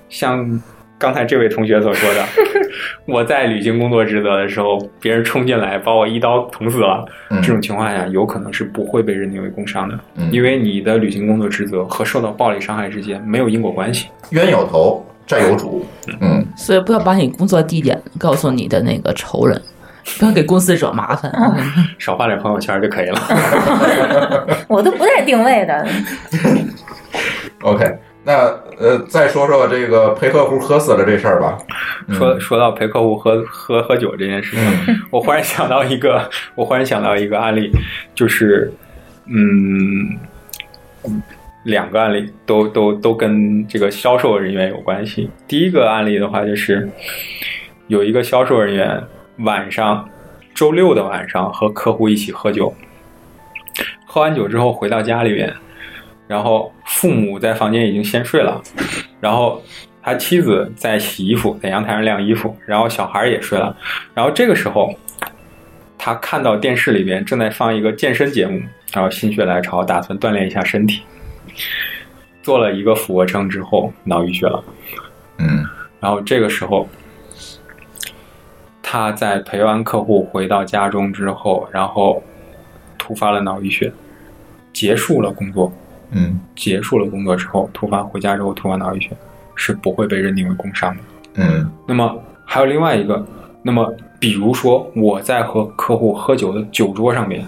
Speaker 2: 像刚才这位同学所说的，我在履行工作职责的时候，别人冲进来把我一刀捅死了，
Speaker 1: 嗯
Speaker 2: 这种情况下有可能是不会被认定为工伤的，
Speaker 1: 嗯
Speaker 2: 因为你的履行工作职责和受到暴力伤害之间没有因果关系。
Speaker 1: 冤有头，债有主。嗯，
Speaker 5: 所以不要把你工作地点告诉你的那个仇人，不要给公司惹麻烦。啊
Speaker 2: 少发点朋友圈就可以了。
Speaker 3: 我都不带定位的，
Speaker 1: OK，那呃，再说说这个陪客户喝死了这事儿吧。嗯
Speaker 2: 说说到陪客户喝喝喝酒这件事情，我忽然想到一个，我忽然想到一个案例，就是嗯，两个案例都都都跟这个销售人员有关系。第一个案例的话，就是有一个销售人员晚上周六的晚上和客户一起喝酒，喝完酒之后回到家里边，然后父母在房间已经先睡了，然后他妻子在洗衣服，在阳台上晾衣服，然后小孩也睡了，然后这个时候，他看到电视里边正在放一个健身节目，然后心血来潮打算锻炼一下身体，做了一个俯卧撑之后脑淤血了，
Speaker 1: 嗯
Speaker 2: 然后这个时候。他在陪完客户回到家中之后，然后突发了脑淤血，结束了工作，
Speaker 1: 嗯
Speaker 2: 结束了工作之后，突发回家之后突发脑溢血，是不会被认定为工伤的。
Speaker 1: 嗯
Speaker 2: 那么还有另外一个，那么比如说我在和客户喝酒的酒桌上面，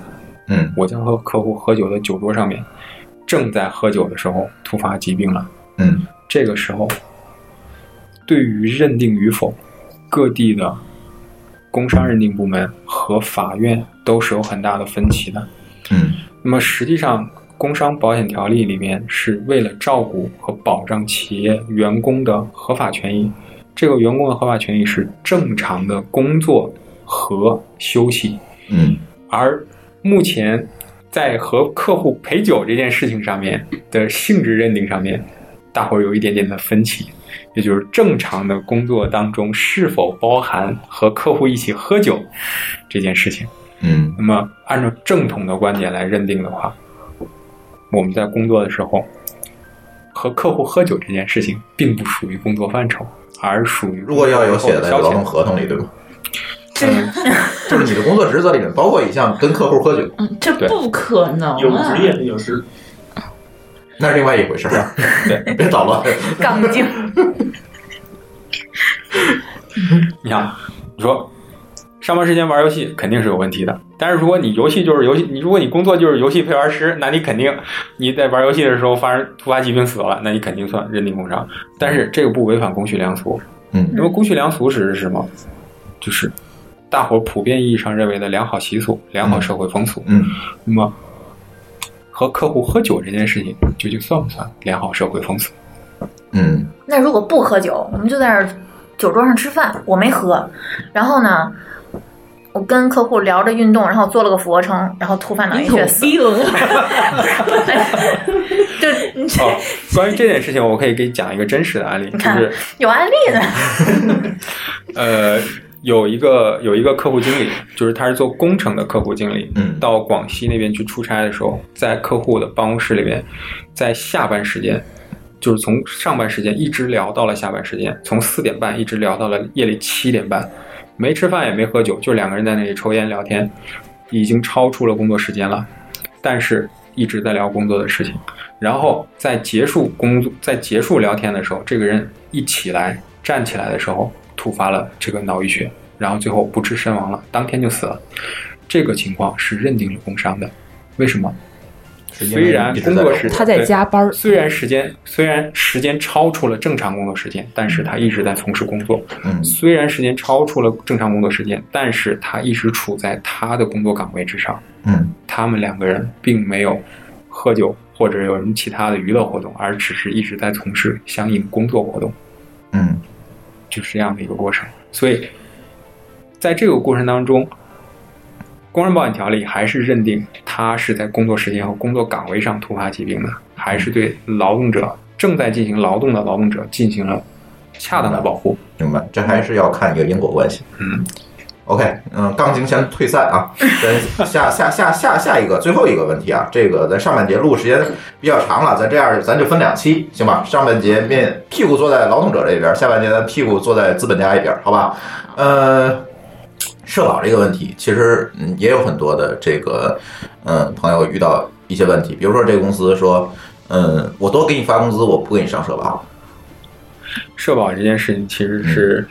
Speaker 1: 嗯
Speaker 2: 我在和客户喝酒的酒桌上面，正在喝酒的时候突发疾病了，
Speaker 1: 嗯
Speaker 2: 这个时候，对于认定与否，各地的工伤认定部门和法院都是有很大的分歧的。
Speaker 1: 嗯
Speaker 2: 那么实际上，工伤保险条例里面是为了照顾和保障企业员工的合法权益。这个员工的合法权益是正常的工作和休息，
Speaker 1: 嗯
Speaker 2: 而目前在和客户陪酒这件事情上面的性质认定上面，大伙儿有一点点的分歧，也就是正常的工作当中是否包含和客户一起喝酒这件事情。
Speaker 1: 嗯
Speaker 2: 那么，按照正统的观点来认定的话，我们在工作的时候和客户喝酒这件事情，并不属于工作范畴，而属于
Speaker 1: 如果要有写在
Speaker 2: 消
Speaker 1: 劳
Speaker 2: 遣
Speaker 1: 动。合同里，对吧？嗯，就是你的工作职责里面包括一项跟客户喝酒，
Speaker 5: 嗯，这
Speaker 2: 对
Speaker 5: 不可能
Speaker 6: 有
Speaker 5: 啊
Speaker 6: 职！业跟有时
Speaker 1: 那是另外一回事儿。啊
Speaker 2: 对，
Speaker 1: 别捣乱。
Speaker 3: 杠精。
Speaker 2: 你想，你说上班时间玩游戏肯定是有问题的，但是如果你游戏就是游戏，你如果你工作就是游戏陪玩师，那你肯定你在玩游戏的时候发生突发疾病死了，那你肯定算认定工伤。但是这个不违反公序良俗，
Speaker 1: 嗯
Speaker 2: 那么公序良俗指的是什么？就是大伙儿普遍意义上认为的良好习俗、良好社会风俗。
Speaker 1: 嗯
Speaker 2: 那么，和客户喝酒这件事情，究竟算不算良好社会风 俗？
Speaker 1: 嗯
Speaker 3: 那如果不喝酒，我们就在那儿酒桌上吃饭，我没喝，然后呢，我跟客户聊着运动，然后做了个俯卧撑，然后突发脑溢
Speaker 4: 你有
Speaker 5: 啊
Speaker 3: 血死。
Speaker 4: 病！
Speaker 3: 就
Speaker 2: 哦，关于这件事情，我可以给你讲一个真实的案例，就
Speaker 3: 你看
Speaker 2: 是
Speaker 3: 有案例呢，
Speaker 2: 呃，有一个有一个客户经理，就是他是做工程的客户经理，
Speaker 1: 嗯
Speaker 2: 到广西那边去出差的时候，在客户的办公室里面，在下班时间，就是从上班时间一直聊到了下班时间，从四点半一直聊到了夜里七点半，没吃饭也没喝酒，就两个人在那里抽烟聊天，已经超出了工作时间了，但是一直在聊工作的事情。然后在结束工作，在结束聊天的时候，这个人一起来站起来的时候，突发了这个脑溢血，然后最后不治身亡了，当天就死了。这个情况是认定了工伤的，为什么？
Speaker 1: 是因为
Speaker 2: 虽然
Speaker 1: 一直
Speaker 2: 工
Speaker 1: 在
Speaker 2: 作
Speaker 1: 聊
Speaker 2: 时
Speaker 5: 他在
Speaker 2: 对
Speaker 5: 加班儿，
Speaker 2: 虽然时间虽然时间超出了正常工作时间，但是他一直在从事工作。
Speaker 1: 嗯
Speaker 2: 虽然时间超出了正常工作时间，但是他一直处在他的工作岗位之上。
Speaker 1: 嗯
Speaker 2: 他们两个人并没有喝酒或者有什么其他的娱乐活动，而只是一直在从事相应工作活动，
Speaker 1: 嗯
Speaker 2: 就是这样的一个过程。所以，在这个过程当中，《工人保险条例》还是认定他是在工作时间和工作岗位上突发疾病的，还是对劳动者正在进行劳动的劳动者进行了恰当的保护。
Speaker 1: 明白，这还是要看一个因果关系。 OK，嗯，杠精先退散啊。咱下下下下下一个最后一个问题啊，这个咱上半节录时间比较长了，咱这样咱就分两期，行吧？上半节面屁股坐在劳动者这边，下半节咱屁股坐在资本家一边，好吧？呃，社保这个问题，其实嗯也有很多的这个嗯朋友遇到一些问题，比如说这个公司说，嗯，我多给你发工资，我不给你上社保，
Speaker 2: 社保这件事情其实是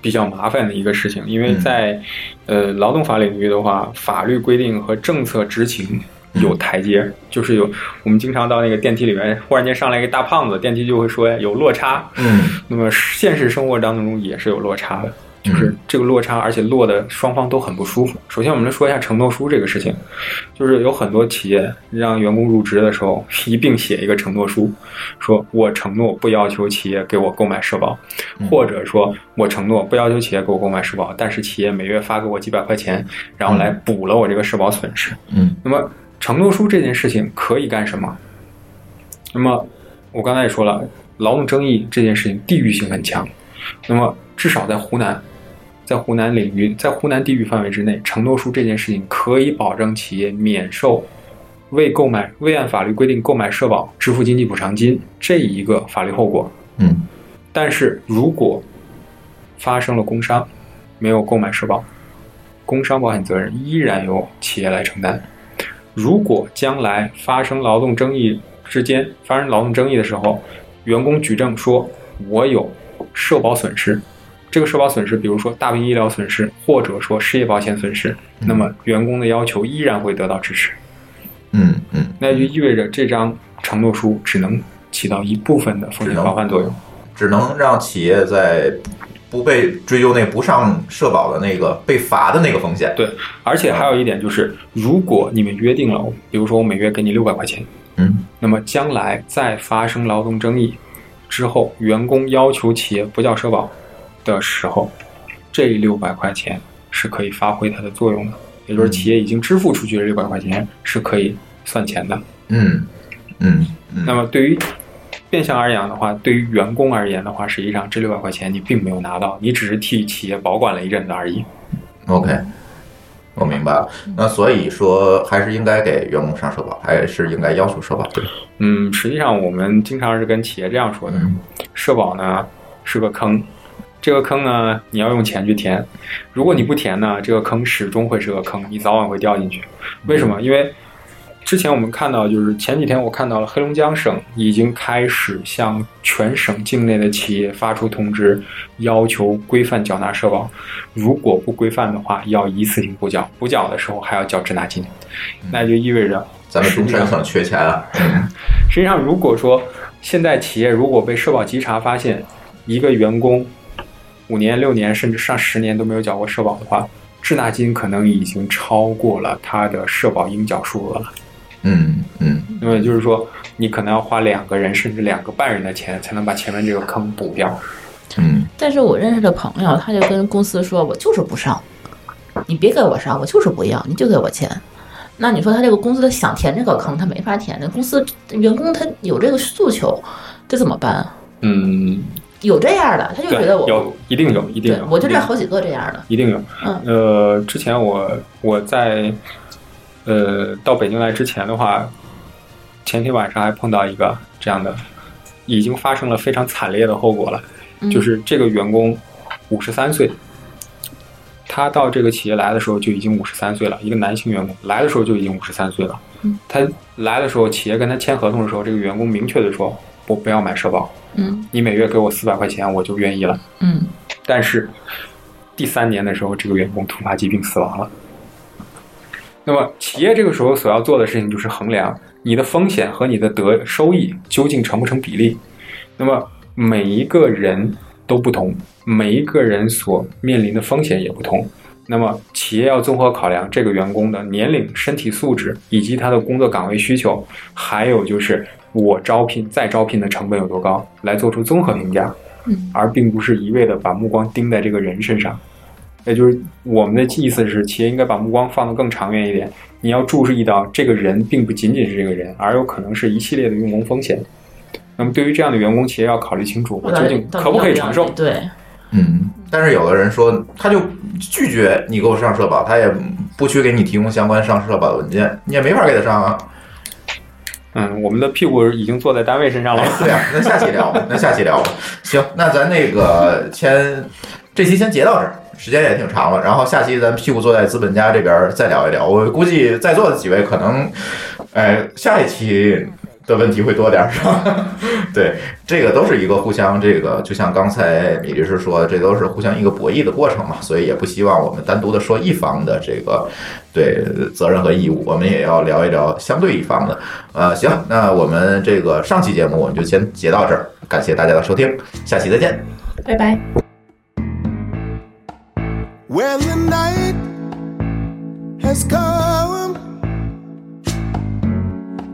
Speaker 2: 比较麻烦的一个事情，因为在呃劳动法领域的话，法律规定和政策执行有台阶，就是有我们经常到那个电梯里面，忽然间上来一个大胖子，电梯就会说有落差。
Speaker 1: 嗯
Speaker 2: 那么现实生活当中也是有落差的，就是这个落差，而且落的双方都很不舒服。首先，我们来说一下承诺书这个事情，就是有很多企业让员工入职的时候一并写一个承诺书，说我承诺不要求企业给我购买社保，或者说我承诺不要求企业给我购买社保，但是企业每月发给我几百块钱，然后来补了我这个社保损失。
Speaker 1: 嗯
Speaker 2: 那么承诺书这件事情可以干什么？那么我刚才也说了，劳动争议这件事情地域性很强。那么至少在湖南，在湖南领域，在湖南地域范围之内，承诺书这件事情可以保证企业免受未购买未按法律规定购买社保支付经济补偿金这一个法律后果。
Speaker 1: 嗯
Speaker 2: 但是如果发生了工伤，没有购买社保，工伤保险责任依然由企业来承担。如果将来发生劳动争议之间发生劳动争议的时候，员工举证说我有社保损失，这个社保损失，比如说大病医疗损失，或者说失业保险损失，那么员工的要求依然会得到支持。
Speaker 1: 嗯嗯，
Speaker 2: 那就意味着这张承诺书只能起到一部分的风险防范作用。
Speaker 1: 只能让企业在不被追究那不上社保的那个被罚的那个风险。
Speaker 2: 对，而且还有一点就是，如果你们约定了，比如说我每月给你六百块钱，
Speaker 1: 嗯
Speaker 2: 那么将来再发生劳动争议之后，员工要求企业不交社保的时候，这六百块钱是可以发挥它的作用的，也就是企业已经支付出去的六百块钱是可以算钱的。
Speaker 1: 嗯嗯嗯，
Speaker 2: 那么对于变相而言的话，对于员工而言的话，实际上这六百块钱你并没有拿到，你只是替企业保管了一阵子而已。
Speaker 1: OK，我明白了。那所以说，还是应该给员工上社保，还是应该要求社保。对吧，
Speaker 2: 嗯，实际上我们经常是跟企业这样说的
Speaker 1: 嗯，
Speaker 2: 社保呢是个坑，这个坑呢你要用钱去填，如果你不填呢，这个坑始终会是个坑，你早晚会掉进去。为什么？因为之前我们看到，就是前几天我看到了黑龙江省已经开始向全省境内的企业发出通知，要求规范缴纳社保，如果不规范的话，要一次性补缴，补缴的时候还要交滞纳金，那就意味着
Speaker 1: 咱们
Speaker 2: 实
Speaker 1: 中
Speaker 2: 际上
Speaker 1: 山省缺钱啊。
Speaker 2: 实际上，如果说现在企业如果被社保稽查发现一个员工五年、六年甚至上十年都没有缴过社保的话，滞纳金可能已经超过了他的社保应缴数额了。
Speaker 1: 嗯嗯
Speaker 2: 那么也就是说，你可能要花两个人甚至两个半人的钱才能把前面这个坑补掉。
Speaker 1: 嗯
Speaker 5: 但是我认识的朋友，他就跟公司说：“我就是不上，你别给我上，我就是不要，你就给我钱。”那你说他这个公司想填这个坑，他没法填。那公司员工他有这个诉求，这怎么办啊？
Speaker 2: 嗯，
Speaker 5: 有这样的，他就觉
Speaker 2: 对
Speaker 5: 得，我，
Speaker 2: 有一定有，一定
Speaker 5: 对
Speaker 2: 有，
Speaker 5: 我就
Speaker 2: 一定
Speaker 5: 认识好几个这样的。
Speaker 2: 一定有。
Speaker 5: 嗯
Speaker 2: 呃，之前我我在呃到北京来之前的话，前天晚上还碰到一个这样的，已经发生了非常惨烈的后果了。
Speaker 5: 嗯
Speaker 2: 就是这个员工五十三岁，他到这个企业来的时候就已经五十三岁了，一个男性员工来的时候就已经五十三岁了。
Speaker 5: 嗯
Speaker 2: 他来的时候，企业跟他签合同的时候，这个员工明确的说：“我不要买社保，
Speaker 5: 嗯
Speaker 2: 你每月给我四百块钱，我就愿意了。”
Speaker 5: 嗯，
Speaker 2: 但是第三年的时候，这个员工突发疾病死亡了。那么，企业这个时候所要做的事情就是衡量你的风险和你的得收益究竟成不成比例。那么，每一个人都不同，每一个人所面临的风险也不同。那么，企业要综合考量这个员工的年龄、身体素质以及他的工作岗位需求，还有就是我招聘再招聘的成本有多高，来做出综合评价。而并不是一味的把目光盯在这个人身上。也就是我们的意思是，企业应该把目光放得更长远一点。你要注意到，这个人并不仅仅是这个人，而有可能是一系列的用工风险。那么，对于这样的员工，企业要考虑清楚，我究竟
Speaker 5: 到底
Speaker 2: 可不可以
Speaker 5: 要要
Speaker 2: 承受？
Speaker 5: 对，
Speaker 1: 嗯但是有的人说，他就拒绝你给我上社保，他也不去给你提供相关上社保的文件，你也没法给他上啊。
Speaker 2: 嗯，我们的屁股已经坐在单位身上了
Speaker 1: 哎。对啊，那下期聊吧，那下期聊吧。 行，那咱那个先这期先截到这儿，时间也挺长了。然后下期咱屁股坐在资本家这边再聊一聊。我估计在座的几位可能，哎，下一期的问题会多点儿，是吧？ 对，这个都是一个互相这个，就像刚才李律师说，这都是互相一个博弈的过程嘛，所以也不希望我们单独的说一方的这个对责任和义务，我们也要聊一聊相对一方的。呃，行，那我们这个上期节目我们就先截到这儿，感谢大家的收听，下期再见。
Speaker 5: 拜拜。
Speaker 7: Well, the night has come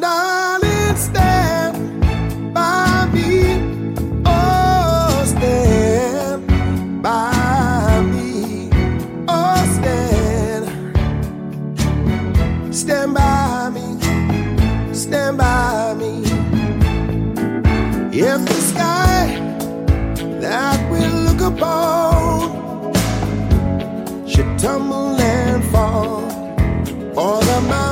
Speaker 7: darling, stand by me. Oh, stand by me. Oh, stand, stand by me. Stand by me. If the sky that we look upon should tumble and fall, or the mountain
Speaker 5: Oh, Oh, eh, oh, oh,